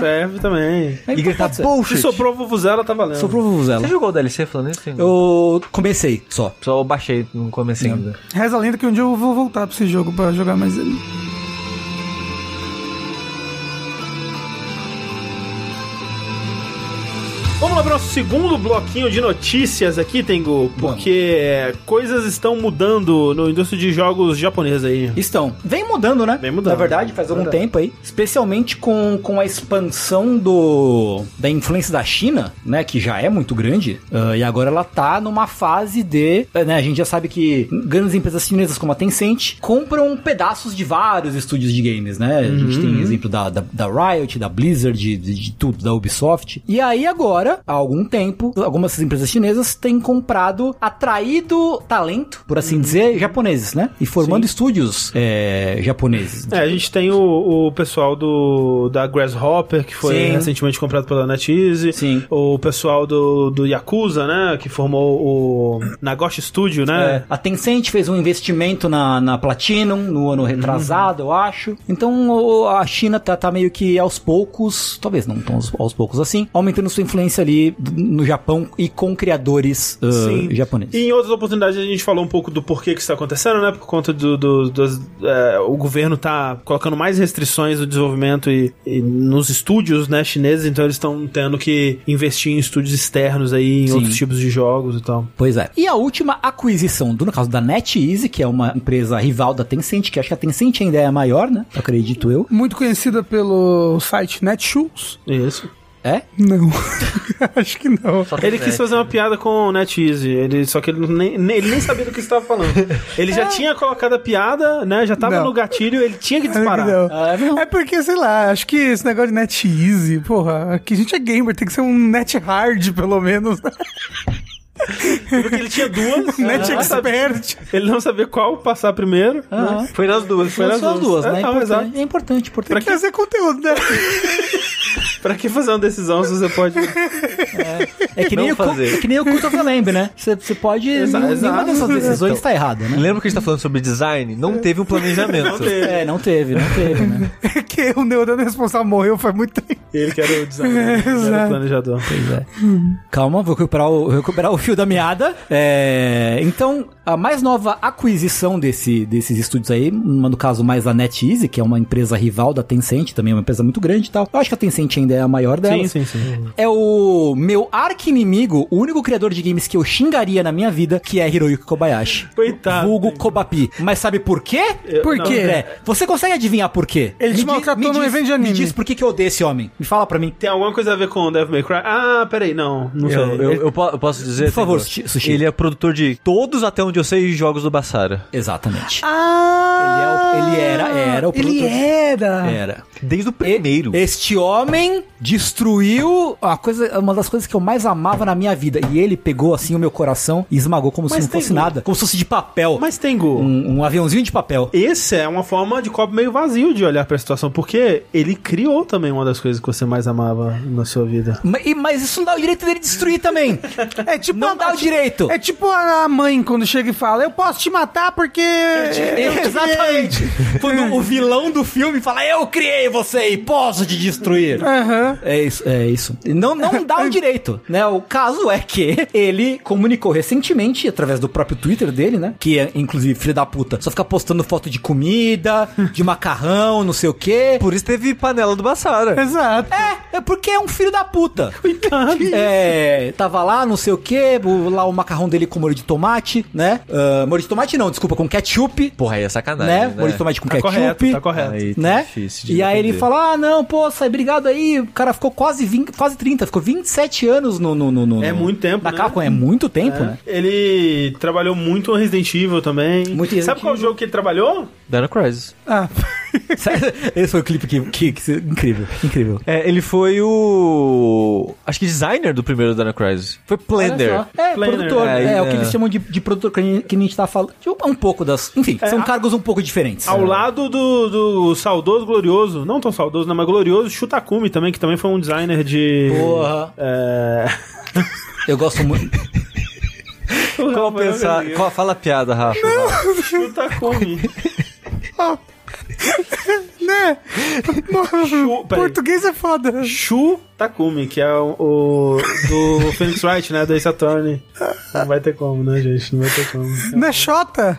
C: Serve!
A: Serve também.
E: Aí
B: E gritar
E: pode ser.
A: Se
B: bullshit.
A: soprou vuvuzela, tá valendo.
E: Soprou
B: Você
E: vuvuzela.
B: jogou o DLC falando isso?
E: Eu comecei só.
B: Só baixei, não comecei ainda.
C: Reza a lenda que um dia eu vou voltar pra esse jogo pra jogar mais ele.
A: Vamos lá para nosso segundo bloquinho de notícias aqui, Tengu, porque é, coisas estão mudando no indústria de jogos japonesa aí.
E: Estão. Vem mudando, né?
A: Vem mudando.
E: Na verdade, faz algum
A: Verdade.
E: tempo aí. Especialmente com, com a expansão do da influência da China, né? Que já é muito grande. ah, e agora ela tá numa fase de. eh, Né, a gente já sabe que grandes empresas chinesas como a Tencent compram pedaços de vários estúdios de games, né? A gente tem exemplo da, da, da Riot, da Blizzard, de, de- de tudo, da Ubisoft. E aí agora, há algum tempo, algumas dessas empresas chinesas têm comprado, atraído talento, por assim dizer, japoneses, né? E formando estúdios eh, japoneses.
A: É, a gente tem o, o pessoal do da Grasshopper, que foi
E: Sim.
A: recentemente comprado pela NetEase.
E: Sim.
A: O pessoal do, do Yakuza, né, que formou o Nagoshi Studio, né?
E: A Tencent fez um investimento na, na Platinum no
A: Uhum.
E: ano retrasado, eu acho. Então o- a China tá, tá meio que aos poucos, talvez não tão aos, aos poucos assim, aumentando sua influência ali d- no Japão e com criadores ah,
A: Sim.
E: japoneses.
A: E em outras oportunidades a gente falou um pouco do porquê que isso está acontecendo, né? Por conta do. do- das, é, o governo tá colocando mais restrições no desenvolvimento e, e nos estúdios, né, chineses, então eles estão tendo que investir em estúdios externos aí, em outros tipos de jogos e tal.
E: Pois é. E a última aquisição, do, no caso da NetEase, que é uma empresa rival da Tencent, que acho que a Tencent ainda é a maior, né? Acredito eu.
C: Muito conhecida pelo site Netshoes?
A: Isso.
E: É?
C: Não. Acho que não.
A: Ele
B: É.
A: quis fazer uma piada com o NetEase, ele, só que ele nem, nem- ele nem sabia do que estava falando. Ele já tinha colocado a piada, né? Já tava
C: É. Não.
A: no gatilho, ele tinha que
C: Acho que
A: disparar.
C: não.
E: Ah,
C: É porque, sei lá, acho que esse negócio de net easy, porra, aqui a gente é gamer, tem que ser um net hard, pelo menos. né?
A: Porque ele tinha duas,
E: É,
C: net
A: ele não sabia-
C: expert.
A: Ele não sabia qual passar primeiro.
E: Aham.
B: Foi nas duas,
A: Ah, foi nas
E: São as duas,
A: É,
E: né?
A: não, exato.
E: importante, é importante, importante.
C: Tem que fazer conteúdo, né?
A: Pra que fazer uma decisão se você pode.
E: É que,
B: Não
E: nem o, cu-
B: fazer.
E: é que nem o Cult of the Lamb, né? Você você pode.
A: Exa-
E: nenhuma
A: exato.
E: dessas decisões está errada, né?
B: Lembra que a gente tá falando sobre design? Não teve um planejamento.
E: É, não teve, não teve, né?
C: É que o Neurônio responsável morreu faz muito tempo.
A: Ele que era o designer, né? ele que era o
C: Exato.
A: planejador.
E: Pois é. Calma, vou recuperar o, vou recuperar o fio da meada. É, então, a mais nova aquisição desse, desses estúdios aí, uma no caso mais a NetEase, que é uma empresa rival da Tencent, também é uma empresa muito grande e tal. Eu acho que a Tencent ainda é a maior delas.
A: Sim, sim, sim.
E: É o meu arqui-inimigo, o único criador de games que eu xingaria na minha vida, que é Hiroyuki Kobayashi.
A: Coitado.
E: Vulgo Kobapi. Mas sabe por quê?
C: Por
A: não,
C: quê?
E: André, você consegue adivinhar por quê?
C: Ele te
E: di-
C: maltratou num
E: diz-
C: evento de anime.
E: Me diz por que, que eu odeio esse homem. Me fala pra mim.
A: Tem alguma coisa a ver com o Devil May Cry? Ah, peraí, não, não sei.
B: Eu, eu- eu po- eu posso dizer.
E: Por favor,
B: Tengu,
E: Sushi- Sushi.
B: Ele é produtor de todos, até onde eu sei, jogos do Bassara.
E: Exatamente.
C: Ah!
E: Ele é o- ele era- era o
C: Ele
E: produtor. É.
C: era!
E: Era.
B: Desde o primeiro.
E: Este homem destruiu a coisa, uma das coisas que eu mais amava na minha vida. E ele pegou assim o meu coração e esmagou como
A: Mas
E: se não
A: tem
E: fosse nada. um Como se fosse de papel.
A: Mas Tengu,
E: Um, um aviãozinho de papel.
A: essa é uma forma de copo meio vazio de olhar pra situação, porque ele criou também uma das coisas que você mais amava na sua vida.
E: Ma- e- Mas isso não dá o direito dele destruir também.
C: É tipo
E: Não
C: a-
E: dá o
C: é tipo-
E: direito.
C: É tipo a mãe quando chega e fala: Eu posso te matar porque.
E: Exatamente. Quando o vilão do filme fala, eu criei você e posso te destruir.
C: Aham.
E: É isso, é isso. Não, não dá o direito, né? O caso é que ele comunicou recentemente, através do próprio Twitter dele, né? Que é, inclusive, filho da puta, só fica postando foto de comida, de macarrão, não sei o quê.
B: Por isso teve panela do Bassara.
C: Exato.
E: É, é porque é um filho da puta. Coitado. É, tava lá, não sei o quê, o- lá o macarrão dele com molho de tomate, né? Ah, molho de tomate não, desculpa, com ketchup,
B: Porra, aí é sacanagem.
E: né?
B: Né?
E: Molho de tomate com
A: Tá
E: ketchup.
A: correto, tá correto.
B: Aí tá
E: né?
B: difícil de
E: E aí ele
B: defender.
E: fala: ah, não, pô, sai, obrigado aí. O cara ficou quase 20, quase 30, ficou 27 anos no. no, no, no
A: É
E: no-
A: muito tempo,
E: Na
A: né?
E: Capcom, é muito tempo, né?
A: Ele trabalhou muito no Resident Evil também.
E: Muito Resident
A: Sabe qual
E: Evil.
A: jogo que ele trabalhou?
B: Dino Crisis.
C: Ah,
E: Esse foi o clipe que. que, que- incrível, incrível.
B: É, ele foi o. Acho que designer do primeiro Dino Crisis. Foi planner.
E: Olha só. É,
A: Planner.
E: produtor. É,
B: É,
E: é o que
B: é.
E: eles chamam de, de produtor que a gente- que a gente tá falando. Tipo, é um pouco das. Enfim, são
A: a-
E: cargos um pouco diferentes.
A: Ao lado do, do saudoso, glorioso, não tão saudoso, não, mas glorioso Shutakumi também, que também foi um designer de...
E: Porra.
A: É...
E: Eu gosto muito.
A: Ah,
B: Qual pensar. Qual... Fala a piada, Rafa.
A: Shutakumi.
C: né?
A: Chu- peraí.
C: Português é foda.
A: Shu Takumi, que é o, o do Phoenix Wright, né? Do Ace Attorney. Não vai ter como, né, gente? Não vai ter como.
C: Não é Xota?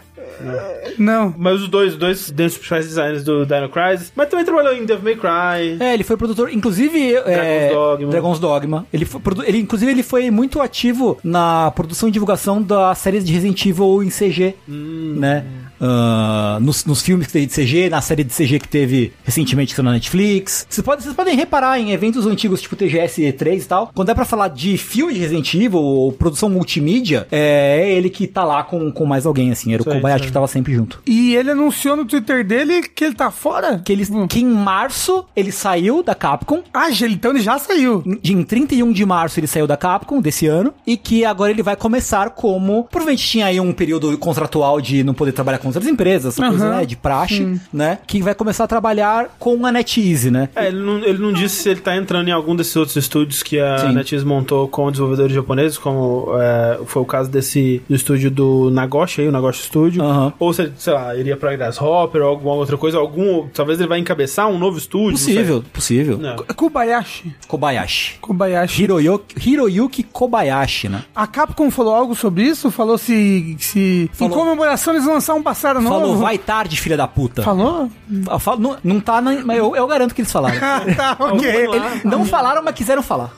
C: Não.
A: Mas os dois, os dois dentre os principais designers do Dino Crisis. Mas também trabalhou em Devil May Cry.
E: É, ele foi produtor, inclusive. é,
A: Dogma.
E: Dragon's Dogma. Ele foi, produ- ele, inclusive, ele foi muito ativo na produção e divulgação da série de Resident Evil em CG,
A: Hum.
E: né? Ah, nos, nos filmes que teve de CG, na série de CG que teve recentemente que saiu na Netflix. Vocês podem, vocês podem reparar em eventos antigos tipo TGS e 3 e tal. Quando é pra falar de filme de Resident Evil ou produção multimídia, é ele que tá lá com, com mais alguém, assim. Era o
A: Isso aí,
E: Kobayashi
A: isso aí.
E: que tava sempre junto.
C: E ele anunciou no Twitter dele que ele tá fora?
E: Que, ele, que em março ele saiu da Capcom
C: Ah, gente, então ele já saiu.
E: de- em 31 de março ele saiu da Capcom desse ano e que agora ele vai começar como provavelmente tinha aí um período contratual de não poder trabalhar com outras empresas, essa coisa,
C: Aham.
E: né, de praxe, né, que vai começar a trabalhar com a NetEase, né?
A: É, ele, não, ele não disse se ele tá entrando em algum desses outros estúdios que a
E: Sim.
A: NetEase montou com desenvolvedores japoneses, como é, foi o caso desse do estúdio do Nagoshi, aí, o Nagoshi Studio.
E: Aham.
A: Ou se ele, sei lá, iria pra Grasshopper ou alguma outra coisa. Algum, talvez ele vai encabeçar um novo estúdio. não sei.
E: Possível, possível.
A: Não.
C: é Kobayashi.
E: Kobayashi.
C: Kobayashi.
E: Hiroyuki, Hiroyuki Kobayashi, né?
C: A Capcom falou algo sobre isso? Falou se. se
E: Falou.
C: Em comemoração eles lançaram um passado novo?
E: Falou, vai tarde, filha da puta.
C: Falou?
E: Ah, fal- não, não tá, na, mas eu, eu garanto que eles falaram.
C: Ah, tá, ok.
A: Vamos lá.
E: Eles não falaram, mas quiseram falar.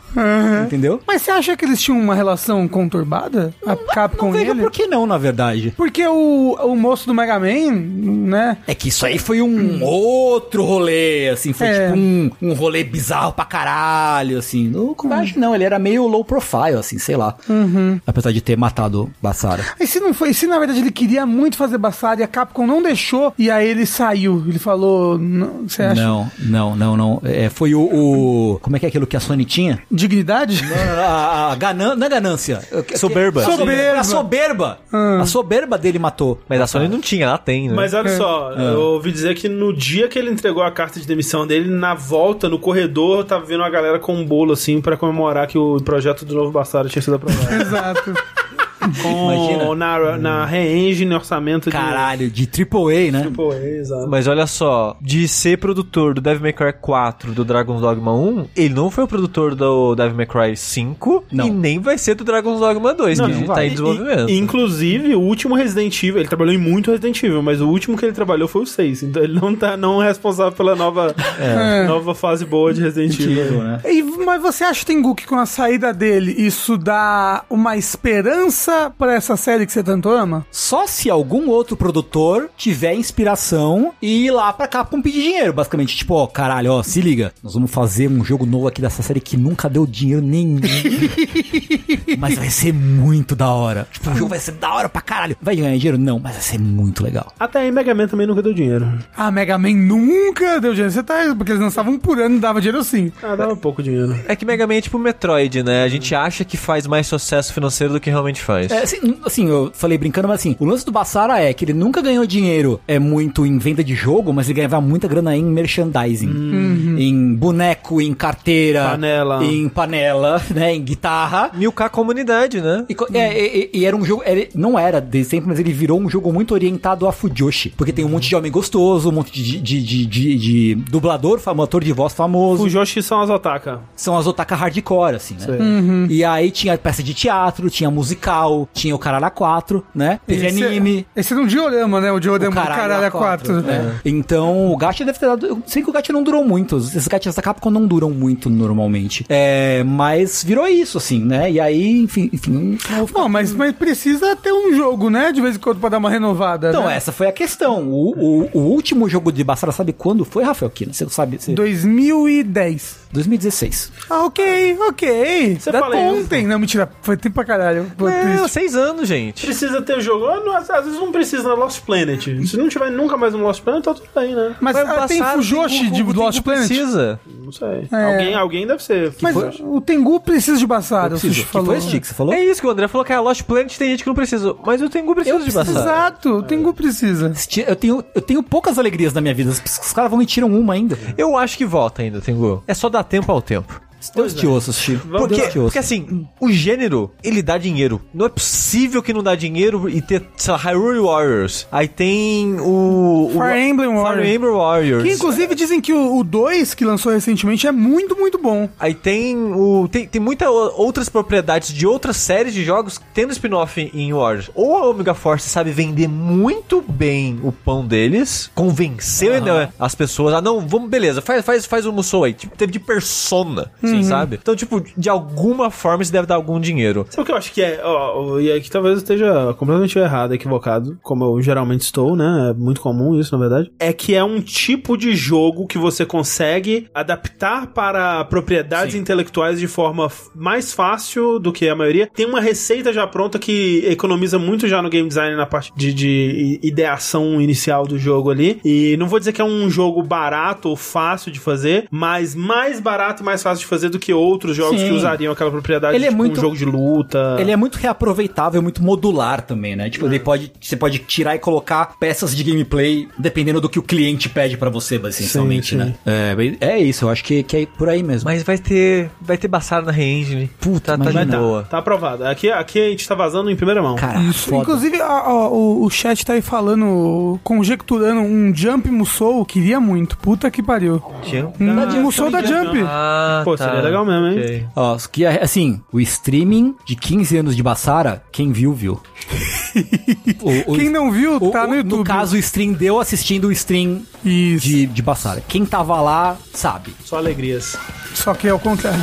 E: Entendeu?
C: Mas você acha que eles tinham uma relação conturbada? A Capcom
E: Não
C: e
E: vejo
C: ele?
E: por que não, na verdade.
C: Porque o, o moço do Mega Man, né?
E: É que isso aí foi um outro rolê, assim, foi
C: É.
E: tipo um, um rolê bizarro pra caralho, assim. No Kobayashi não, ele era meio low profile, assim, sei lá. Apesar de ter matado o Bassara.
C: E se não foi, se na verdade ele queria muito fazer Bassada e a Capcom não deixou, e aí ele saiu. Ele falou, não, você acha?
E: Não, não, não, não. É, foi o, o- Como é que é aquilo que a Sony tinha?
C: Dignidade?
E: Ah, A, a ganan... Não é ganância.
B: Soberba.
A: é?
E: Soberba. A soberba. A soberba dele matou.
B: Mas a Sony não tinha, ela tem, né?
A: Mas olha só, eu ouvi dizer que no dia que ele entregou a carta de demissão dele, na volta, no corredor, eu tava vendo a galera com um bolo assim pra comemorar que o projeto do novo Bastardo tinha sido aprovado.
C: Exato.
A: com,
E: Imagina.
A: Na, na re-engine, orçamento
E: Caralho, de AAA, né?
A: de. Pô, é, exato.
B: Mas olha só, de ser produtor do Devil May Cry 4 do Dragon's Dogma 1, ele não foi o produtor do Devil May Cry 5
E: Não.
B: e nem vai ser do Dragon's Dogma 2,
A: Não,
B: que
A: não
B: tá
A: vai.
B: em desenvolvimento.
A: E- inclusive, o último Resident Evil, ele trabalhou em muito Resident Evil, mas o último que ele trabalhou foi o 6. É.
E: né?
A: Então ele não tá não é responsável pela nova, nova fase boa de Resident Evil.
C: E, mas você acha, Tengu, que com a saída dele, isso dá uma esperança pra essa série que você tanto ama?
E: Só se algum outro produtor tiver inspiração e ir lá pra Capcom pedir dinheiro, basicamente. Tipo, ó, caralho, ó, se liga. Nós vamos fazer um jogo novo aqui dessa série que nunca deu dinheiro nenhum. mas vai ser muito da hora. Tipo, o jogo vai ser da hora pra caralho. Vai ganhar dinheiro? Não, mas vai ser muito legal.
A: Até aí, Mega Man também nunca deu dinheiro.
C: Ah, Mega Man nunca deu dinheiro. Você tá. Porque eles lançavam um por ano e dava dinheiro sim.
A: Ah, dava pouco dinheiro.
B: É que Mega Man é tipo Metroid, né? A gente acha que faz mais sucesso financeiro do que realmente faz.
E: É, assim, assim, eu falei brincando, mas assim, o lance do Bassara é que ele nunca ganhou dinheiro é muito em venda de jogo, mas ele ganhava muita grana em merchandising. Em boneco, em carteira.
A: Panela.
E: Em panela, né? Em guitarra.
B: Mil K comunidade, né?
E: E, co- é, e- e- e era um jogo, ele não era desde sempre, mas ele virou um jogo muito orientado a Fujoshi. Porque tem um monte de homem gostoso, um monte de, de, de, de- de dublador famoso, ator de voz famoso.
A: O Joshi são as otaka.
E: São as otaka hardcore, assim, né?
A: Sei.
E: E aí tinha peça de teatro, tinha musical, tinha o Caralho 4, né? Teve
C: Esse-
E: anime.
C: Esse era um diorama, né? O diorama do Caralho a É. 4.
E: né? Então, o Gacha deve ter dado. Eu sei que o Gacha não durou muito. Esses Gachas da Capcom não duram muito normalmente. É, mas virou isso, assim, né? E aí, enfim. enfim
C: É. Bom, mas, mas precisa ter um jogo, né? De vez em quando pra dar uma renovada.
E: então,
C: né?
E: essa foi a questão. O, o- o último jogo de Bastara, sabe quando foi, Rafael Kina? Você sabe? Você...
C: 2010.
E: 2016.
C: Ah, ok, ok. Você
A: fala isso.
C: ontem. Não, mentira. Foi tempo pra caralho. Pô,
B: É,
C: triste.
B: seis anos, gente.
A: Precisa ter jogo. Ah, não, Às às vezes não precisa na Lost Planet. Se não tiver nunca mais um Lost Planet, tá tudo bem, né?
C: Mas
B: Vai
C: ah, tem
B: passar,
C: Fujoshi
B: Goku,
C: de
B: Goku
C: Lost
B: Goku
C: Planet?
B: Precisa.
A: Não sei.
C: É.
A: Alguém, alguém deve ser.
C: Mas o Tengu precisa de Bassara, o Sushi
E: Que
C: falou.
E: foi esse dia que você falou?
B: É isso que o André falou, que a Lost Planet tem gente que não precisa. Mas o Tengu precisa de bastante.
C: Exato, o Tengu precisa.
E: Eu tenho, eu tenho poucas alegrias na minha vida. Os, os caras vão me tiram uma ainda.
B: Eu acho que volta ainda, Tengu. É só dar tempo ao tempo.
E: Deus
C: é.
E: te ouça, Sushi.
B: Porque,
E: Deus te ouça.
B: porque assim, o gênero, ele dá dinheiro. Não é possível que não dá dinheiro e ter, sei lá, Hyrule Warriors. Aí tem o. o-
C: Fire Emblem
B: Fire
C: Warriors.
B: Emblem Warriors.
C: Que inclusive dizem que o 2, que lançou recentemente, é muito, muito bom.
B: Aí tem o. Tem, tem muitas outras propriedades de outras séries de jogos tendo spin-off em- em Warriors. Ou a Omega Force sabe vender muito bem o pão deles, convenceu né, as pessoas. Ah, não, vamos, beleza, faz, faz, faz o Musou aí. Tipo, teve de persona,
A: Uhum.
B: assim, sabe? Então, tipo, de alguma forma isso deve dar algum dinheiro.
A: Sabe o que eu acho que é? Ó, ó, e aqui talvez eu esteja completamente errado, equivocado, como eu geralmente estou, né? É muito comum isso, na verdade. É que é um tipo de jogo que você consegue adaptar para propriedades intelectuais de forma f- mais fácil do que a maioria. Tem uma receita já pronta que economiza muito já no game design na parte de, de i- ideação inicial do jogo ali. E não vou dizer que é um jogo barato ou fácil de fazer, mas mais barato e mais fácil de fazer do que outros jogos
E: Sim.
A: que usariam aquela propriedade
E: Ele é
A: tipo,
E: muito-
A: um jogo de luta.
E: Ele é muito reaproveitável, muito modular também, né?
C: É.
E: Tipo, ele pode, você pode tirar e colocar peças de gameplay dependendo do que o cliente pede pra você, essencialmente,
A: Sim, sim.
E: né? É, bem- é isso, eu acho que, que é por aí mesmo.
B: Mas vai ter. Vai ter Bassara na Reengine. Puta, tá,
E: mas
B: tá
E: vai
B: de
E: dar.
B: boa.
A: Tá aprovado. Aqui, aqui a gente tá vazando em primeira mão.
E: cara, É foda.
C: Inclusive, a- a- o, o chat tá aí falando, conjecturando um Jump Musou. Queria muito. Puta que pariu. Um
A: Ah,
C: Musou da
A: tá ligado.
C: Jump.
B: Ah,
A: Pô, seria legal mesmo, hein?
B: Ok.
E: Ó, que é- assim, o streaming de 15 anos de Bassara, quem viu, viu. O- o-
C: Quem não viu,
E: o-
C: tá
E: o-
C: no YouTube.
E: No caso, o stream deu assistindo o stream
C: Isso.
E: de, de Bassara. Quem tava lá, sabe.
A: Só alegrias.
C: Só que é o contrário.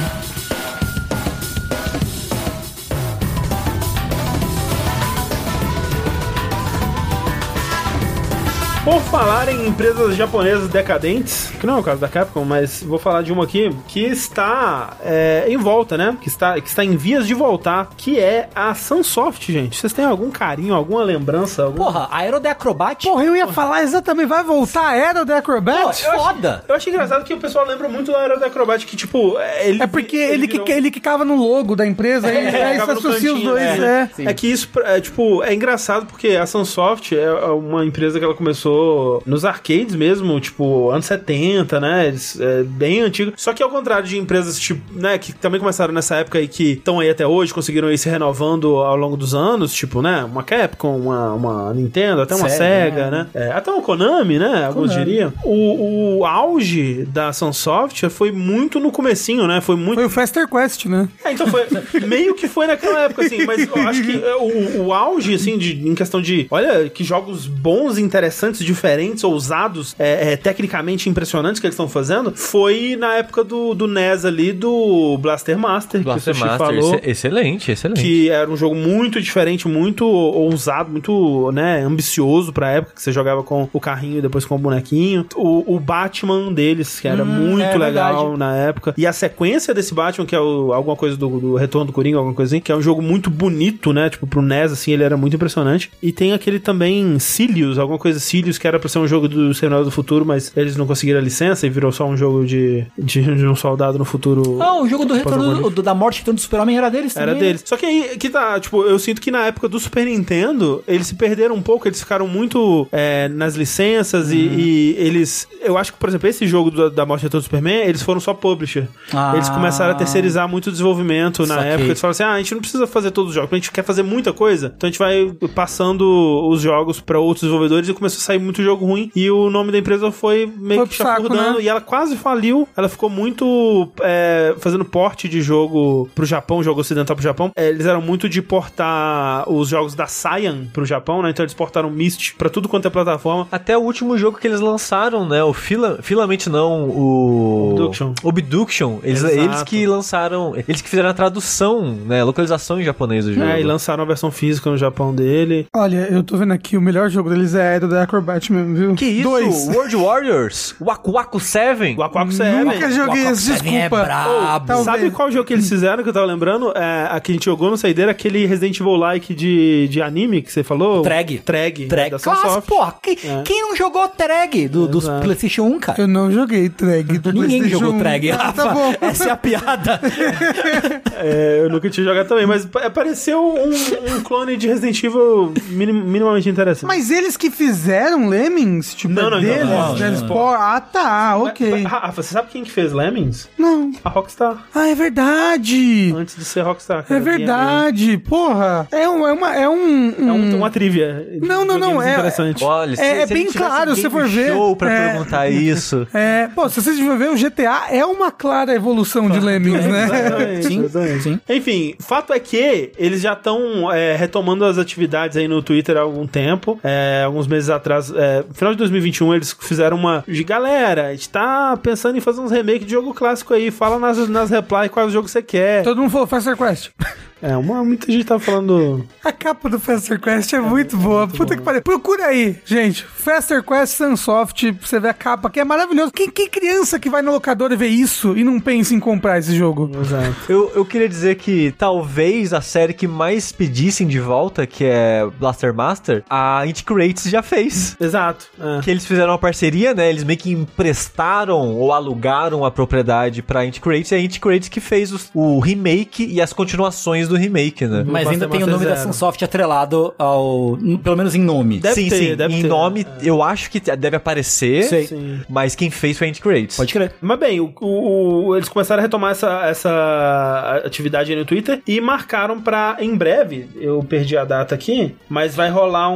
A: Por falar em empresas japonesas decadentes, que não é o caso da Capcom, mas vou falar de uma aqui que está é, em volta, né? Que está, que está em vias de voltar, que é a Sunsoft, gente. Vocês têm algum carinho, alguma lembrança? Algum...
E: Porra, a Aero de Acrobat?
C: Porra, eu ia falar exatamente. Vai voltar a era do
E: pô, é
C: Acrobat?
E: foda!
A: Eu acho engraçado que o pessoal lembra muito da Era da Acrobat, que tipo... é, Ele,
C: É porque ele,
A: virou- um-
C: que, ele quicava no logo da empresa, aí,
A: É,
C: aí se
A: acaba no
C: associa os
A: cantinho,
C: dois,
A: né?
C: é.
A: É que isso, é, tipo, é engraçado porque a Sunsoft é uma empresa que ela começou nos arcades mesmo, tipo, anos 70, né? Eles, é, bem antigo. Só que ao contrário de empresas, tipo, né, que também começaram nessa época e que estão aí até hoje, conseguiram ir se renovando ao longo dos anos, tipo, né? Uma Capcom, uma, uma Nintendo, até uma
E: Sega,
A: Sega, né? É, até uma Konami, né? Alguns diriam. O, o auge da Sunsoft foi muito no comecinho, né? Foi muito
C: Foi o Faster Quest, né?
A: é, então foi meio que foi naquela época, assim, mas eu acho que é, o, o auge, assim, de, em questão de olha que jogos bons e interessantes de diferentes, ousados, é, é, tecnicamente impressionantes que eles estão fazendo, foi na época do, do NES ali, do Blaster Master,
B: Blaster
A: que o Sushi
B: Master,
A: falou.
B: exce- excelente, excelente.
A: Que era um jogo muito diferente, muito ousado, muito né, ambicioso pra época, que você jogava com o carrinho e depois com o bonequinho. O, o Batman deles, que era muito
E: é
A: legal
E: verdade.
A: na época. E a sequência desse Batman, que é o- alguma coisa do, do Retorno do Coringa, alguma coisinha, que é um jogo muito bonito, né? Tipo, pro NES, assim, ele era muito impressionante. E tem aquele também Sirius, alguma coisa Sirius, que era pra ser um jogo do Senhor do Futuro, mas eles não conseguiram a licença e virou só um jogo de, de, de um soldado no futuro.
E: Ah, o jogo do retorno
A: Pós-apocalíptico.
E: do- da morte retorno do super-homem era deles também.
A: Era
E: né?
A: deles. Só que aí, que tá, tipo, eu sinto que na época do Super Nintendo, eles se perderam um pouco, eles ficaram muito é, nas licenças e,
E: Uhum.
A: e eles. Eu acho que, por exemplo, esse jogo do- da morte de todo Superman, eles foram só publisher.
E: Ah.
A: Eles começaram a terceirizar muito o desenvolvimento na
E: Saquei.
A: época. Eles falaram assim: ah, a gente não precisa fazer todos os jogos, a gente quer fazer muita coisa, então a gente vai passando os jogos pra outros desenvolvedores e começou a sair muito jogo ruim. E o nome da empresa foi meio
C: Foi
A: que
C: pro saco,
A: chafurdando.
C: né?
A: E ela quase faliu. Ela ficou muito é, fazendo porte de jogo pro Japão, jogo ocidental pro Japão. É, eles eram muito de portar os jogos da Saiyan pro Japão, né? Então eles portaram Myst pra tudo quanto é plataforma.
B: Até o último jogo que eles lançaram, né? O Fila, Filamente não, o.
A: Obduction.
B: Obduction. Eles,
A: Exato.
B: eles que lançaram. Eles que fizeram a tradução, né? Localização em japonês do jogo.
A: É, e lançaram a versão física no Japão dele.
C: Olha, eu tô vendo aqui, o melhor jogo deles é Aero da Acrobat mesmo, viu?
B: Que isso?
C: Dois.
B: World Warriors? Waku Waku 7?
A: O Aquaco
C: Nunca joguei esse,
E: Seven é
C: desculpa.
E: brabo.
C: Talvez.
A: é Sabe qual jogo que eles fizeram que eu tava lembrando? É, a que a gente jogou no Saideira, aquele Resident Evil like de, de anime que você falou?
E: Treg.
A: Treg.
E: Treg.
A: Da
E: Claro,
A: Sunsoft.
E: porra, que- quem não jogou Treg do, dos
A: Exato.
E: PlayStation 1, cara?
C: Eu não joguei Trag. do
E: Ninguém
C: PlayStation
E: jogou
C: 1.
E: Treg.
C: Ah,
E: Rafa.
C: tá bom.
E: Essa é a piada.
A: É, eu nunca tinha jogado também, mas pa- pareceu um, um clone de Resident Evil minim- minimamente interessante.
C: Mas eles que fizeram Lemmings? Tipo,
A: Não,
C: é
A: não, então,
C: deles?
A: não,
C: né?
A: não, não.
C: Pô, Ah, tá, ok.
A: Ra- Rafa, você sabe quem que fez Lemmings?
C: Não.
A: A Rockstar.
C: Ah, é verdade.
A: Antes de ser Rockstar.
C: É
A: cara.
C: verdade. Porra. É, um, é uma... É um...
A: É
C: um-
A: um- uma trivia. de
C: Não, não, não,
A: videogames
C: é-
A: Interessante.
B: Olha, se,
C: É- é
B: se
C: bem
B: ele tivesse
C: claro,
B: um
C: se
B: game
C: for ver,
B: show pra
C: é.
B: perguntar isso.
C: É, pô, se vocês vão ver, o GTA é uma clara evolução de Lemmings, né?
A: Exatamente, exatamente.
E: sim.
A: Enfim, fato é que eles já estão é, retomando as atividades aí no Twitter há algum tempo. É, alguns meses atrás, é, no final de 2021, eles fizeram uma. de Galera, a gente tá pensando em fazer uns remakes de jogo clássico aí. Fala nas, nas replies qual jogo você quer.
C: Todo mundo falou Faster Quest.
A: É, uma, muita gente tá falando.
C: A capa do Faster Quest é, muito boa. Puta que pariu. Procura aí, gente. Faster Quest Sunsoft. pra Você vê a capa que é maravilhoso. Que, que criança que vai no locador e vê isso e não pensa em comprar esse jogo?
A: Exato.
B: Eu, eu queria dizer que talvez a série que mais pedissem de volta, que é Blaster Master, a Inticrates já fez.
A: Exato. é.
B: Que eles fizeram uma parceria, né? Eles meio que emprestaram ou alugaram a propriedade pra Inticrates, e a Inticrates que fez os- o remake e as continuações do remake, né?
E: Mas
A: Master
E: ainda tem o
A: Master
E: nome da
A: Zero.
E: Sunsoft atrelado ao. Pelo menos em nome.
A: Deve
B: sim,
A: ter,
B: sim.
A: deve
B: em
A: ter.
B: nome, eu acho que deve aparecer,
E: Sei.
A: Sim.
B: mas quem fez foi a Inticrates.
E: Pode crer.
A: né? Mas bem, o- o- o- eles começaram a retomar essa, essa atividade aí no Twitter e marcaram pra em breve. Eu perdi a data aqui, mas vai rolar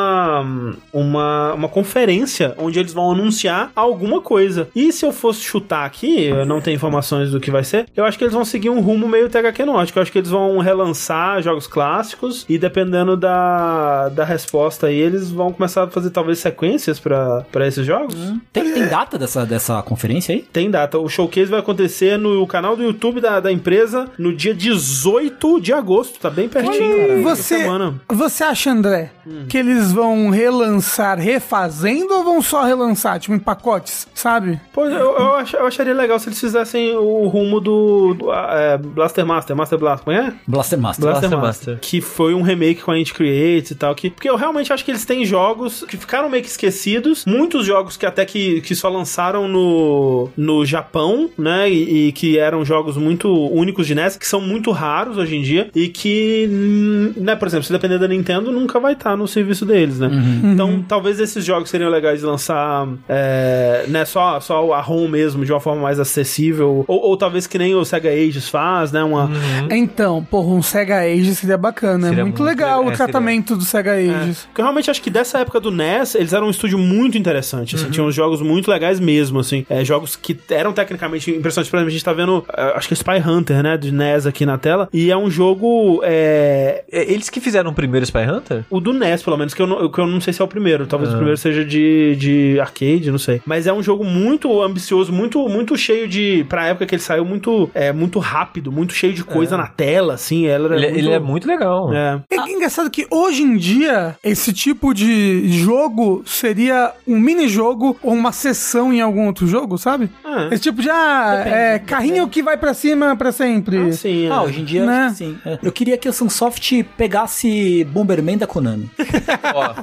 A: uma, uma uma conferência onde eles vão anunciar alguma coisa. E se eu fosse chutar aqui, eu não tenho informações do que vai ser. Eu acho que eles vão seguir um rumo meio THQ Norte. Eu acho que eles vão relançar jogos clássicos e dependendo da, da resposta aí, eles vão começar a fazer talvez sequências pra pra esses jogos.
E: Tem, tem data dessa, dessa conferência aí?
A: Tem data. O showcase vai acontecer no canal do YouTube da, da empresa no dia 18 de agosto. Tá bem pertinho, cara. Essa
C: Você,
A: Semana.
C: você acha, André, que eles vão relançar refazendo ou vão só relançar, tipo, em pacotes, sabe?
A: Pô, eu, eu, ach- eu acharia legal se eles fizessem o rumo do, do, ah, é, Blaster Master, Master Blaster, como é?
E: Blaster Master.
A: Blaster
B: Blaster
A: Master,
B: Master.
A: Que foi um remake com a Int Creates e tal. Que, porque eu realmente acho que eles têm jogos que ficaram meio que esquecidos. Muitos jogos que até que, que só lançaram no, no Japão, né? E, e que eram jogos muito únicos de NES, que são muito raros hoje em dia. E que, hum, né, por exemplo, se depender da Nintendo, nunca vai estar no serviço deles, né? Então, talvez esses jogos seriam legais de lançar, é, né, só, só a ROM mesmo, de uma forma mais acessível. Ou, ou talvez que nem o Sega Ages faz, né? Uma,
C: Então, porra, um Sega Age seria bacana.
B: Seria
C: é muito,
B: muito
C: legal
B: legal.
C: o
B: É, seria-
C: tratamento do Sega Ages.
A: Porque eu realmente acho que dessa época do NES, eles eram um estúdio muito interessante, assim, tinham uns jogos muito legais mesmo, assim, é, jogos que eram tecnicamente impressionantes, por exemplo, a gente tá vendo, é, acho que é Spy Hunter, né, do NES aqui na tela, e é um jogo, é,
B: É, Eles que fizeram o primeiro Spy Hunter?
A: o do NES, pelo menos, que eu não, que eu não sei se é o primeiro, talvez o primeiro seja de, de arcade, não sei, mas é um jogo muito ambicioso, muito muito cheio de, pra época que ele saiu, muito é, muito rápido, muito cheio de coisa na tela, assim, ela era
B: Ele,
A: muito...
B: ele é muito legal.
A: É.
C: É engraçado que hoje em dia, esse tipo de jogo seria um minijogo ou uma sessão em algum outro jogo, sabe?
A: Ah,
C: Esse tipo de, ah, é, carrinho que vai pra cima pra sempre.
A: ah, sim, é.
E: Ah, hoje em dia,
C: Né?
E: acho que sim. É. Eu queria que a Sunsoft pegasse Bomberman da Konami.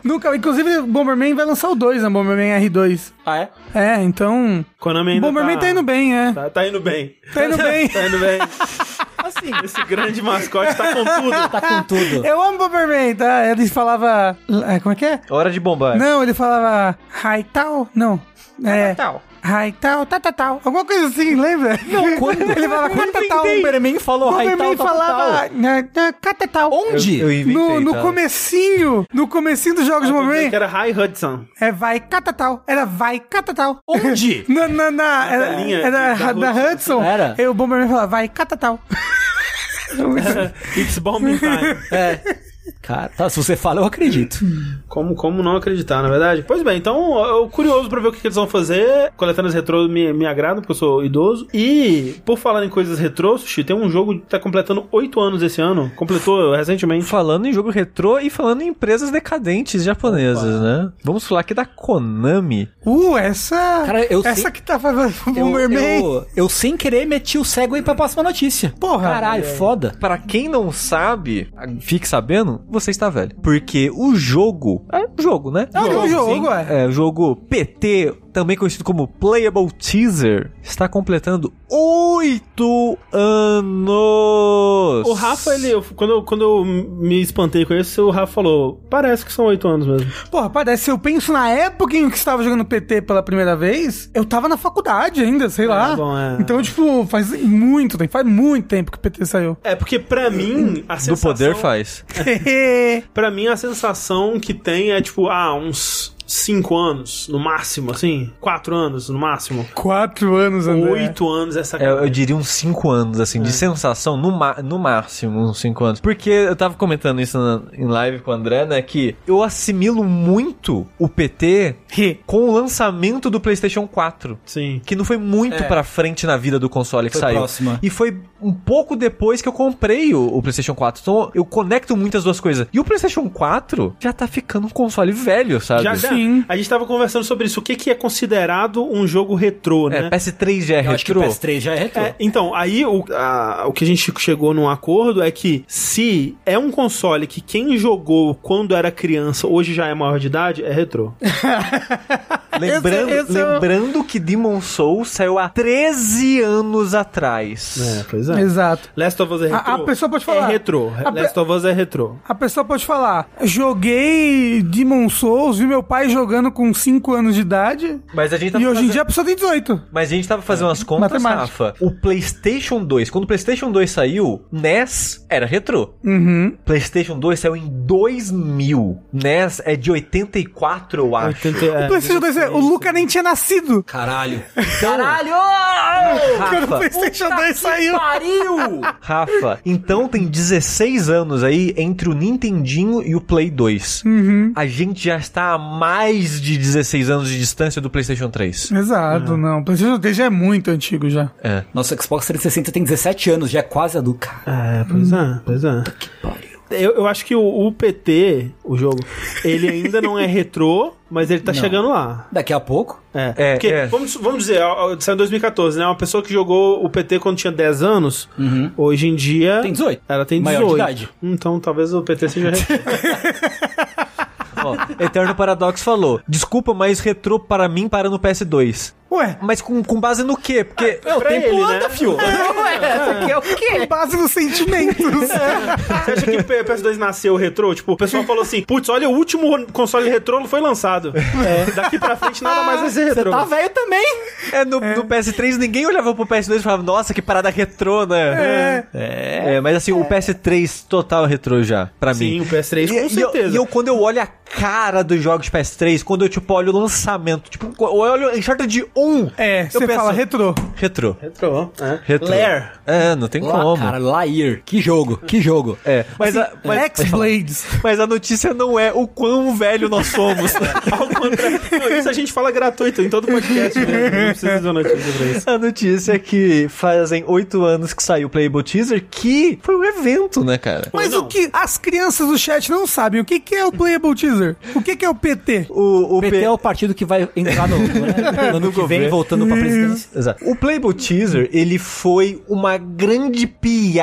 C: Nunca, inclusive, Bomberman vai lançar o 2, né? Bomberman R2.
E: Ah, é?
C: É, então.
A: Konami ainda
C: Bomberman tá indo bem, é.
A: Tá, tá indo bem.
C: Tá indo bem.
A: Tá indo bem.
E: Assim,
A: Esse grande mascote tá com tudo.
E: tá com tudo.
C: Eu amo Bomberman, tá? Ele falava. é, Como é que é?
B: Hora de bombar.
C: Não, ele falava Raital? Não. É. Raital, tatatal. Alguma coisa assim, lembra? Não,
E: quando?
C: Ele falava catatal.
E: Bomberman falou
C: Bomberman
E: Raital, tal,
C: falava
E: tal.
C: né, né, catatal.
E: Onde? então?
B: Eu inventei,
C: No, no
B: tá?
C: comecinho, no comecinho dos
E: Ah,
C: jogos de Bomberman,
A: Que era High Hudson.
C: é vai catatal, era vai catatal.
E: Onde? né,
C: Na, na, na, era,
A: telinha
C: era
A: da
C: da, Hudson.
E: Era?
C: E o Bomberman falava, vai catatal.
A: It's bombing time.
E: É. Cara, tá, se você fala, eu acredito.
A: Como, como não acreditar, na verdade? Pois bem, então eu curioso pra ver o que, que eles vão fazer. Coletâneas retrô me, me agrada, porque eu sou idoso. E, por falar em coisas retrô, Sushi, tem um jogo que tá completando 8 anos esse ano. Completou recentemente.
B: Falando em jogo retrô e falando em empresas decadentes japonesas, né? Vamos falar aqui da Konami.
C: Uh, essa.
E: Cara, eu
C: essa
E: sei-
C: que tá fazendo o
E: Eu,
C: Bomberman.
E: eu, eu sem querer meti o cego aí pra próxima notícia.
C: Porra.
E: Caralho, foda.
B: Pra quem não sabe, fique sabendo, você está velho. Porque o jogo. É um jogo, né?
C: É um
B: Jogo,
C: jogo,
B: sim.
C: é.
B: É, o jogo PT, também conhecido como Playable Teaser, está completando oito anos.
A: O Rafa, ele, eu- quando, eu, quando eu me espantei com isso, o Rafa falou: parece que são 8 anos mesmo.
C: Porra, parece, eu penso na época em que estava jogando PT pela primeira vez, eu tava na faculdade ainda, sei lá.
A: bom, é.
C: Então, tipo, faz muito tempo, faz muito tempo que o PT saiu.
A: É porque, pra mim, a
B: Do
A: é sensação...
B: poder faz.
A: Pra mim, a sensação que tem é, tipo, ah, uns 5 anos, no máximo, assim. 4 anos, no máximo.
C: Quatro anos, André.
A: 8 anos essa
B: É, eu diria uns 5 anos, assim,
A: É.
B: de sensação, no, ma- no máximo uns 5 anos. Porque eu tava comentando isso na- em live com o André, né? Que eu assimilo muito o PT com o lançamento do PlayStation 4.
A: Sim.
B: Que não foi muito
C: É.
B: pra frente na vida do console que
E: Foi
B: saiu.
E: próxima.
B: E foi um pouco depois que eu comprei o, o PlayStation 4. Então eu conecto muitas duas coisas. E o PlayStation 4 já tá ficando um console velho, sabe?
A: Já, já,
C: Sim.
A: a gente tava conversando sobre isso. O que, que é considerado um jogo retrô,
B: É,
A: né?
B: PS3 já é
E: Eu acho que o
B: retrô.
E: PS3 já é retrô.
A: É, então, aí o, a- o que a gente chegou num acordo é que se é um console que quem jogou quando era criança hoje já é maior de idade, é retrô.
B: Lembrando,
C: Esse- esse é o-
B: lembrando que Demon Souls saiu há 13 anos atrás.
A: pois é.
C: Exato.
A: Last of Us é
C: A-
A: retrô.
C: a pessoa pode falar.
A: É retrô.
C: A pe-
A: Last of Us é retrô.
C: A pessoa pode falar, joguei Demon Souls, vi meu pai jogando com 5 anos de idade,
B: Mas a gente
E: tá
C: e hoje em dia a pessoa tem 18.
B: Mas a gente tava fazendo as contas,
C: Matemática.
B: Rafa. O PlayStation 2, quando o PlayStation 2 saiu, NES era retrô.
C: Uhum.
E: É,
B: PlayStation 2 saiu em 2000. NES é de 84, eu acho.
A: 80, é.
C: PlayStation 2, é, o Luca nem tinha nascido.
E: Caralho.
C: Quando o
B: Rafa,
C: PlayStation 2 saiu.
B: Rafa, então tem 16 anos aí entre o Nintendinho e o Play 2. A gente já está a mais de 16 anos de distância do PlayStation 3.
C: Exato, não. O PlayStation 3 já é muito antigo já.
B: É.
E: Nossa, o Xbox 360 tem 17 anos, já é quase adulto. Cara,
A: É, pois é, pois é. Eu, eu acho que o, o PT, o jogo, ele ainda não é retrô, mas ele tá chegando lá.
E: Daqui a pouco.
A: É.
B: É,
A: Porque,
B: é.
A: Vamos, vamos dizer, ó, ó, saiu em 2014, né? Uma pessoa que jogou o PT quando tinha 10 anos, hoje em dia.
E: Uhum. Tem 18.
A: Ela tem 18.
E: Maior de idade.
A: Então talvez o PT seja né? retrô.
B: Ó, Eterno Paradox falou: Desculpa, mas retrô para mim para no PS2.
C: Ué,
B: Mas com, com base no quê? Porque.
E: É, o
A: pra
E: tempo
A: ele,
E: anda,
A: né?
E: fio. Isso aqui é o quê? É,
C: Base nos sentimentos.
A: Você acha que o PS2 nasceu retrô? Tipo, o pessoal falou assim, putz, olha, o último console retrô foi lançado. Daqui pra frente nada mais vai ser
E: É. Você
A: retrô.
E: tá velho também.
B: É, no, no PS3 ninguém olhava pro PS2 e falava, nossa, que parada retrô, né? É. É, mas assim, o PS3 total retrô já, pra
A: Sim,
B: mim.
A: o PS3
E: é,
A: com
B: e, e eu-
A: certeza.
B: E eu, quando eu olho a cara dos jogos de PS3, quando eu, tipo, olho o lançamento, tipo, eu olho Uncharted 1,
C: É, você
B: penso-
C: fala retrô.
B: retrô.
A: Retrô, é.
B: Retrô.
A: Lair.
B: É, não tem
E: Lá,
B: como.
E: cara, Lair. Que jogo, que jogo.
B: É, mas, a, mas,
C: X-Blades.
B: mas a notícia não é o quão velho nós somos.
A: Ao contrário. Não, Isso a gente fala gratuito em todo podcast, né? Não precisa dar notícia pra isso.
B: A notícia é que fazem oito anos que saiu o Playable Teaser, que foi um evento, né, cara?
C: Mas
A: Não.
C: o que as crianças do chat não sabem, o que, que é o Playable Teaser? O que, que é o PT?
B: O, É,
E: O PT é o partido que vai entrar no, né, no ano que vem,
B: governo.
E: voltando pra presidência.
B: Exato. O Playable Teaser, ele foi uma grande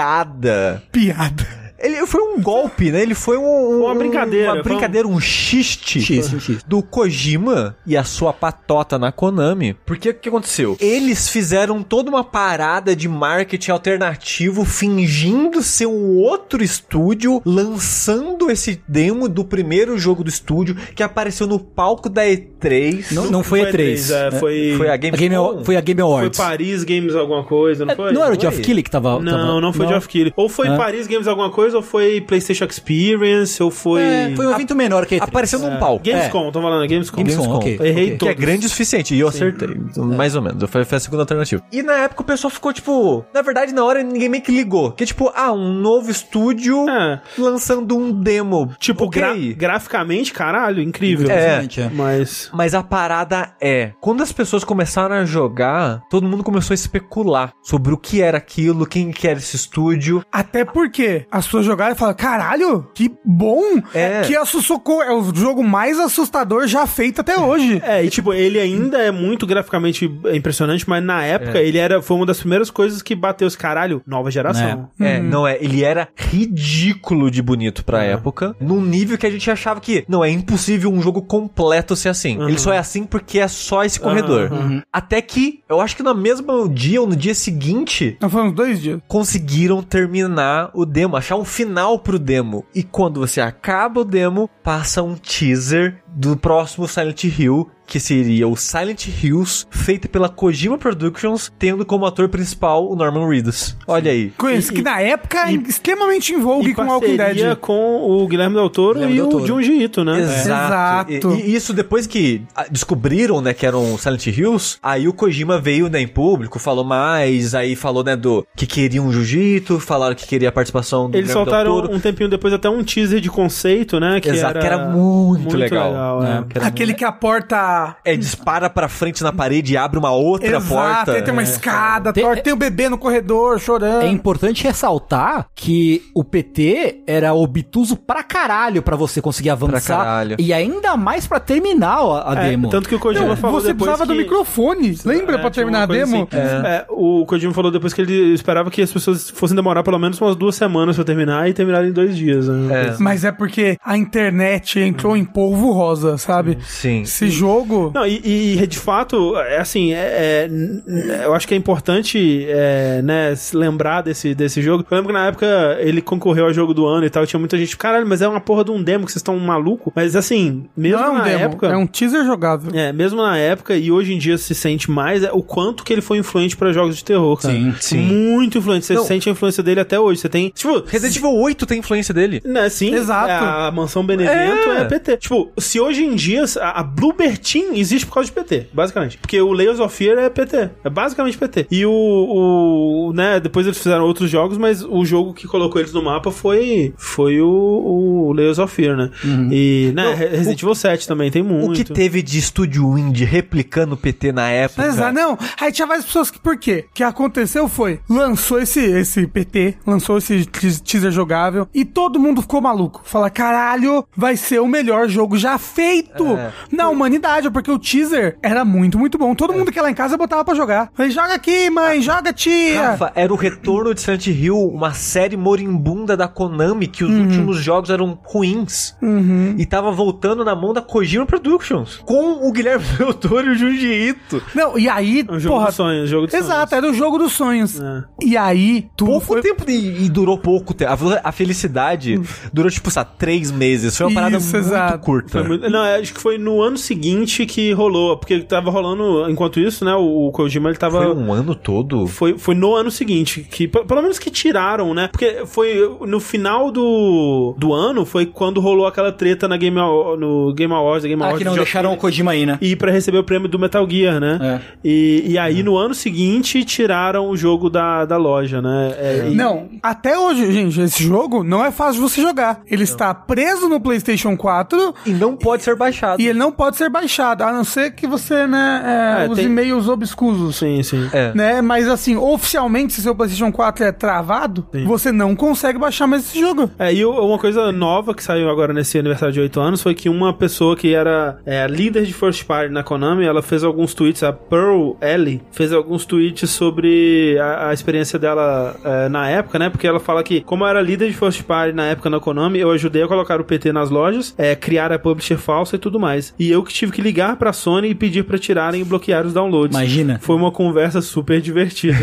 B: piada.
C: Piada.
B: Ele foi um golpe, né? Ele foi um, um-
A: Uma brincadeira,
B: Uma
A: foi um-
B: brincadeira, um xiste.
E: Xiste, um xiste.
B: Do Kojima e a sua patota na Konami. Porque o que aconteceu? Eles fizeram toda uma parada de marketing alternativo fingindo ser um outro estúdio, lançando esse demo do primeiro jogo do estúdio que apareceu no palco da E3.
E: Não, não foi E3.
A: é,
E: né?
A: foi,
B: Foi a
E: A
B: Game,
E: Game Awa- foi a Game
A: foi
E: Awards.
A: Paris Games alguma coisa, não foi?
E: É, não era o
A: Não,
E: Geoff Keighley que tava...
A: não, foi Geoff Keighley. Ou foi
E: É.
A: Paris Games alguma coisa, ou foi PlayStation Experience, ou foi...
E: É, foi um evento menor que a E3.
B: Apareceu num palco.
A: Gamescom, tô falando, é Gamescom.
E: Gamescom,
B: Gamescom.
E: ok.
A: Errei tudo.
E: ok.
B: Que é
A: Todos. É.
B: grande o suficiente. E eu acertei. Então, Mais ou menos. Eu fui, foi a segunda alternativa. E na época o pessoal ficou, tipo. Na verdade, na hora ninguém meio que ligou. Que é tipo, ah, um novo estúdio
A: É.
B: lançando um demo.
A: Tipo,
B: Ok.
A: gra- graficamente, caralho, incrível.
B: É.
E: Impressionante, é.
A: Mas...
B: Mas a parada é, quando as pessoas começaram a jogar, todo mundo começou a especular sobre o que era aquilo, quem que era esse estúdio.
C: Até porque a sua jogada fala, caralho, que bom!
B: É.
C: Que assustou, é o jogo mais assustador já feito até hoje.
A: É, e tipo, ele ainda é muito graficamente impressionante, mas na época
E: É.
A: ele era, foi uma das primeiras coisas que bateu os caralho, nova geração.
B: É, não é. Ele era ridículo de bonito pra época, num nível que a gente achava que, não, é impossível um jogo completo ser assim. Ele só é assim porque é só esse
A: Uhum.
B: corredor. Até que, eu acho que no mesmo dia ou no dia seguinte,
C: Nós falamos Então, dois dias.
B: conseguiram terminar o demo, achar um final pro demo. E quando você acaba o demo, passa um teaser do próximo Silent Hill, que seria o Silent Hills, feito pela Kojima Productions, tendo como ator principal o Norman Reedus. Olha aí.
C: Conheço que na época extremamente em
A: Em
C: vogue com Walking
A: parceria
C: Dead.
A: com o Guilherme Del Toro
E: Guilherme
A: e
E: Del Toro.
A: o Junji Ito, né?
B: Exato.
C: Exato.
B: E, e isso depois que ah, descobriram, né, que eram Silent Hills, aí o Kojima veio, né, em público, falou mais, aí falou, né, do que queria um jiu-jitsu, falaram que queria a participação do
A: Eles
B: Guilherme Del
A: soltaram
B: Toro.
A: um tempinho depois até um teaser de conceito, né? Que
B: Exato,
A: era
B: que era muito,
A: é.
B: legal. né, que era
C: Aquele que a porta.
B: muito- É, dispara pra frente na parede e abre uma outra porta.
C: aí tem
A: né?
C: uma
B: É.
C: escada,
E: Tem-
C: torta, tem o bebê no corredor chorando.
E: É
A: então,
E: importante ressaltar que o PT era obtuso pra caralho pra você conseguir avançar.
B: caralho.
E: E ainda mais pra terminar a, a
A: É,
E: demo.
A: tanto que o Kojima
C: Não,
A: falou
C: você
A: depois
C: precisava do
A: que-
C: microfone, lembra,
A: É,
C: pra
A: tinha
C: terminar
A: uma
C: a
A: coisa
C: demo?
A: assim. É, o Kojima falou depois que ele esperava que as pessoas fossem demorar pelo menos umas duas semanas pra terminar e terminaram em dois dias. Né?
B: É.
C: Mas é porque a internet entrou em polvo rosa, sabe?
B: Sim.
C: Esse jogo.
A: Não, e, e, de fato, é assim, é, é, n- n- eu acho que é importante é, né, se lembrar desse, desse jogo. Eu lembro que na época ele concorreu ao jogo do ano e tal, e tinha muita gente, caralho, mas é uma porra de um demo que vocês estão maluco. Mas assim, mesmo
C: Não é um
A: na
C: demo,
A: época.
C: é um teaser jogável.
A: É, mesmo na época e hoje em dia se sente mais é, o quanto que ele foi influente pra jogos de terror. cara.
E: Sim,
B: sim.
A: Muito influente. Você
B: Não.
A: sente a influência dele até hoje. Você tem. Tipo,
B: Resident Evil 8 tem influência dele.
A: né, sim,
C: Exato.
A: A mansão Benevento
B: É.
A: é. PT. Tipo, se hoje em dia a, a Bloober Team existe por causa de PT, basicamente. Porque o Layers of Fear é PT. É basicamente PT. E o, o- né, depois eles fizeram outros jogos, mas o jogo que colocou eles no mapa foi foi o, o Layers of Fear, né? E, né, Resident Evil 7 também tem muito.
B: Uhum. O que teve de estúdio indie replicando o PT na época?
C: Exato, não. Aí tinha várias pessoas que. Por quê? O que aconteceu foi: lançou esse, esse PT, lançou esse te- teaser jogável e todo
A: É,
C: mundo ficou maluco. Fala, caralho, vai ser o melhor jogo já feito na humanidade. episódio, porque o teaser era muito, muito bom.
A: É.
C: Todo mundo que ia lá em casa botava pra jogar. Falei, joga aqui, mãe, joga, tia.
B: Rafa, era o retorno de Silent Hill, uma série moribunda da Konami, que os últimos jogos eram ruins. E tava voltando na mão da Kojima Productions. Com o Guilherme Beltoro e o Junji Ito.
C: Não, e aí,
A: É um jogo
C: porra.
A: de sonhos, jogo de
B: é-
C: Exato, era o jogo dos sonhos.
A: sonhos. É.
C: E aí, tudo
B: Pouco
C: foi...
B: tempo e, e durou pouco tempo. A velo- A, felicidade durou, tipo, sabe, três meses. Foi uma parada
C: Isso,
B: muito
C: exato.
B: curta.
A: Foi muito- Não, é, acho que foi no ano seguinte que rolou, porque tava rolando, enquanto isso, né, o o Kojima ele tava...
B: Foi um ano todo.
A: Foi, foi no ano seguinte, que pe- pelo menos que tiraram, né? Porque foi no final do, do ano, foi quando rolou aquela treta na Game, Awa- no Game Awards, a Game
E: Ah,
A: Awards
E: que não
A: de-
E: deixaram o Kojima aí, né?
A: E pra receber o prêmio do Metal Gear, né?
E: É.
A: E, e aí, no ano seguinte, tiraram o jogo da, da loja, né? É, e-
C: Não, até hoje, gente, esse jogo não é fácil de você jogar. Ele está preso no PlayStation 4
B: E não pode ser baixado.
C: e ele não pode ser baixado, a não ser que você, né, é,
A: É,
C: use
A: tem-
C: e-mails obscusos.
A: Sim, sim.
B: É.
C: Né? Mas assim, oficialmente, se seu PlayStation 4 é travado, você não consegue baixar mais esse jogo.
A: É, e o- uma coisa nova que saiu agora nesse aniversário de 8 anos foi que uma pessoa que era é, líder de First Party na Konami, ela fez alguns tweets, a Pearl Ellie fez alguns tweets sobre a, a experiência dela é, na época, né? Porque ela fala que, como eu era líder de First Party na época na Konami, eu ajudei a colocar o PT nas lojas, é, criar a publisher falsa e tudo mais. E eu que tive que ligar pra Sony e pedir pra tirarem e bloquear os downloads.
E: Imagina.
A: Foi uma conversa super divertida.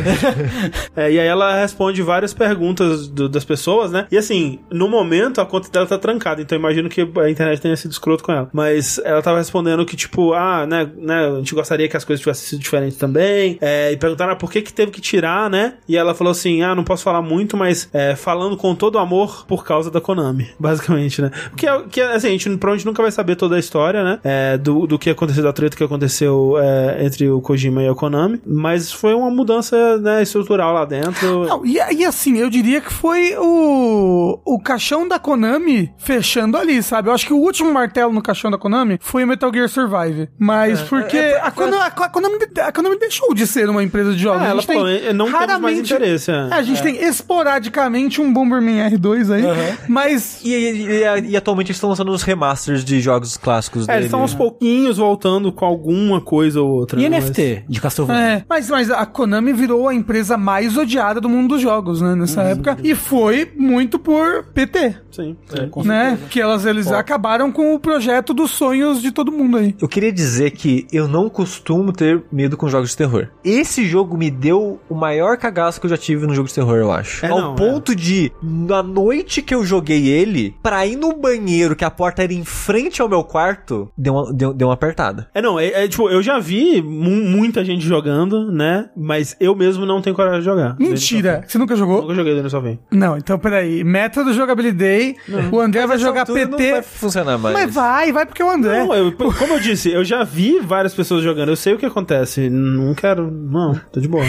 A: É, e aí ela responde várias perguntas do- das pessoas, né? E assim, no momento a conta dela tá trancada, então eu imagino que a internet tenha sido escroto com ela. Mas ela tava respondendo que, tipo, ah, né, né, a gente gostaria que as coisas tivessem sido diferentes também. É, e perguntaram ah, por que que teve que tirar, né? E ela falou assim: ah, não posso falar muito, mas é, falando com todo amor por causa da Konami, basicamente, né? Porque, é- que, assim, a gente, provavelmente nunca vai saber toda a história, né? É, do, do que aconteceu, da treta que aconteceu é, entre o Kojima e a Konami. Mas foi uma mudança né, estrutural lá dentro.
C: Não, e, e assim, eu diria que foi o, o caixão da Konami fechando ali, sabe? Eu acho que o último martelo no caixão da Konami foi o Metal Gear Survive.
A: É,
C: Mas porque a, Konami, a, Konami, a Konami deixou de ser uma empresa de jogos.
A: É,
C: A
A: ela
C: gente
A: falou, "Eh, não temos mais interesse, é."
C: É, a gente tem esporadicamente um Bomberman R2 aí, mas
B: E, e- e- e atualmente eles estão lançando os remasters de jogos clássicos
A: É, eles
B: dele.
A: estão aos pouquinhos voltando com alguma coisa ou outra.
E: E
A: né,
E: NFT de Castlevania?
C: É, mas, mas a Konami virou a empresa mais odiada do mundo dos jogos, né, nessa
A: Uhum.
C: época. E foi muito por PT,
A: mas- sim, é. sim.
C: né? Que elas, eles acabaram com o projeto dos sonhos de todo mundo aí.
B: Eu queria dizer que eu não costumo ter medo com jogos de terror. Esse jogo me deu o maior cagaço que eu já tive no jogo de terror, eu acho.
A: É,
B: Ao
A: não,
B: ponto de, na noite que eu joguei ele, pra ir no banheiro, que a porta era em frente ao meu quarto, deu uma, deu, deu uma apertada.
A: É, não, é, é, tipo, eu já vi mu- muita gente jogando, né? Mas eu mesmo não tenho coragem de jogar.
C: Mentira! Você nunca
A: Eu
C: jogou?
A: nunca joguei Daniel Salvin.
C: Não, então peraí. Meta do jogabilidade. O André vai jogar
B: Essa altura
C: PT.
B: Então, Não vai funcionar mais.
C: Mas vai, vai porque é o André.
A: Não, eu- como eu disse, eu já vi várias pessoas jogando, eu sei o que acontece. Não quero, não, tô de boa.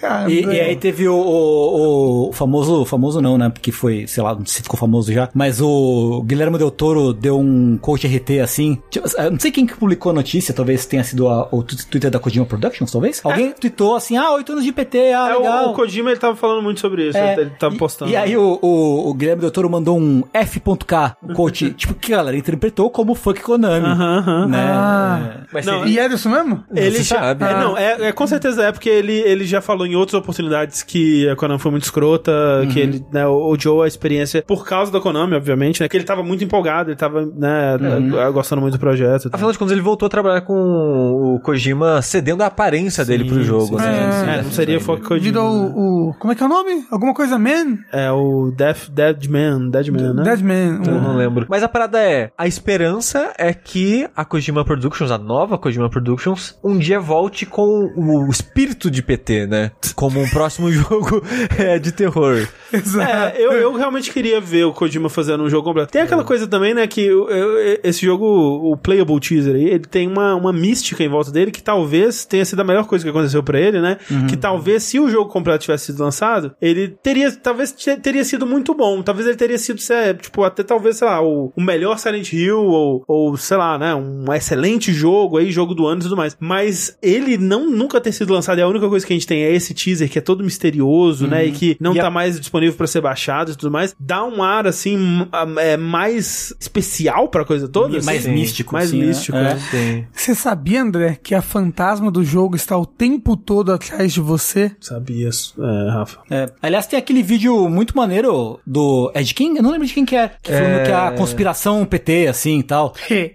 C: Cara,
E: É. E, e aí teve o, o- o famoso, famoso não, né? Porque foi, sei lá, não sei se ficou famoso já, mas o Guilherme Del Toro deu um coach RT assim. Tipo, eu não sei quem que publicou a notícia, talvez tenha sido a- o tu- Twitter da Kojima Productions, talvez? Alguém tweetou assim, ah, oito anos de PT, ah,
A: É,
E: legal.
A: o, o Kojima, ele tava falando muito sobre isso,
E: É,
A: ele- ele tava
E: e-
A: postando. né?
E: E, aí o, o, o Guilherme Del Toro mandou um F.K, o coach, tipo, que a galera interpretou como funk Konami.
A: Aham, aham.
E: Né?
C: Ah.
E: É. Mas
A: Não,
C: E é disso mesmo?
A: Ele
B: Você
A: já,
B: sabe.
A: é, não, é, é, com certeza é porque ele, ele já falou em outras oportunidades que a Konami foi muito escrota, que ele né, odiou a experiência por causa da Konami, obviamente, né? Que ele tava muito empolgado, ele tava né, gostando muito do projeto. e tal.
B: Afinal de contas, ele voltou a trabalhar com o Kojima cedendo a aparência dele pro jogo,
A: Sim,
B: né?
A: sim, é, não seria foco Kojima.
C: Virou o, o- Como é que é o nome? Alguma coisa Man?
A: É o Death, Dead Man, Dead Man, né?
C: Deadman.
B: Eu não lembro. Mas a parada é, a esperança é que a Kojima Productions, a nova Kojima Productions, um dia volte com o espírito de PT, né? Como um próximo jogo é, de terror.
C: Exato.
A: É, eu, eu realmente queria ver o Kojima fazendo um jogo completo. Tem aquela coisa também, né, que eu- eu- esse jogo, o Playable Teaser, aí, ele tem uma, uma mística em volta dele que talvez tenha sido a melhor coisa que aconteceu pra ele, né? Que talvez se o jogo completo tivesse sido lançado, ele teria, talvez te- teria sido muito bom. Talvez ele teria sido, sé- tipo, até talvez, sei lá, o, o melhor Silent Hill ou, ou, sei lá, né, um excelente jogo aí, jogo do ano e tudo mais. Mas ele não nunca ter sido lançado é a única coisa que a gente tem é esse teaser que é todo misterioso, né, e que não
E: Uhum. E a-
A: tá mais disponível pra ser baixado e tudo mais, dá um ar assim m- a- é, mais especial pra coisa toda,
E: Mais
A: assim.
E: místico,
A: mais
E: sim, né?
A: místico, cara.
B: Sim.
C: Você sabia, André, que a fantasma do jogo está o tempo todo atrás de você?
A: Sabia, é, Rafa.
E: É. Aliás, tem aquele vídeo muito maneiro do. É de quem? Eu não lembro de quem que é. Que falando que é a conspiração PT, assim e tal.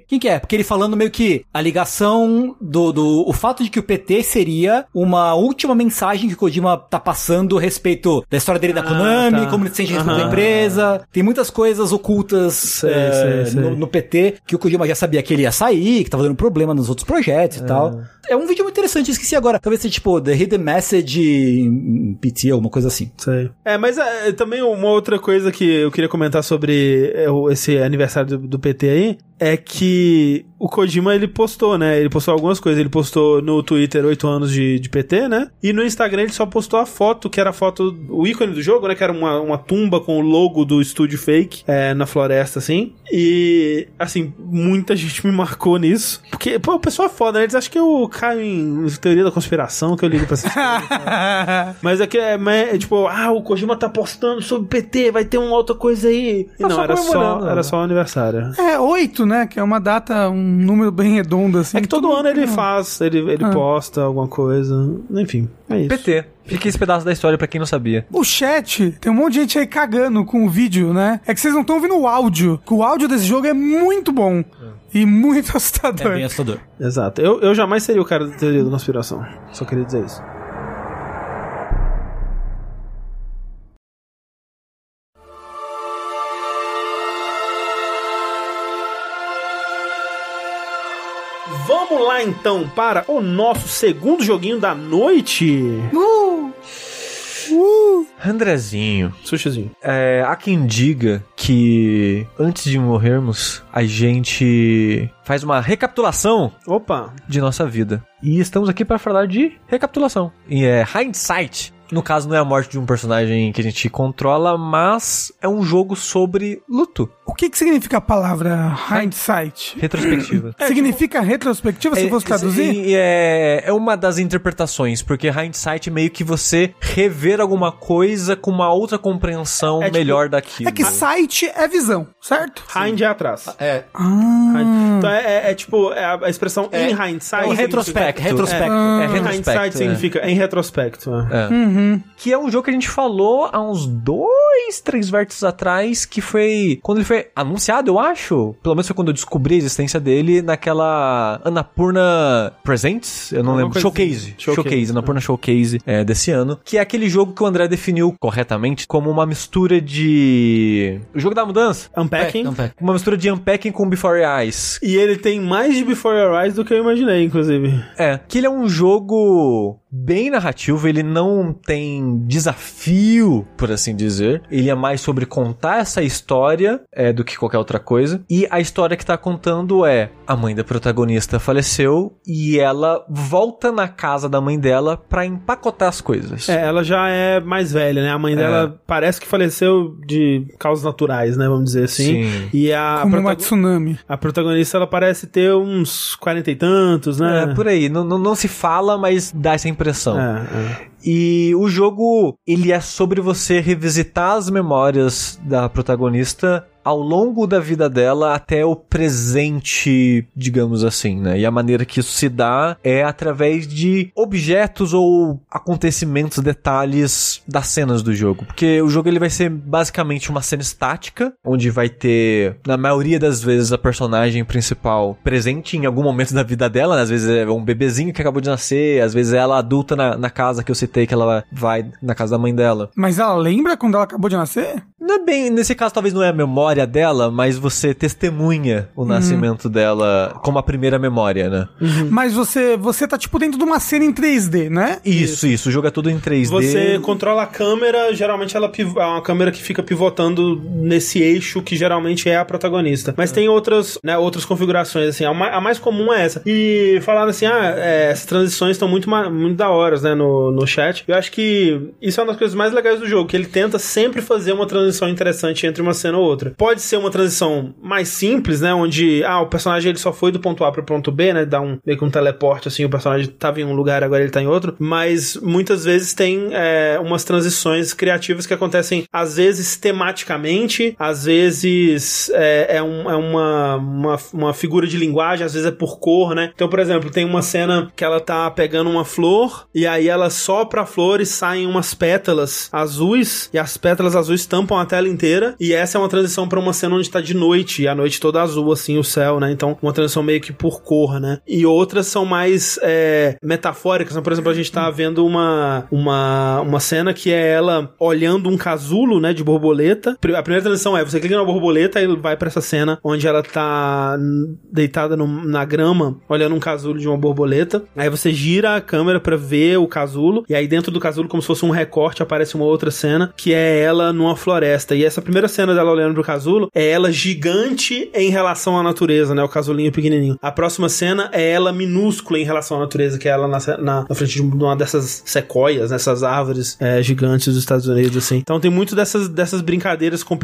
E: Quem que é? Porque ele falando meio que a ligação do, do. O fato de que o PT seria uma última mensagem que o Kojima tá passando a respeito da história dele da Konami,
A: tá.
E: como ele se sente responsável pela empresa. Tem muitas coisas ocultas é,
A: sei, sei.
E: No, no PT que o Kojima já sabia que ele ia sair, que tava dando problema nos outros projetos e tal. É um vídeo muito interessante, eu esqueci agora. Talvez seja tipo The Hidden Message em- em PT, alguma coisa assim.
A: Sei. É, mas é, também uma outra coisa que eu queria comentar sobre é, o- esse aniversário do, do PT aí é que o Kojima ele postou, né? Ele postou algumas coisas. Ele postou no Twitter 8 anos de, de PT, né? E no Instagram ele só postou a foto, que era a foto, o ícone do jogo, né? Que era uma, uma tumba com o logo do estúdio fake é, na floresta, assim. E, assim, muita gente me marcou nisso. Porque, pô, o pessoal é foda, né? Eles acham que eu caio em teoria da conspiração, que eu ligo pra essas coisas. Mas é que é, mas é tipo, ah, o Kojima tá postando sobre o PT, vai ter uma outra coisa aí. E
B: Tá
A: não,
B: só
A: era só,
B: comemorando.
A: era só o aniversário.
C: É, oito, né? Que é uma data, um número bem redondo, assim.
A: É que todo Ah.
C: Tudo-
A: ano ele faz, ele, ele posta alguma coisa. Enfim, é isso.
B: PT. Fica esse pedaço da história pra quem não sabia.
C: O chat, tem um monte de gente aí cagando com o vídeo, né? É que vocês não estão ouvindo o áudio. Que o áudio desse jogo é muito bom. E muito É assustador.
E: assustador.
A: Exato. Eu, eu jamais seria o cara da teoria da conspiração. Só queria dizer isso. Vamos lá então para o nosso segundo joguinho da noite.
B: Andrezinho,
A: Sushizinho.
B: é, há quem diga que antes de morrermos, a gente faz uma recapitulação
A: Opa,
B: de nossa vida. E estamos aqui para falar de recapitulação. E é hindsight. No caso, não é a morte de um personagem que a gente controla, mas é um jogo sobre luto.
C: O que, que significa a palavra hindsight?
B: Retrospectiva.
C: significa retrospectiva, se fosse traduzir?
B: e- e É, é uma das interpretações, porque hindsight é meio que você rever alguma coisa com uma outra compreensão
A: É, é tipo-
B: melhor daquilo. um
C: É que sight é visão, certo?
A: hind é atrás.
C: Ah,
A: Hind. Então é, é- é tipo, é a a expressão em hindsight.
E: É o
A: significa-
E: retrospecto, retrospecto.
A: É, Em
B: É
A: hindsight
B: retrospecto. é.
A: significa em retrospecto. é.
B: É.
C: uhum,
B: Que é um jogo que a gente falou há uns dois, três vértices atrás, que foi. Quando ele foi anunciado, eu acho. Pelo menos foi quando eu descobri a existência dele naquela Annapurna Presents? Eu não
A: Alguma
B: lembro.
A: coisa assim.
B: Showcase. Showcase.
A: Showcase,
B: Annapurna Showcase é, desse ano. Que é aquele jogo que o André definiu corretamente como uma mistura de. O jogo da mudança.
A: Unpacking.
E: é,
B: Uma mistura de unpacking com Before Your Eyes.
A: E ele tem mais de Before Your Eyes do que eu imaginei, inclusive.
B: É, que ele é um jogo bem narrativo, ele não tem desafio, por assim dizer. Ele é mais sobre contar essa história é, do que qualquer outra coisa. E a história que tá contando é: a mãe da protagonista faleceu e ela volta na casa da mãe dela pra empacotar as coisas.
A: É, ela já é mais velha, né? A mãe dela parece que faleceu de causas naturais, né? Vamos dizer assim.
B: Sim.
A: E a,
C: como uma
A: protago-
C: tsunami.
A: a protagonista, ela parece ter uns quarenta e tantos, né?
B: É, por aí, não, não, não se fala, mas dá essa impressão.
A: É, é.
B: E o jogo, ele é sobre você revisitar as memórias da protagonista ao longo da vida dela até o presente, digamos assim, né? E a maneira que isso se dá é através de objetos ou acontecimentos, detalhes das cenas do jogo. Porque o jogo ele vai ser basicamente uma cena estática, onde vai ter, na maioria das vezes, a personagem principal presente em algum momento da vida dela. né? Às vezes é um bebezinho que acabou de nascer, às vezes é ela adulta na, na casa que eu citei, que ela vai na casa da mãe dela.
C: Mas ela lembra quando ela acabou de nascer?
B: Não é bem, nesse caso talvez não é a memória dela, mas você testemunha o nascimento dela como a primeira memória, né?
C: Mas você, você tá tipo dentro de uma cena em 3D, né?
B: Isso, isso, o jogo é tudo em 3D.
A: Você controla a câmera, geralmente ela piv- é uma câmera que fica pivotando nesse eixo que geralmente é a protagonista. Mas tem outras, né, outras configurações, assim, a, ma- a mais comum é essa. E falaram assim, ah, é, essas transições estão muito, ma- muito da horas, né, no, no chat. Eu acho que isso é uma das coisas mais legais do jogo, que ele tenta sempre fazer uma transição transição interessante entre uma cena ou outra. Pode ser uma transição mais simples, né? Onde, ah, o personagem ele só foi do ponto A pro ponto B, né? Dá um, meio que um teleporte, assim, o personagem tava em um lugar, agora ele tá em outro. Mas muitas vezes tem é, umas transições criativas que acontecem, às vezes, tematicamente, às vezes é, é, um- é uma, uma, uma figura de linguagem, às vezes é por cor, né? Então, por exemplo, tem uma cena que ela tá pegando uma flor e aí ela sopra a flor e saem umas pétalas azuis e as pétalas azuis tampam a tela inteira e essa é uma transição pra uma cena onde tá de noite e a noite toda azul, assim, o céu, né? Então, uma transição meio que por cor, né? E outras são mais é, metafóricas. né? Por exemplo, a gente tá vendo uma, uma, uma cena que é ela olhando um casulo, né, de borboleta. Pri- A primeira transição é você clica na borboleta e vai pra essa cena onde ela tá hum, deitada no- na grama, olhando um casulo de uma borboleta. Aí você gira a câmera pra ver o casulo e aí dentro do casulo, como se fosse um recorte, aparece uma outra cena que é ela numa floresta. E essa primeira cena dela olhando pro casulo é ela gigante em relação à natureza, né? O casulinho pequenininho. A próxima cena é ela minúscula em relação à natureza, que é ela na, na- na frente de uma dessas sequoias, nessas árvores é, gigantes dos Estados Unidos, assim. Então tem muito dessas, dessas brincadeiras com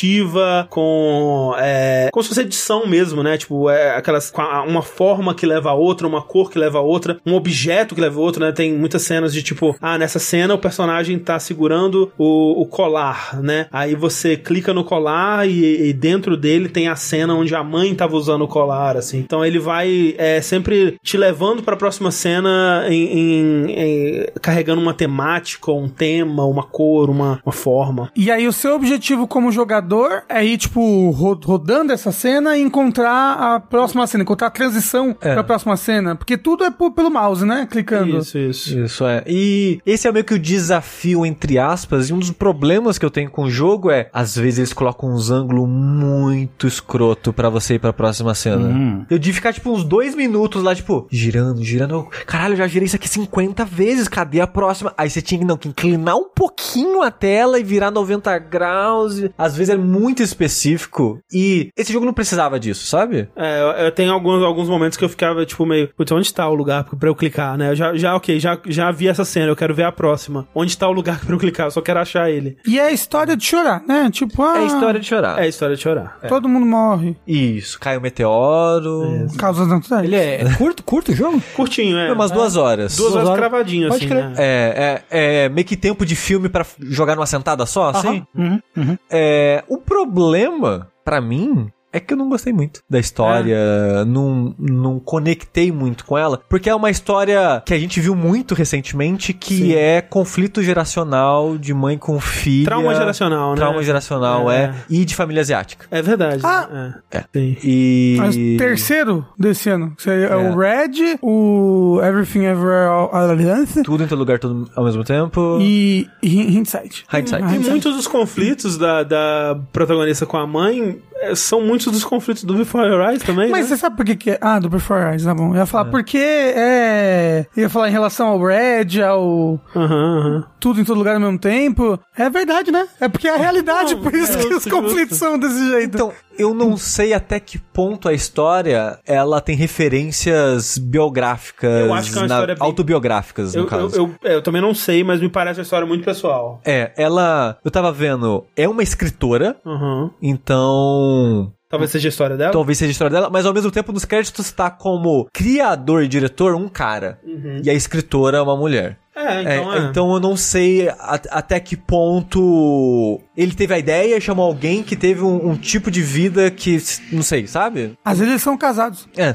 A: perspectiva, com. É, como se fosse edição mesmo, né? Tipo, é aquelas. com a- Uma forma que leva a outra, uma cor que leva a outra, um objeto que leva a outro, né? Tem muitas cenas de tipo, ah, nessa cena o personagem tá segurando o, o colar, né? Aí você clica no colar e, e dentro dele tem a cena onde a mãe tava usando o colar, assim. Então ele vai é, sempre te levando pra próxima cena em, em- em- carregando uma temática, um tema, uma cor, uma, uma forma.
C: E aí o seu objetivo como jogador é ir, tipo, ro- rodando essa cena e encontrar a próxima cena, encontrar a transição pra próxima cena. Porque tudo é por- pelo mouse, né? Clicando.
A: Isso, isso.
B: É. Isso é. E esse é meio que o desafio, entre aspas, e um dos problemas que eu tenho com o jogo é, às vezes eles colocam uns ângulos muito escroto pra você ir pra próxima cena.
E: Hum.
B: Eu de ficar, tipo, uns dois minutos lá, tipo, girando, girando. eu, Caralho, eu já girei isso aqui 50 vezes, cadê a próxima? Aí você tinha que, não, que inclinar um pouquinho a tela e virar 90 graus. e- Às vezes é muito específico. E esse jogo não precisava disso, sabe?
A: É, eu, eu tenho alguns, alguns momentos que eu ficava, tipo, meio, putz, onde tá o lugar pra eu clicar, né? Eu já, já, ok, já, já vi essa cena, eu quero ver a próxima. Onde tá o lugar pra eu clicar? Eu só quero achar ele.
C: E é a história de chorar, né? Tipo, ah,
B: É a história de chorar.
A: É a história de chorar. É.
C: todo mundo morre.
B: Isso, cai o meteoro.
C: por Causa da naturais.
E: Ele é curto, curto o jogo?
A: Curtinho, é.
B: Foi umas duas horas.
A: Duas horas
E: horas.
A: cravadinho,
E: Pode
A: assim,
E: crer.
A: né?
B: É, é, é meio que tempo de filme pra f- jogar numa sentada só, assim.
E: Uhum, uhum.
B: É, o problema, pra mim, é que eu não gostei muito da história, não, não conectei muito com ela, porque é uma história que a gente viu muito recentemente, que é conflito geracional de mãe com filho.
A: Trauma geracional, né?
B: Trauma geracional,
A: É.
B: é. E de família asiática.
A: É verdade.
C: Ah!
A: né? É. Sim.
B: E...
C: Mas terceiro desse ano. que seria
B: É.
C: o Red, o Everything Everywhere All All at Once
B: Tudo em todo lugar, tudo ao mesmo tempo.
C: e Hin- Hindsight.
B: Hindsight.
C: é
A: E muitos dos conflitos da, da protagonista com a mãe é, são muitos dos conflitos do Before Your Eyes também.
C: Mas
A: né?
C: você sabe por que que é? Ah, do Before Eyes, tá bom. Eu ia falar porque é... Eu ia falar em relação ao Red, ao...
A: Aham, aham.
C: Tudo em todo lugar ao mesmo tempo. É verdade, né? É porque é a realidade,
A: Não,
C: por isso
A: é,
C: que os
A: justo,
C: conflitos são desse jeito.
B: Então, eu não sei até que ponto a história ela tem referências biográficas,
A: Eu acho que é uma história bem-
B: autobiográficas, no
A: Eu, eu,
B: caso.
A: eu, é, eu também não sei, mas me parece uma história muito pessoal.
B: É, ela. Eu tava vendo. É uma escritora,
A: Aham.
B: então.
A: Talvez seja a história dela.
B: Talvez seja a história dela, mas ao mesmo tempo nos créditos tá como criador e diretor um cara. E a escritora é uma mulher.
A: É, Uhum. então
B: É,
A: é.
B: então eu não sei a- até que ponto ele teve a ideia, chamou alguém que teve um- um tipo de vida que. Não sei, sabe?
C: Às vezes eles são casados.
B: É.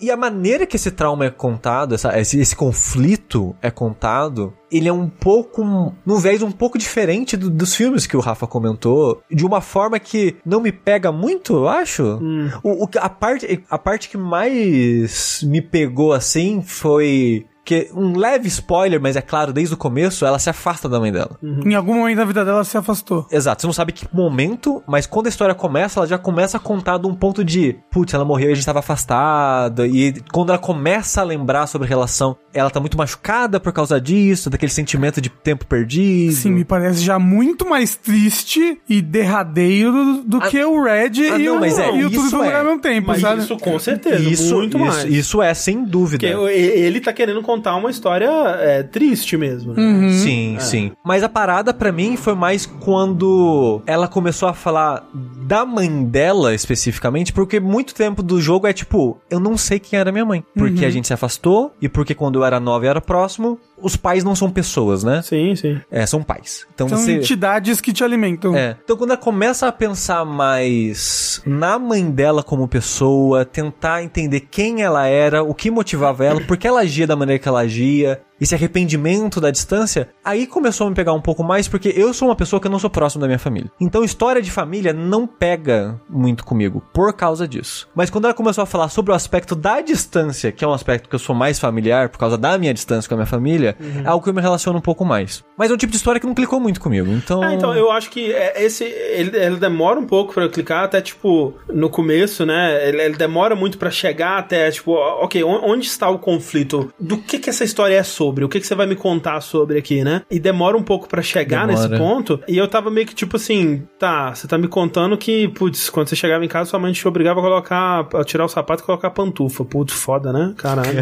B: E a maneira que esse trauma é contado, essa- esse, esse conflito é contado, ele é um pouco. um- num viés um pouco diferente do- dos filmes que o Rafa comentou, de uma forma que não me pega muito, eu acho. O, o que- a, parte, a parte que mais me pegou assim foi. Que um leve spoiler, mas é claro, desde o começo, ela se afasta da mãe dela.
C: Em algum momento da vida dela se afastou.
B: Exato, você não sabe que momento, mas quando a história começa, ela já começa a contar de um ponto de, putz, ela morreu e a gente tava afastada. E quando ela começa a lembrar sobre a relação, ela tá muito machucada por causa disso, daquele sentimento de tempo perdido.
C: Sim, me parece já muito mais triste e derradeiro do, do
B: Ah,
C: que o Red
B: ah,
C: e,
B: não,
C: o,
B: mas é,
C: e o
B: isso
C: Tudo pelo
B: é.
C: Lugar ao mesmo tempo,
A: Mas
C: sabe?
A: isso com certeza,
B: isso,
A: muito
B: isso,
A: mais.
B: isso é, sem dúvida.
A: Porque e- ele tá querendo contar uma história é, triste mesmo. né?
B: Uhum. Sim, sim. É. Mas a parada pra mim foi mais quando ela começou a falar da mãe dela especificamente, porque muito tempo do jogo é tipo, eu não sei quem era minha mãe, porque a gente se afastou e porque quando eu era nova e era próximo, os pais não são pessoas, né?
A: Sim, sim.
B: É, são pais. Então
C: São
B: você
C: entidades que te alimentam.
B: é. Então quando ela começa a pensar mais na mãe dela como pessoa, tentar entender quem ela era, o que motivava ela, por que ela agia da maneira que ela agia, esse arrependimento da distância, aí começou a me pegar um pouco mais, porque eu sou uma pessoa que eu não sou próximo da minha família. Então história de família não pega muito comigo por causa disso. Mas quando ela começou a falar sobre o aspecto da distância, que é um aspecto que eu sou mais familiar por causa da minha distância com a minha família,
A: Uhum.
B: é algo que eu me relaciono um pouco mais. Mas é um tipo de história que não clicou muito comigo. Então,
A: Ah, então eu acho que é, esse ele, ele demora um pouco pra eu clicar, até tipo no começo, né? Ele, ele demora muito pra chegar até tipo, ó, ok, on- onde está o conflito? Do que que essa história é sobre? O que que você vai me contar sobre aqui, né? E demora um pouco pra chegar
B: Demora.
A: nesse ponto. E eu tava meio que tipo assim, tá, você tá me contando que, putz, quando você chegava em casa sua mãe te obrigava a colocar, a tirar o sapato e colocar a pantufa. Putz, foda, né? Caralho.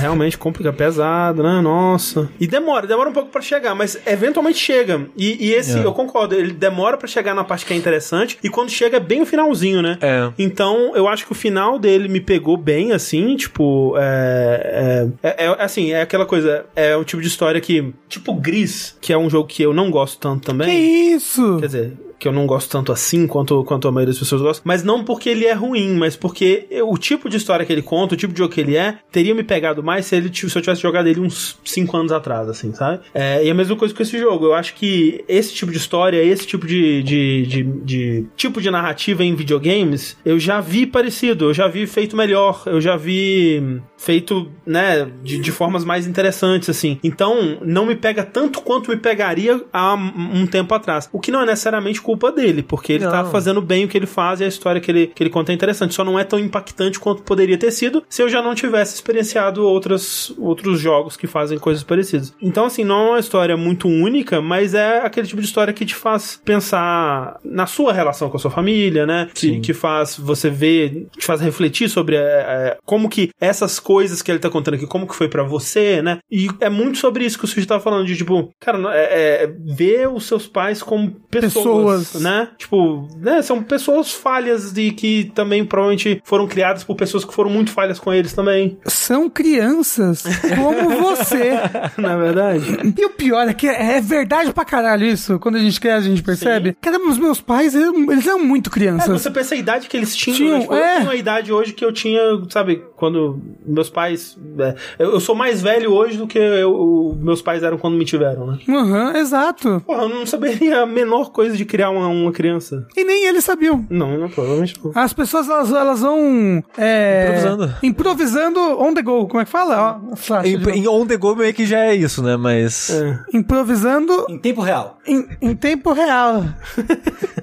A: Realmente complica, pesado, né? Nossa. E demora, demora um pouco pra chegar, mas eventualmente chega. E, e esse, eu concordo, ele demora pra chegar na parte que é interessante, e quando chega é bem o finalzinho, né?
B: É.
A: Então, eu acho que o final dele me pegou bem, assim, tipo, é, é, é- é, assim, é aquela coisa, é um tipo de história que, tipo Gris, que é um jogo que eu não gosto tanto também.
C: Que isso?
A: Quer dizer, que eu não gosto tanto assim quanto, quanto a maioria das pessoas gosta. Mas não porque ele é ruim, mas porque eu- o tipo de história que ele conta, o tipo de jogo que ele é, teria me pegado mais se, ele, t- se eu tivesse jogado ele uns 5 anos atrás, assim, sabe? É, e a mesma coisa com esse jogo. Eu acho que esse tipo de história, esse tipo de, de, de, de- tipo de narrativa em videogames, eu já vi parecido, eu já vi feito melhor, eu já vi feito, né, de, de formas mais interessantes, assim. Então, não me pega tanto quanto me pegaria há um um tempo atrás. O que não é necessariamente culpa dele, porque ele tá
B: Não.
A: fazendo bem o que ele faz e a história que ele, que ele conta é interessante. Só não é tão impactante quanto poderia ter sido se eu já não tivesse experienciado outras, outros jogos que fazem coisas parecidas. Então, assim, não é uma história muito única, mas é aquele tipo de história que te faz pensar na sua relação com a sua família, né? Que,
B: Sim.
A: que faz você ver, te faz refletir sobre é, é, como que essas coisas que ele tá contando aqui, como que foi pra você, né? E é muito sobre isso que o Suji tava falando, de tipo, cara, é, é, ver os seus pais como pessoas,
C: Pessoas.
A: né? Tipo, né? São pessoas falhas e que também provavelmente foram criadas por pessoas que foram muito falhas com eles também,
C: São crianças como você.
A: na verdade.
C: E o pior é que é verdade pra caralho isso. Quando a gente quer, a gente percebe. Cara, os meus pais, eles eles eram muito
A: É,
C: crianças.
A: você pensa a idade que eles tinham,
C: Tinham,
A: né? Tipo,
C: é.
A: eu tenho a idade hoje que eu tinha, sabe, quando meus pais. é, eu, eu sou mais velho hoje do que eu- o- meus pais eram quando me tiveram, né?
C: Aham, exato.
A: Porra, eu não saberia a menor coisa de criar uma, uma criança.
C: E nem eles sabiam.
A: Não, não, provavelmente não.
C: As pessoas, elas, elas vão... é,
B: Improvisando.
C: Improvisando on the go. Como é que fala? Ó, flash, de
B: Em,
C: novo.
B: em On The Go meio que já é isso, né? Mas...
A: É,
C: Improvisando
E: Em tempo real.
C: em, em tempo real.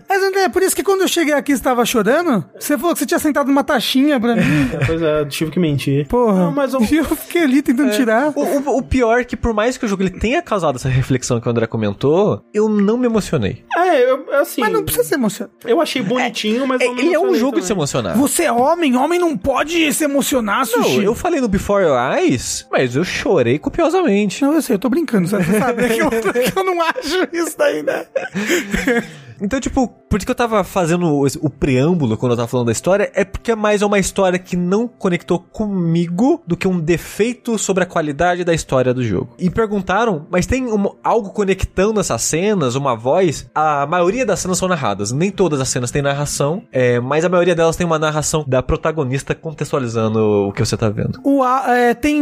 C: Mas, André, por isso que quando eu cheguei aqui e estava chorando, você falou que você tinha sentado uma taxinha pra mim.
A: É, pois é, eu tive que mentir.
C: Porra.
A: Não, mas eu-
C: E eu fiquei ali tentando tirar.
B: O, o- o pior é que por mais que o jogo ele tenha causado essa reflexão que o André comentou, eu não me emocionei.
A: É, eu, assim.
C: Mas não precisa se emocionar.
A: Eu achei bonitinho, mas.
B: É,
A: eu não
B: ele é um
A: emocionei
B: jogo de se
A: também.
B: emocionar.
C: Você é homem, homem não pode se emocionar,
B: Não,
C: Sushi.
B: eu falei no Before Your Eyes, mas eu chorei copiosamente.
C: Não, eu sei, eu tô brincando, sabe? Você sabe que eu, que eu não acho isso daí, né?
B: Então, tipo, por isso que eu tava fazendo esse- o preâmbulo quando eu tava falando da história, é porque é mais uma história que não conectou comigo do que um defeito sobre a qualidade da história do jogo. E perguntaram, mas tem um- algo conectando essas cenas, uma voz? A maioria das cenas são narradas, nem todas as cenas têm narração, é, mas a maioria delas tem uma narração da protagonista contextualizando o que você tá vendo.
C: O a- é, tem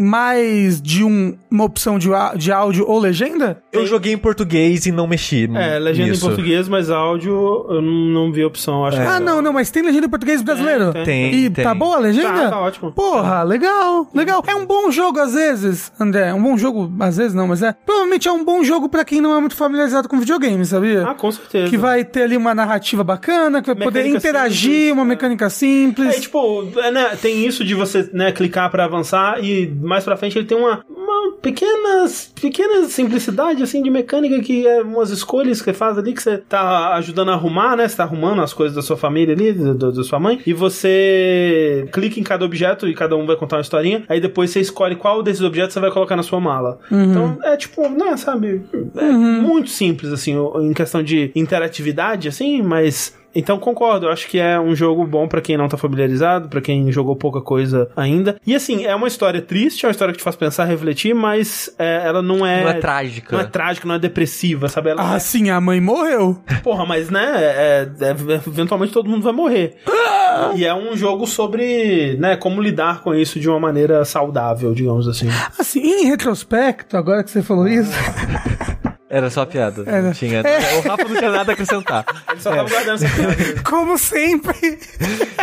C: mais de um- uma opção de, a- de áudio ou legenda?
B: Eu joguei em português e não mexi.
A: É, legenda
B: nisso.
A: em português, mas áudio eu não, não vi a opção, acho que.
C: Ah, não, não, mas tem legenda em português brasileiro?
A: É. Tem,
B: É, tem.
C: E
B: Tem,
C: tá
B: tem.
C: boa a legenda?
A: Tá, tá ótimo.
C: Porra, legal, legal. É um bom jogo às vezes, André. É um bom jogo, às vezes não, mas é. Provavelmente é um bom jogo pra quem não é muito familiarizado com videogame, sabia?
A: Ah, com certeza.
C: que vai ter ali uma narrativa bacana, que vai poder
A: Mecânica
C: interagir,
A: simples,
C: uma
B: né?
A: é.
C: mecânica
A: É,
C: simples.
A: e, tipo, é, né, tem isso de você né, clicar pra avançar e mais pra frente ele tem uma, uma uma pequenas, pequena simplicidade, assim, de mecânica que é umas escolhas que você faz ali, que você tá ajudando a arrumar, né? Você tá arrumando as coisas da sua família ali, do- do- da sua mãe, e você clica em cada objeto e cada um vai contar uma historinha, aí depois você escolhe qual desses objetos você vai colocar na sua mala. Então, é tipo, né, sabe? É muito simples, assim, o- em questão de interatividade, assim, mas então concordo, eu acho que é um jogo bom pra quem não tá familiarizado, pra quem jogou pouca coisa ainda. E assim, é uma história triste, é uma história que te faz pensar, refletir, mas é, ela não é.
B: Não é trágica.
A: Não é trágica, não é depressiva, sabe? Ela, é
C: Ah, sim, a mãe morreu.
A: Porra, mas né, é- é- eventualmente todo mundo vai morrer.
B: Ah!
A: e é um jogo sobre, né, como lidar com isso de uma maneira saudável, digamos assim.
C: Assim, em retrospecto, agora que você falou
B: Ah.
C: isso,
B: Era só piada. Não
C: Era.
B: tinha, é, O Rafa não tinha nada a acrescentar.
A: Ele só tava guardando essa piada.
C: como sempre.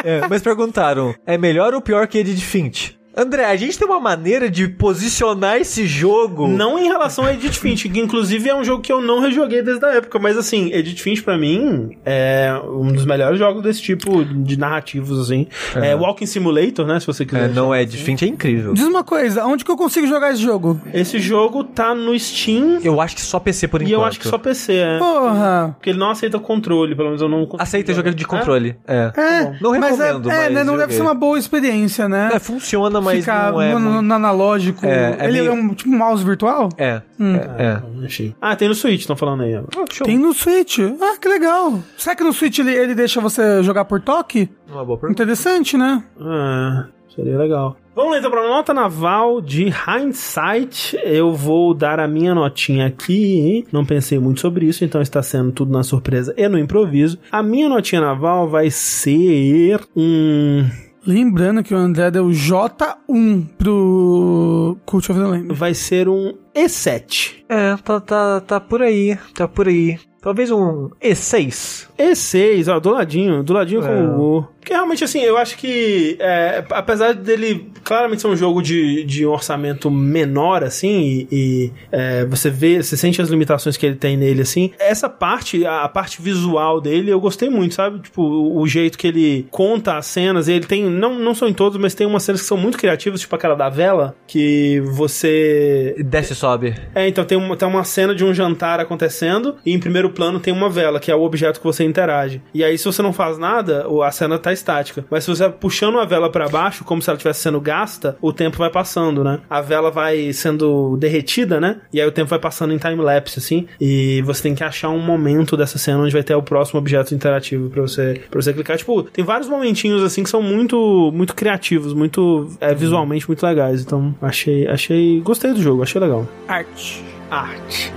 B: É, mas perguntaram: é melhor ou pior que Edith Finch? André, a gente tem uma maneira de posicionar esse jogo.
A: Não em relação a Edith Finch, que inclusive é um jogo que eu não rejoguei desde a época, mas assim, Edith Finch pra mim é um dos melhores jogos desse tipo de narrativos, assim. É, Walking Simulator, né? Se você
B: É,
A: quiser.
B: não é Edith Finch, é incrível.
C: Diz uma coisa, onde que eu consigo jogar esse jogo?
A: Esse jogo tá no Steam
B: Eu acho que só PC por
A: e
B: enquanto.
A: eu acho que só PC, é.
C: Porra.
A: Porque ele não aceita controle, pelo menos eu não consigo
B: Aceita
A: jogar.
B: jogo de controle. É.
C: É,
B: Não
C: mas é,
B: recomendo,
C: é,
B: mas
C: né, não deve
B: joguei.
C: ser uma boa experiência, né?
B: É, funciona, mas
C: Ficar
B: não é.
C: no,
B: muito-
C: no analógico.
B: É, é
C: Ele
B: meio-
C: é um tipo um mouse virtual?
B: É, é,
A: Ah, não achei. Ah, tem no Switch, estão falando aí. ó.
C: Tem no Switch. Ah, que legal. Será que no Switch ele, ele deixa você jogar por toque?
B: é. Uma boa pergunta.
C: Interessante, né?
A: Ah, seria legal. Vamos lá então para nota naval de hindsight. Eu vou dar a minha notinha aqui. Não pensei muito sobre isso, então está sendo tudo na surpresa e no improviso. A minha notinha naval vai ser um.
C: Lembrando que o André deu J1 pro Cult of the Lamb.
A: Vai ser um E7.
B: É, tá, tá, tá por aí. Tá por aí. Talvez um E6.
A: E6, ó, do ladinho, do ladinho com
B: É.
A: o Wu. Porque realmente, assim, eu acho que, é, apesar dele claramente ser um jogo de, de um orçamento menor, assim, e, e, é, você vê, você sente as limitações que ele tem nele, assim, essa parte, a, a parte visual dele, eu gostei muito, sabe? Tipo, o, o jeito que ele conta as cenas, ele tem, não, não são em todos, mas tem umas cenas que são muito criativas, tipo aquela da vela, que você
B: Desce e sobe.
A: é, então tem uma, tem uma cena de um jantar acontecendo e em primeiro plano tem uma vela, que é o objeto que você interage. E aí, se você não faz nada, o- a cena tá estática. Mas se você vai puxando a vela pra baixo, como se ela estivesse sendo gasta, o tempo vai passando, né? A vela vai sendo derretida, né? E aí o tempo vai passando em time-lapse, assim. E você tem que achar um momento dessa cena onde vai ter o próximo objeto interativo pra você, pra você clicar. Tipo, tem vários momentinhos, assim, que são muito, muito criativos, muito é, visualmente muito legais. Então, achei, achei. Gostei do jogo, achei legal
C: Arte.
A: arte.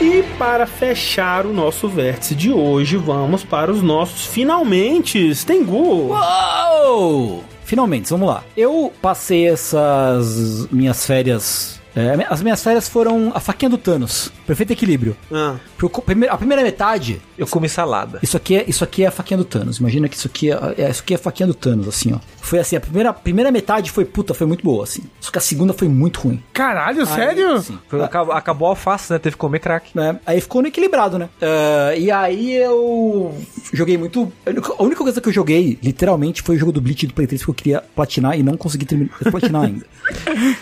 A: E Para fechar o nosso vértice de hoje, vamos para os nossos finalmente. Tengu!
E: Uou! Oh! Finalmente, vamos lá. Eu passei essas minhas férias. é, as minhas férias foram a faquinha do Thanos. Perfeito equilíbrio.
A: Ah,
E: Porque o prime- A primeira metade,
B: Eu comi salada.
E: isso aqui, é, isso aqui é a faquinha do Thanos. Imagina que isso aqui é, é- isso aqui é a faquinha do Thanos, assim, ó. Foi assim, a primeira, a primeira metade foi puta, foi muito boa, assim. Só que a segunda foi muito ruim.
C: Caralho, sério?
E: Sim.
B: Foi- acabou, acabou a alface, né? Teve que comer crack.
E: né? Aí ficou no equilibrado, né? Ah, e aí eu joguei muito. A única coisa que eu joguei, literalmente, foi o jogo do Bleach do Play 3 que eu queria platinar e não consegui terminar, platinar ainda.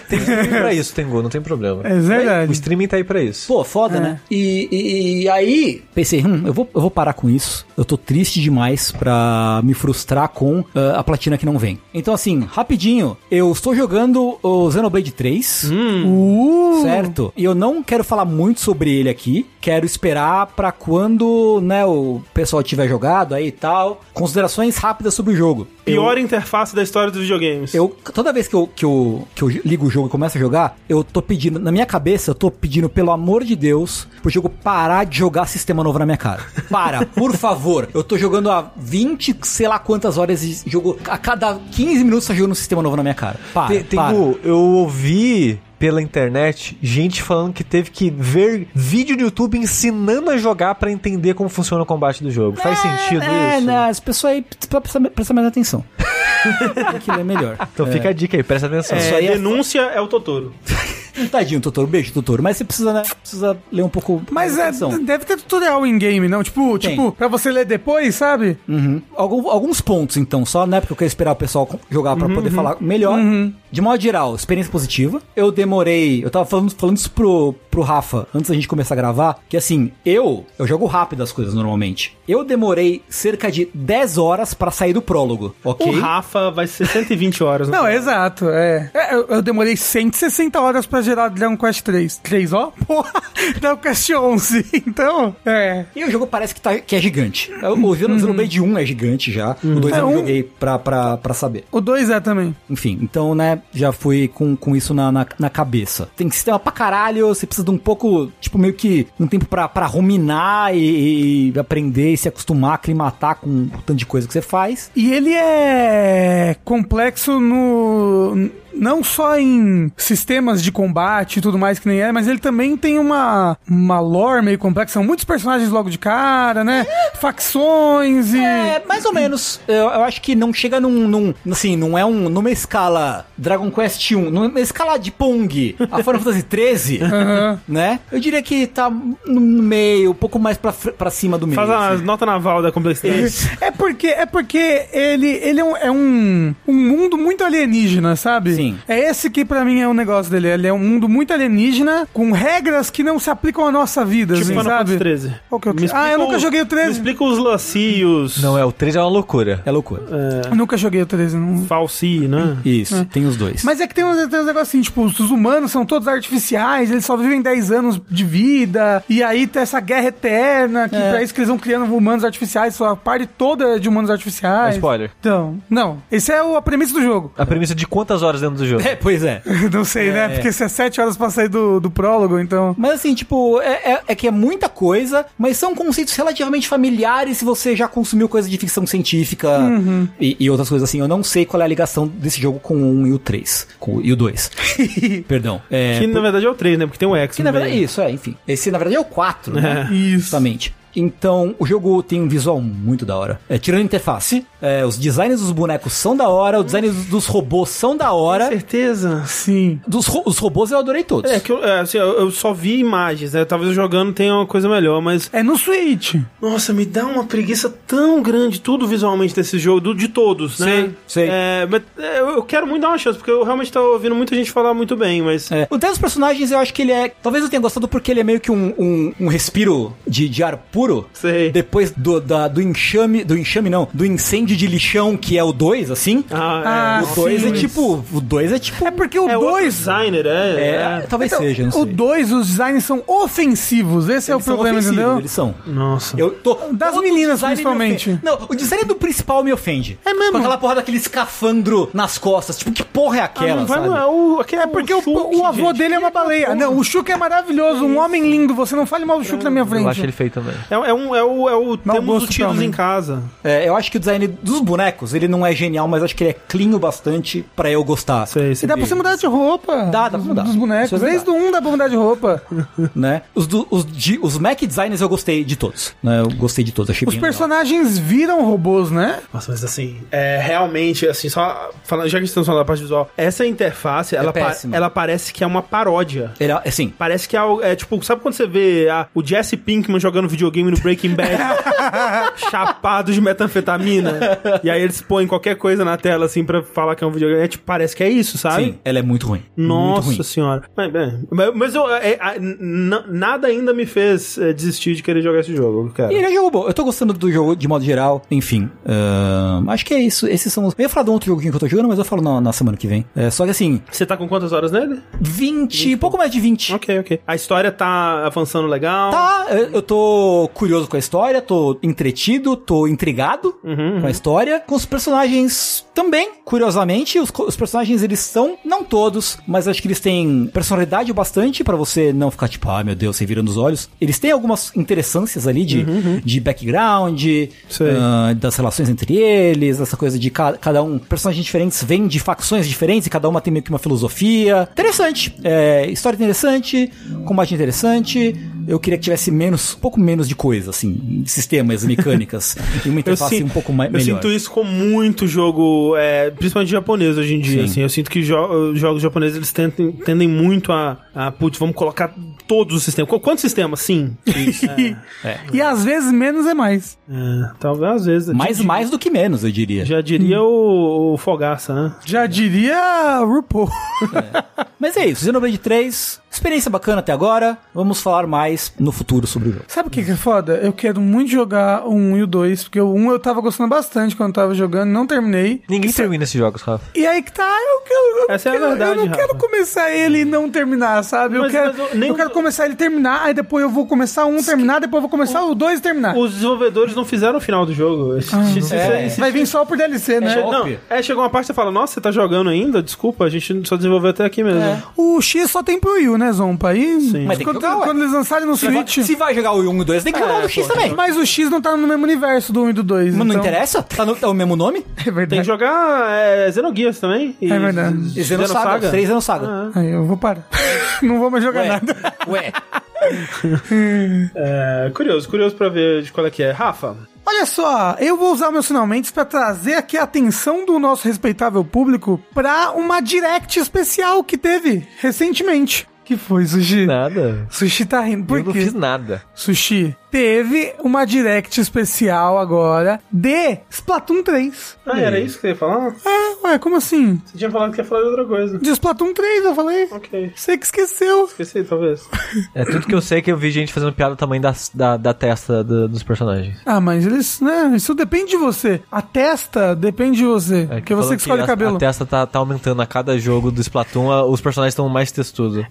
B: Tem streaming pra isso, Tengu, não tem problema.
C: É
B: O
C: verdade.
B: streaming tá aí pra isso.
E: Pô, foda, né? E, e- e aí, pensei, hum, eu vou, eu vou parar com isso. Eu tô triste demais pra me frustrar com ah, a platina que não vem. Então, assim, rapidinho, eu estou jogando o Xenoblade 3.
C: Uh,
E: Certo? E eu não quero falar muito sobre ele aqui. Quero esperar pra quando, né, o pessoal tiver jogado aí e tal. Considerações rápidas sobre o jogo.
A: pior interface da história dos videogames.
E: Eu, toda vez que eu, que, eu, que eu ligo o jogo e começo a jogar, eu tô pedindo, na minha cabeça, eu tô pedindo, pelo amor de Deus, pro jogo parar de jogar sistema novo na minha cara. Para, por favor. Eu tô jogando há 20, sei lá quantas horas de jogo. A cada 15 minutos tá jogando um sistema novo na minha cara. Para,
B: Te- Tengu,
E: para.
B: eu ouvi pela internet gente falando que teve que ver vídeo no YouTube ensinando a jogar pra entender como funciona o combate do jogo. Faz sentido
E: É,
B: isso?
E: né? As pessoas aí precisam prestar mais atenção. Aquilo é melhor.
B: Então fica a Então dica aí, presta atenção.
E: É.
A: É,
E: aí
A: denúncia é o Totoro.
E: Tadinho, Totoro. Beijo, Totoro. Mas você precisa, né? Precisa ler um pouco.
C: Mas
E: com
C: é,
E: atenção.
C: deve ter tutorial em game, não? Tipo,
E: Tem.
C: tipo, pra você ler depois, sabe?
E: Uhum. Algum- alguns pontos, então, só, né? Porque eu quero esperar o pessoal co- jogar pra poder falar melhor. De modo geral, experiência positiva. Eu demorei. Eu tava falando, falando isso pro, pro Rafa antes da gente começar a gravar. Que assim, eu. Eu jogo rápido as coisas normalmente. Eu demorei cerca de 10 horas pra sair do prólogo, ok?
A: O Rafa vai ser 120 horas.
C: Não, é exato, é. É, eu, eu demorei 160 horas pra gerar Dragon Quest 3. 3, ó? Porra! Dragon Quest 11. Então, é.
E: E o jogo parece que, tá, que é gigante. Eu- O Xenoblade 1 é gigante já. O 2 eu
C: É,
E: não
C: um-
E: joguei pra, pra, pra saber.
C: O 2 é também.
E: Enfim, então, né, já fui com, com isso na, na, na cabeça. Tem sistema pra caralho, você precisa de um pouco, tipo, meio que um tempo pra, pra ruminar e, e aprender e se acostumar, aclimatar com o tanto de coisa que você faz.
C: E ele é complexo no. Não só em sistemas de combate e tudo mais que nem é, mas ele também tem uma, uma lore meio complexa. São muitos personagens logo de cara, né? Facções e.
E: É, mais ou menos. Eu, eu acho que não chega num, num- Assim, não é um, numa escala Dragon Quest 1, numa escala de Pong, a Final Fantasy 13, né? Eu diria que tá no meio, um pouco mais pra, fr- pra cima do meio.
A: Faz a
E: assim.
A: nota naval da complexidade.
C: É porque, é porque ele, ele é, um, é um, um mundo muito alienígena, sabe?
E: Sim.
C: É esse que pra mim é o negócio dele. Ele é um mundo muito alienígena, com regras que não se aplicam à nossa vida,
A: Tipo
C: assim,
A: Final Fantasy
C: sabe?
A: 13.
C: Qual que é o
A: Me
C: tre- Ah, eu
A: explica
C: nunca joguei o 13.
A: Me explica os lacios.
B: Não, é, o 3 é uma loucura.
E: É loucura.
C: Eu nunca joguei o 13, não.
A: Falsi, né?
E: Isso, tem os dois.
C: Mas é que tem uns, tem uns negócios assim, tipo, os humanos são todos artificiais, eles só vivem 10 anos de vida, e aí tem essa guerra eterna,
E: É.
C: que pra isso que eles vão criando humanos artificiais, sua parte toda é de humanos artificiais.
B: Spoiler.
C: Então, não. Esse é o, a premissa do jogo.
B: A premissa de quantas horas dentro do jogo?
E: É, pois é.
C: Não sei, né? Porque se é sete horas pra sair do, do prólogo, então.
E: Mas assim, tipo, é, é- é que é muita coisa, mas são conceitos relativamente familiares se você já consumiu coisa de ficção científica
A: Uhum.
E: e, e outras coisas assim. Eu não sei qual é a ligação desse jogo com o 1 e o 3. Com, o- e o 2. Perdão. É,
A: que na verdade é o 3, né? Porque tem um X.
E: que
A: no
E: na verdade é
A: meio.
E: isso, é, enfim. Esse na verdade é o 4, né?
C: Isso.
E: Justamente. Então, o jogo tem um visual muito da hora. É, tirando a interface, é, os designs dos bonecos são da hora, os designs dos- dos robôs são da hora.
A: Certeza.
C: Sim.
E: Dos ro- os robôs eu adorei todos.
A: né? É, que eu, é, assim, eu, eu só vi imagens, né? Talvez eu jogando tenha uma coisa melhor, mas.
C: É no Switch.
A: Nossa, me dá uma preguiça tão grande, tudo visualmente desse jogo, do- de todos, né?
E: Sei, sei.
A: É, mas é, eu eu quero muito dar uma chance, porque eu realmente tô ouvindo muita gente falar muito bem, mas.
E: É. O dos personagens eu acho que ele é. Talvez eu tenha gostado porque ele é meio que um, um, um respiro de, de ar puro.
A: Sei.
E: Depois do, da- do enxame. Do enxame, não. Do incêndio de lixão, que é o 2, assim.
A: Ah,
C: Ah,
E: o 2
C: sim.
E: é tipo. O 2 é tipo.
C: É porque o
A: É outro
C: dois Então,
A: designer, é.
E: É,
A: é.
E: talvez seja, não sei.
C: O dois os designs são ofensivos. Esse é o
E: Eles são
C: problema,
E: ofensivos,
C: entendeu? Hum.
E: Eles são.
A: Nossa.
E: Eu tô.
C: Das
E: o
C: meninas,
E: design me
C: principalmente.
E: ofende. Não, o design do principal me ofende.
C: É mesmo?
E: Com aquela porra daquele escafandro nas costas. Tipo, que porra é
A: Ah,
E: aquela?
A: não vai,
E: sabe? um
A: não, é o, aquele
C: É porque o,
A: Shulk,
C: o avô
A: gente.
C: dele é uma baleia. Não, o Shulk é maravilhoso, um homem lindo. Você não fale mal do Shulk na minha
B: Eu acho
C: frente.
B: ele feio também.
A: É, é um, é o, é o
C: Mau
A: temos
C: gosto,
A: tiros em
C: realmente.
A: casa.
E: É, eu acho que o design dos bonecos, ele não é genial, mas acho que ele é clean o bastante pra eu gostar.
A: Sei, sei.
C: E dá pra você mudar de roupa.
E: Dá, dá pra
C: Dos-
E: mudar.
C: Dos bonecos.
E: Isso é
C: Desde o um dá pra mudar de roupa.
E: né? Os, do- os, de- os Mac Designers eu gostei de todos. Né? Eu gostei de todos, achei
C: Os
E: bem
C: personagens viram robôs, né?
A: Nossa, mas assim, é realmente, assim, só falando, já que estamos falando da parte visual, essa interface, ela, pa-
E: É péssima.
A: ela parece que é uma paródia.
E: legal. Ele, assim,
A: Parece que é, algo- é tipo, sabe quando você vê ah, o Jesse Pinkman jogando videogame no Breaking Bad, chapado de metanfetamina, e aí eles põem qualquer coisa na tela, assim, pra falar que é um videogame. É, tipo, parece que é isso, sabe?
E: sim, ela é muito ruim. muito
A: Nossa
E: ruim.
A: senhora. Mas, bem, mas- mas eu, é, é, n- nada ainda me fez é, desistir de querer jogar esse jogo, cara.
E: E ele é um jogo bom. Eu tô gostando do jogo de modo geral. Enfim, ahn, acho que é isso. Esses são os. Eu ia falar de um outro joguinho que eu tô jogando, mas eu falo na, na semana que vem. É, só que assim,
A: Você tá com quantas horas nele?
E: 20, pouco mais de 20.
A: Ok, ok. A história tá avançando legal.
E: Tá, eu eu tô curioso com a história, tô entretido, tô intrigado com a história. Com os personagens também, curiosamente, os, co- os personagens eles são, não todos, mas acho que eles têm personalidade o bastante pra você não ficar tipo, ah, meu Deus, você vira nos olhos. Eles têm algumas interessâncias ali de, de background,
A: Sei.
E: ah, das relações entre eles, essa coisa de ca- cada um, personagens diferentes vêm de facções diferentes e cada uma tem meio que uma filosofia. Interessante. É, história interessante, combate interessante, Eu queria que tivesse menos, um pouco menos de coisa, assim, sistemas, mecânicas, e uma
A: Eu,
E: interface
A: sin-
E: um pouco mais,
A: eu
E: melhor.
A: sinto isso com muito jogo, é, principalmente japonês hoje em dia. Assim, eu sinto que jo- jogos japoneses eles tentem- tendem muito a, a putz, vamos colocar todos os sistemas. Qu- Quantos sistemas? Sim.
C: E às vezes menos é mais.
A: É, talvez às vezes.
E: Mais, Hum.
A: Já-
E: mais do que menos, eu diria.
A: Já diria o, o Fogaça, né?
C: Já diria RuPaul.
E: Mas é isso, Xenoblade 3, experiência bacana até agora, vamos falar mais no futuro sobre o jogo.
C: Sabe o que, que é foda? Eu quero muito jogar o 1 e o 2, porque o 1 eu tava gostando bastante quando eu tava jogando, não terminei.
B: Ninguém termina esses jogos, Rafa.
C: E aí que tá, eu, quero- eu,
A: Essa é a
C: quero-
A: verdade,
C: eu não quero
A: Rafa.
C: começar ele e não terminar, sabe? eu
A: Mas-
C: quero,
A: mas eu- nem
C: eu
A: o-
C: quero começar ele e terminar, aí depois eu vou começar um, terminar, depois eu vou começar o 2 e terminar.
A: Os desenvolvedores não fizeram o final do jogo. Isso- isso-
E: É.
A: isso-
C: Vai vir só por DLC, né?
A: Che- não, é, chegou uma parte e fala, nossa, você tá jogando ainda? Desculpa, a gente só desenvolveu até aqui mesmo.
C: O X só tem pro Wii, U, né, Zompa? Aí,
E: Mas tem que
C: quando,
E: jogar, ué.
C: quando eles lançarem no Switch...
E: Se vai jogar o 1 e o 2, tem que
A: É,
E: jogar o do X
A: então-
E: também. Mas
C: Mas o X não tá no mesmo universo do 1 e do 2.
E: não
C: então-
E: interessa? Tá, no, tá o mesmo nome?
A: Tem
C: É
A: que
C: verdade.
A: jogar é, Xenogears também. e-
C: É verdade.
A: e
E: Xenosaga,
A: Xenosaga.
E: três Xenosaga.
A: Ah,
C: Aí eu vou parar. não vou mais jogar
E: Ué,
C: nada.
E: ué.
A: é, curioso, curioso pra ver de qual é que é. Rafa,
C: Olha só, eu vou usar meus finalmente para trazer aqui a atenção do nosso respeitável público para uma direct especial que teve recentemente. Que foi, Sushi?
E: Né?
B: Nada.
C: Sushi tá rindo. Por
B: eu não
C: quê?
B: fiz nada.
C: Sushi, teve uma direct especial agora de Splatoon 3.
A: ah, era isso que você ia falar?
C: É, ué, como assim?
A: Você tinha falado que ia falar de outra coisa.
C: De Splatoon 3, eu falei.
A: Ok.
C: Você que esqueceu.
A: Esqueci, talvez.
B: É tudo que eu sei é que eu vi gente fazendo piada do tamanho da, da, da testa do- dos personagens.
C: Ah, mas eles, né? Isso depende de você. A testa depende de você.
B: É,
C: porque você
B: falando
C: que escolhe
B: a-
C: o cabelo.
B: A testa tá, tá aumentando a cada jogo do Splatoon, a- os personagens estão mais textudos.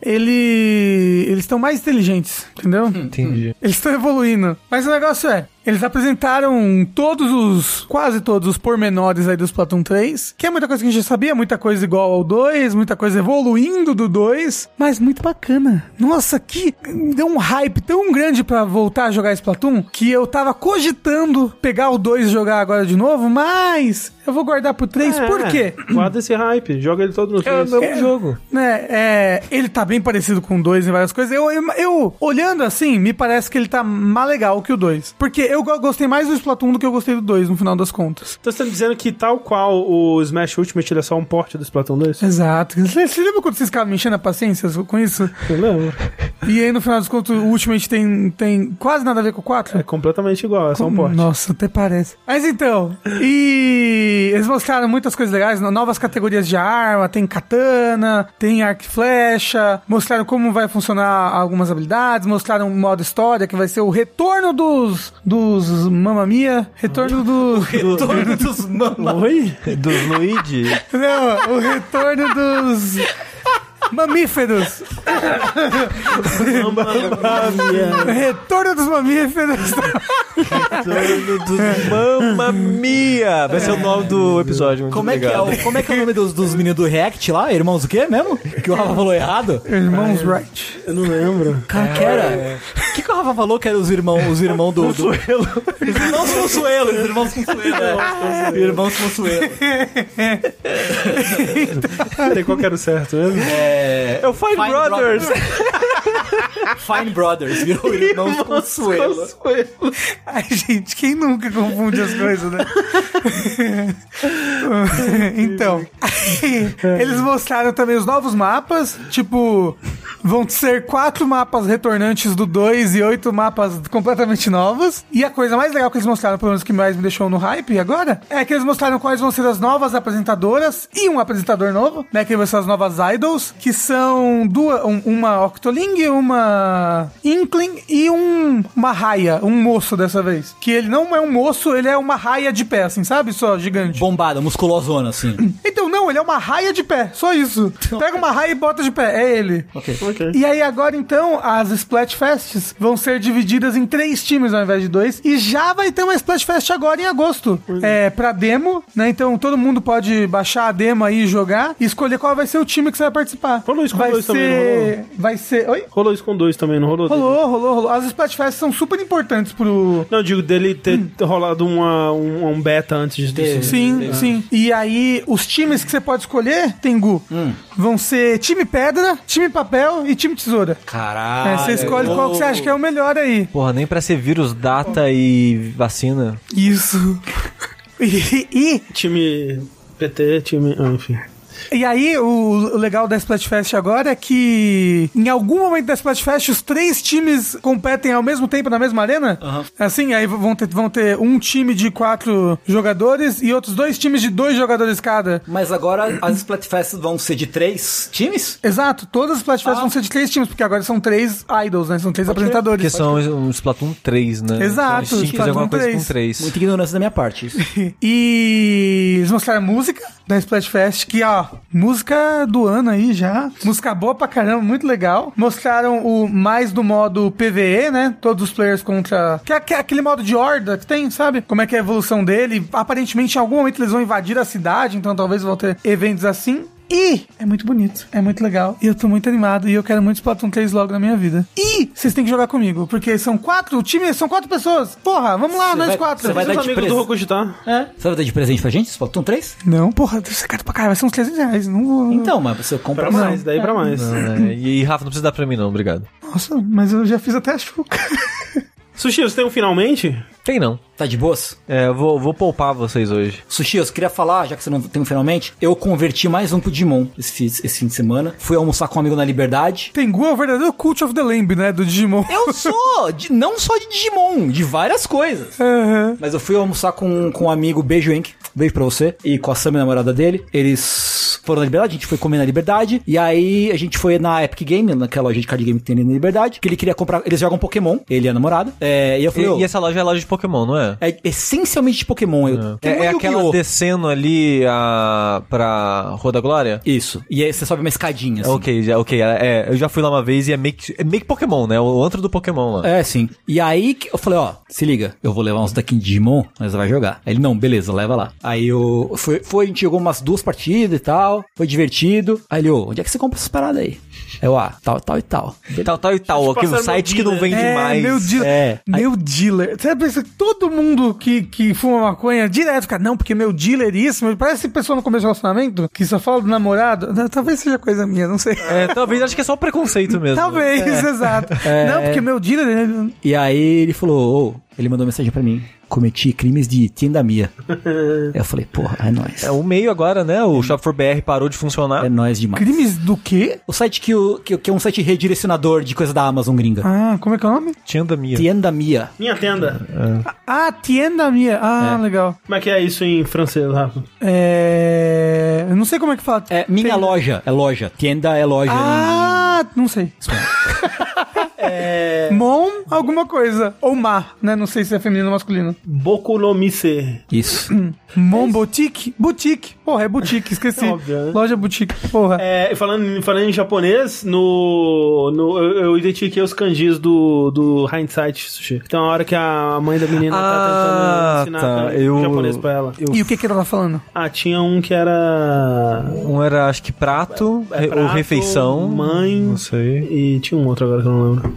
C: Ele, eles estão mais inteligentes, entendeu?
B: Entendi.
C: Eles estão evoluindo. Mas o negócio é, eles apresentaram todos os, quase todos os pormenores aí do Splatoon 3, que é muita coisa que a gente já sabia, muita coisa igual ao 2, muita coisa evoluindo do 2, mas muito bacana. Nossa, que deu um hype tão grande pra voltar a jogar Splatoon, que eu tava cogitando pegar o 2 e jogar agora de novo, mas eu vou guardar pro 3,
A: É,
C: por quê?
A: Guarda esse hype, joga ele todo no
B: É o
A: Switch.
B: mesmo jogo.
C: né, é, ele tá bem parecido com o 2 em várias coisas. Eu, eu, eu, olhando assim, me parece que ele tá mais legal que o 2. Porque eu go- gostei mais do Splatoon do que eu gostei do 2, no final das contas.
A: Então você tá dizendo que tal qual o Smash Ultimate ele é só um porte do Splatoon 2?
C: É. Exato. Você você lembra quando vocês ficavam me enchendo a paciência com isso?
A: Eu lembro.
C: E aí, no final das contas, o Ultimate tem, tem quase nada a ver com o 4?
A: É completamente igual, é só um
C: Com-
A: porte.
C: Hum, Nossa, até parece. Mas então, e eles mostraram muitas coisas legais, no- novas categorias de arma, tem katana, tem arco e flecha, mostraram como vai funcionar algumas habilidades, mostraram um modo história, que vai ser o retorno dos, dos Mamma Mia, retorno dos...
E: Retorno dos mamas.
A: Oi?
B: Dos Luigi.
C: Não, o retorno dos... Mamíferos!
A: Ah,
C: Retorno dos mamíferos!
E: É.
B: Mamma Mia! Vai ser é
A: É.
B: o nome do episódio. Muito
E: Como é, que é
B: legal.
E: o, como é que é o nome dos, dos meninos do React lá? Irmãos o quê mesmo? Que o Rafa falou errado?
C: Irmãos Wright.
A: Eu não lembro.
E: Cara, que era? O que, que o Rafa falou que era os irmãos os irmão do, do... Os irmãos Consuelo, os irmãos Consuelo. é. Irmãos Consuelo.
A: Peraí, qual que era o certo mesmo?
E: É...
B: É o Fine,
E: Fine
B: Brothers!
E: Fine Brothers, virou irmãos Consuelo.
C: Ai, gente, quem nunca confunde as coisas, né? então, aí, eles mostraram também os novos mapas, tipo, vão ser quatro mapas retornantes do 2 e oito mapas completamente novos. E a coisa mais legal que eles mostraram, pelo menos que mais me deixou no hype agora, é que eles mostraram quais vão ser as novas apresentadoras e um apresentador novo, né, que vão ser as novas idols, que são duas, um- uma Octoling, uma Inkling e um, uma raia, um moço dessa vez. Que ele não é um moço, ele é uma raia de pé, assim, sabe? Só gigante.
E: Bombada, musculosona, assim.
C: Então, não, ele é uma raia de pé, só isso. Pega uma raia e bota de pé, é ele.
E: Ok.
C: E aí, agora então, as Splatfests vão ser divididas em três times ao invés de dois. E já vai ter uma Splatfest agora em agosto. É, pra demo, né? Então todo mundo pode baixar a demo aí e jogar e escolher qual vai ser o time que você vai participar.
A: Rolou isso com
C: vai
A: dois
C: ser...
A: também, não
C: Vai ser. Oi?
A: Rolou isso com dois também, não rolou?
C: Rolou, rolou, rolou. As Splatfests são super importantes pro,
A: Não, eu digo dele ter rolado uma, um, um beta antes de ter.
C: Sim, sim. E Hum. aí, os times que você pode escolher, Tengu, vão ser time pedra, time papel, papel e time tesoura. É,
B: Caralho.
C: você escolhe qual que você acha que é o melhor aí.
B: Porra, nem pra ser vírus, data e vacina.
C: Isso. E, e-
A: Time PT, time. Ah, enfim.
C: e aí, o, o legal da Splatfest agora é que em algum momento da Splatfest os três times competem ao mesmo tempo na mesma arena. Assim, aí vão ter, vão ter um time de quatro jogadores e outros dois times de dois jogadores cada.
E: Mas agora as Splatfests vão ser de três times?
C: Exato, todas as Splatfests vão ser de três times, porque agora são três idols, né? São três
B: Porque
E: Tá
C: apresentadores.
B: são um Splatoon 3, né?
C: Exato,
B: Então, a gente tinha que fazer
C: Splatoon
B: alguma coisa
C: 3.
B: com 3.
E: Muita ignorância da minha parte. isso.
C: E eles mostraram a música da Splatfest, que ó, música do ano aí já. Música boa pra caramba, muito legal. Mostraram o mais do modo PVE, né? Todos os players contra. Que é que é aquele modo de horda que tem, sabe? Como é que é a evolução dele. Aparentemente, em algum momento eles vão invadir a cidade, então talvez vão ter eventos assim. E é muito bonito, é muito legal. E eu tô muito animado e eu quero muito Splatoon 3 logo na minha vida. E vocês têm que jogar comigo, porque são quatro, o time são quatro pessoas. Porra, vamos lá,
E: Você
C: nós
E: vai-
C: quatro.
E: você vai
A: Os
E: dar de
A: amigos
E: preso.
A: do Rokuji, tá?
E: É. Você vai dar de presente pra gente, Splatoon 3?
C: Não, porra, deve ser caro pra caralho, vai ser uns 300 reais. Não vou.
E: Então, mas você compra
A: Pra
E: uma.
A: mais, daí pra mais.
B: É, e Rafa, não precisa dar pra mim, não, obrigado.
C: Nossa, mas eu já fiz até a chuca.
A: Sushi, você tem um finalmente?
B: Tem não.
E: Tá de boas?
B: É, eu vou, vou poupar vocês hoje.
E: Sushi, eu só queria falar, já que você não tem um finalmente, eu converti mais um pro Digimon esse, fi- esse fim de semana. Fui almoçar com um amigo na Liberdade.
C: Tengu é o verdadeiro Cult of the Lamb, né? Do Digimon.
E: Eu sou! de- não só de Digimon, de várias coisas.
C: Aham.
E: Mas eu fui almoçar com, com um amigo, beijo, Henk. Beijo pra você. E com a Sam, namorada dele. Eles foram na Liberdade, a gente foi comer na Liberdade. E aí a gente foi na Epic Game, naquela loja de card game que tem ali na Liberdade. Que ele queria comprar. Eles jogam Pokémon, ele e a namorada. É, e eu
B: E,
E: falei, ô,
B: e essa loja é loja de Pokémon, não é?
E: é essencialmente de Pokémon. Eu,
B: É,
E: Tem um
B: é aquela
E: Yu-Gi-Oh!
B: descendo ali a, pra Rua da Glória?
E: Isso. E aí você sobe uma escadinha, assim.
B: Ok, já, ok. É, eu já fui lá uma vez e é meio que, é meio que Pokémon, né? O antro do Pokémon lá.
E: É, sim. E aí que eu falei, ó, se liga, eu vou levar uns daqui de Digimon, mas vai jogar. Aí ele, não, beleza, leva lá. Aí eu. Foi, foi, a gente jogou umas duas partidas e tal, foi divertido. Aí ele, ô, onde é que você compra essas paradas aí? Aí Eu, ah, tal, tal e tal.
B: Tal, tal e tal.
A: Deixa eu te
B: Aquele
A: passar
B: site
A: meu
B: que não
A: dealer.
B: vende mais.
C: É, meu dealer.
E: É.
C: Meu dealer. Você pensa que todo mundo que, que fuma maconha é direto fica, não, porque meu dealer é isso. mas Parece pessoa no começo do relacionamento que só fala do namorado. Não, Talvez seja coisa minha, não sei.
B: É, talvez, acho que é só preconceito mesmo.
C: Talvez, exato. Não, porque meu dealer. é ele-
E: E aí ele falou, ô, ele mandou mensagem pra mim. Cometi crimes de tendamia. aí eu falei, porra, é nóis.
B: É o meio agora, né? O Shop for BR parou de funcionar.
E: É nóis demais.
C: Crimes do quê?
E: O site que, o, que, que é um site redirecionador de coisa da Amazon gringa.
C: Ah, como é que é o nome?
B: Tienda Mia.
E: Tiendamia.
A: Minha tenda.
C: Ah, Tienda Mia. Ah, legal.
A: Como é que é isso em francês, Rafa?
C: É. Eu não sei como é que fala.
E: É minha
C: Tem-
E: loja. É loja. Tienda é loja.
C: Ah, não sei.
A: É.
C: Mon, alguma coisa. Ou mar, né? Não sei se é feminino ou masculino.
A: Boculomice.
E: Isso.
C: Mon boutique? Boutique. Porra, é boutique, esqueci.
A: É óbvio, né?
C: Loja boutique, porra.
A: É, e falando, em- falando em japonês, no, no eu, eu identifiquei os kanjis do, do Hindsight Sushi. Tem uma hora que a mãe da menina tá
B: Ah,
A: tentando ensinar
B: tá.
A: kanji
B: Eu,
A: japonês pra ela.
B: eu-
C: E o que que ela tá falando?
A: Ah, tinha um que era.
B: um era, acho que prato,
A: É
B: re- ou
A: prato,
B: refeição.
A: mãe.
B: Não sei.
A: E tinha um outro agora que eu não lembro.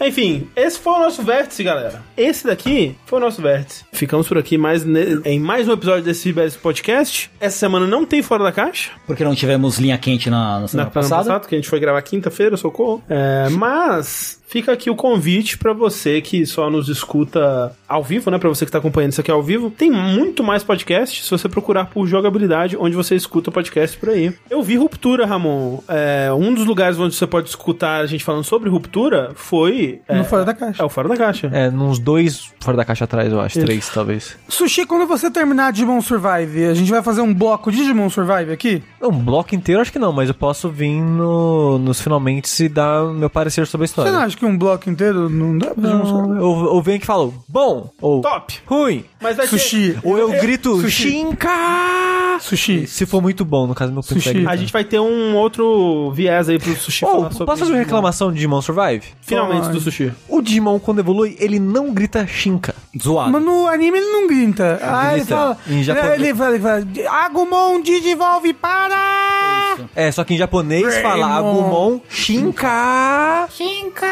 B: É.
A: Enfim, esse foi o nosso vértice, galera. Esse daqui foi o nosso vértice. Ficamos por aqui mais ne- em mais um episódio desse Fibers Podcast. Essa semana não tem Fora da Caixa.
E: Porque não tivemos linha quente na, na semana
A: na
E: passada.
A: passado, que a gente foi gravar quinta-feira, socorro. É, mas fica aqui o convite pra você que só nos escuta ao vivo, né? Pra você que tá acompanhando isso aqui ao vivo. Tem muito mais podcast se você procurar por jogabilidade, onde você escuta podcast por aí. Eu vi Ruptura, Ramon. É, um dos lugares onde você pode escutar a gente falando sobre Ruptura foi. é,
C: No Fora da Caixa.
A: É o Fora da Caixa.
B: É, nos dois fora da caixa atrás, eu acho. Três, talvez.
C: Sushi, quando você terminar Digimon Survive, a gente vai fazer um bloco de Digimon Survive aqui?
B: Não, um bloco inteiro acho que não, mas eu posso vir no, nos finalmente e dar meu parecer sobre a
C: Você
B: história.
C: não acha que um bloco inteiro não dá pra Digimon Survive?
B: Não, ou, ou vem que fala bom, ou
A: Top!
B: ruim,
A: Mas vai ter-
C: Sushi.
B: ou eu grito
C: É, Sushi.
B: Shinka!
C: Sushi.
B: Se for muito bom, no caso meu
C: Sushi.
B: consegue.
A: A gente vai ter um outro viés aí pro Sushi
B: Oh,
A: falar sobre.
B: posso fazer uma
A: Digimon.
B: reclamação de Digimon Survive?
A: Finalmente
C: Pode.
A: do Sushi.
B: O Digimon, quando evolui, ele não grita Shinka.
E: Zoado.
C: Mas no anime ele não grita. Ah, ele
B: grita.
C: fala.
B: Em japonês.
C: Ele fala, ele fala. Agumon Digivolve para!
B: É, só que em japonês fala
C: Raymon.
B: Agumon Shinka.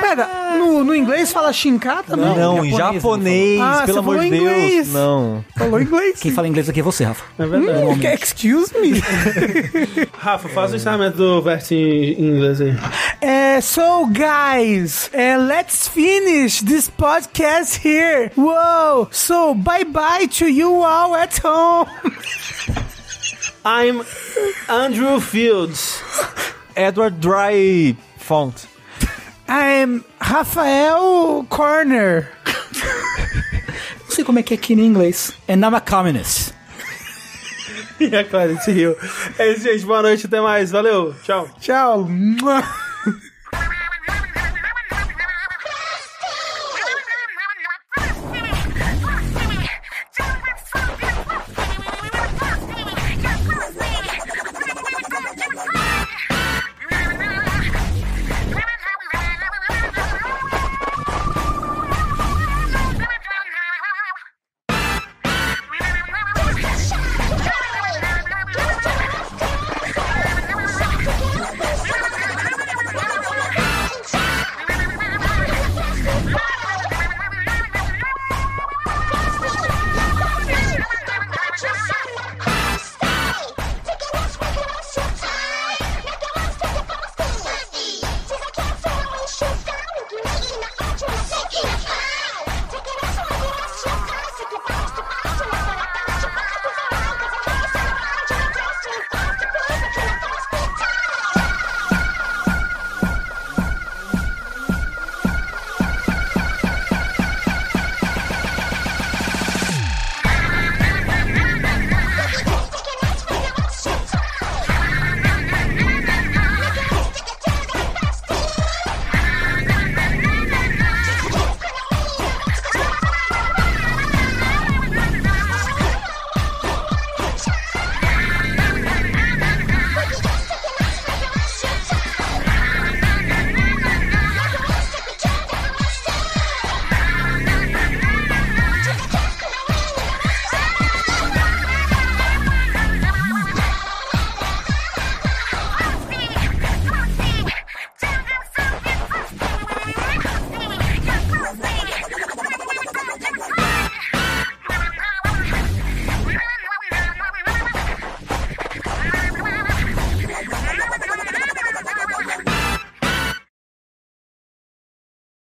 C: Pera, no, no inglês fala Shinká também?
B: Não, em japonês,
C: Ah, você
B: pelo amor de
C: falou em
B: Deus.
C: inglês.
B: Não.
C: Falou inglês.
E: Quem fala inglês aqui é você, Rafa.
A: É verdade.
C: Hum, excuse me.
A: Rafa, faz o encerramento do verso em em inglês aí.
C: É, so guys, é, let's finish this podcast here. Wow, so bye bye to you all at home.
A: I'm Andrew Fields.
B: Edward Dry Font.
C: I'm Rafael Corner.
E: Não sei como é que é aqui em inglês. É Namakaminus.
A: E a Clarice riu. É isso, gente. Boa noite. Até mais. Valeu. Tchau.
C: Tchau.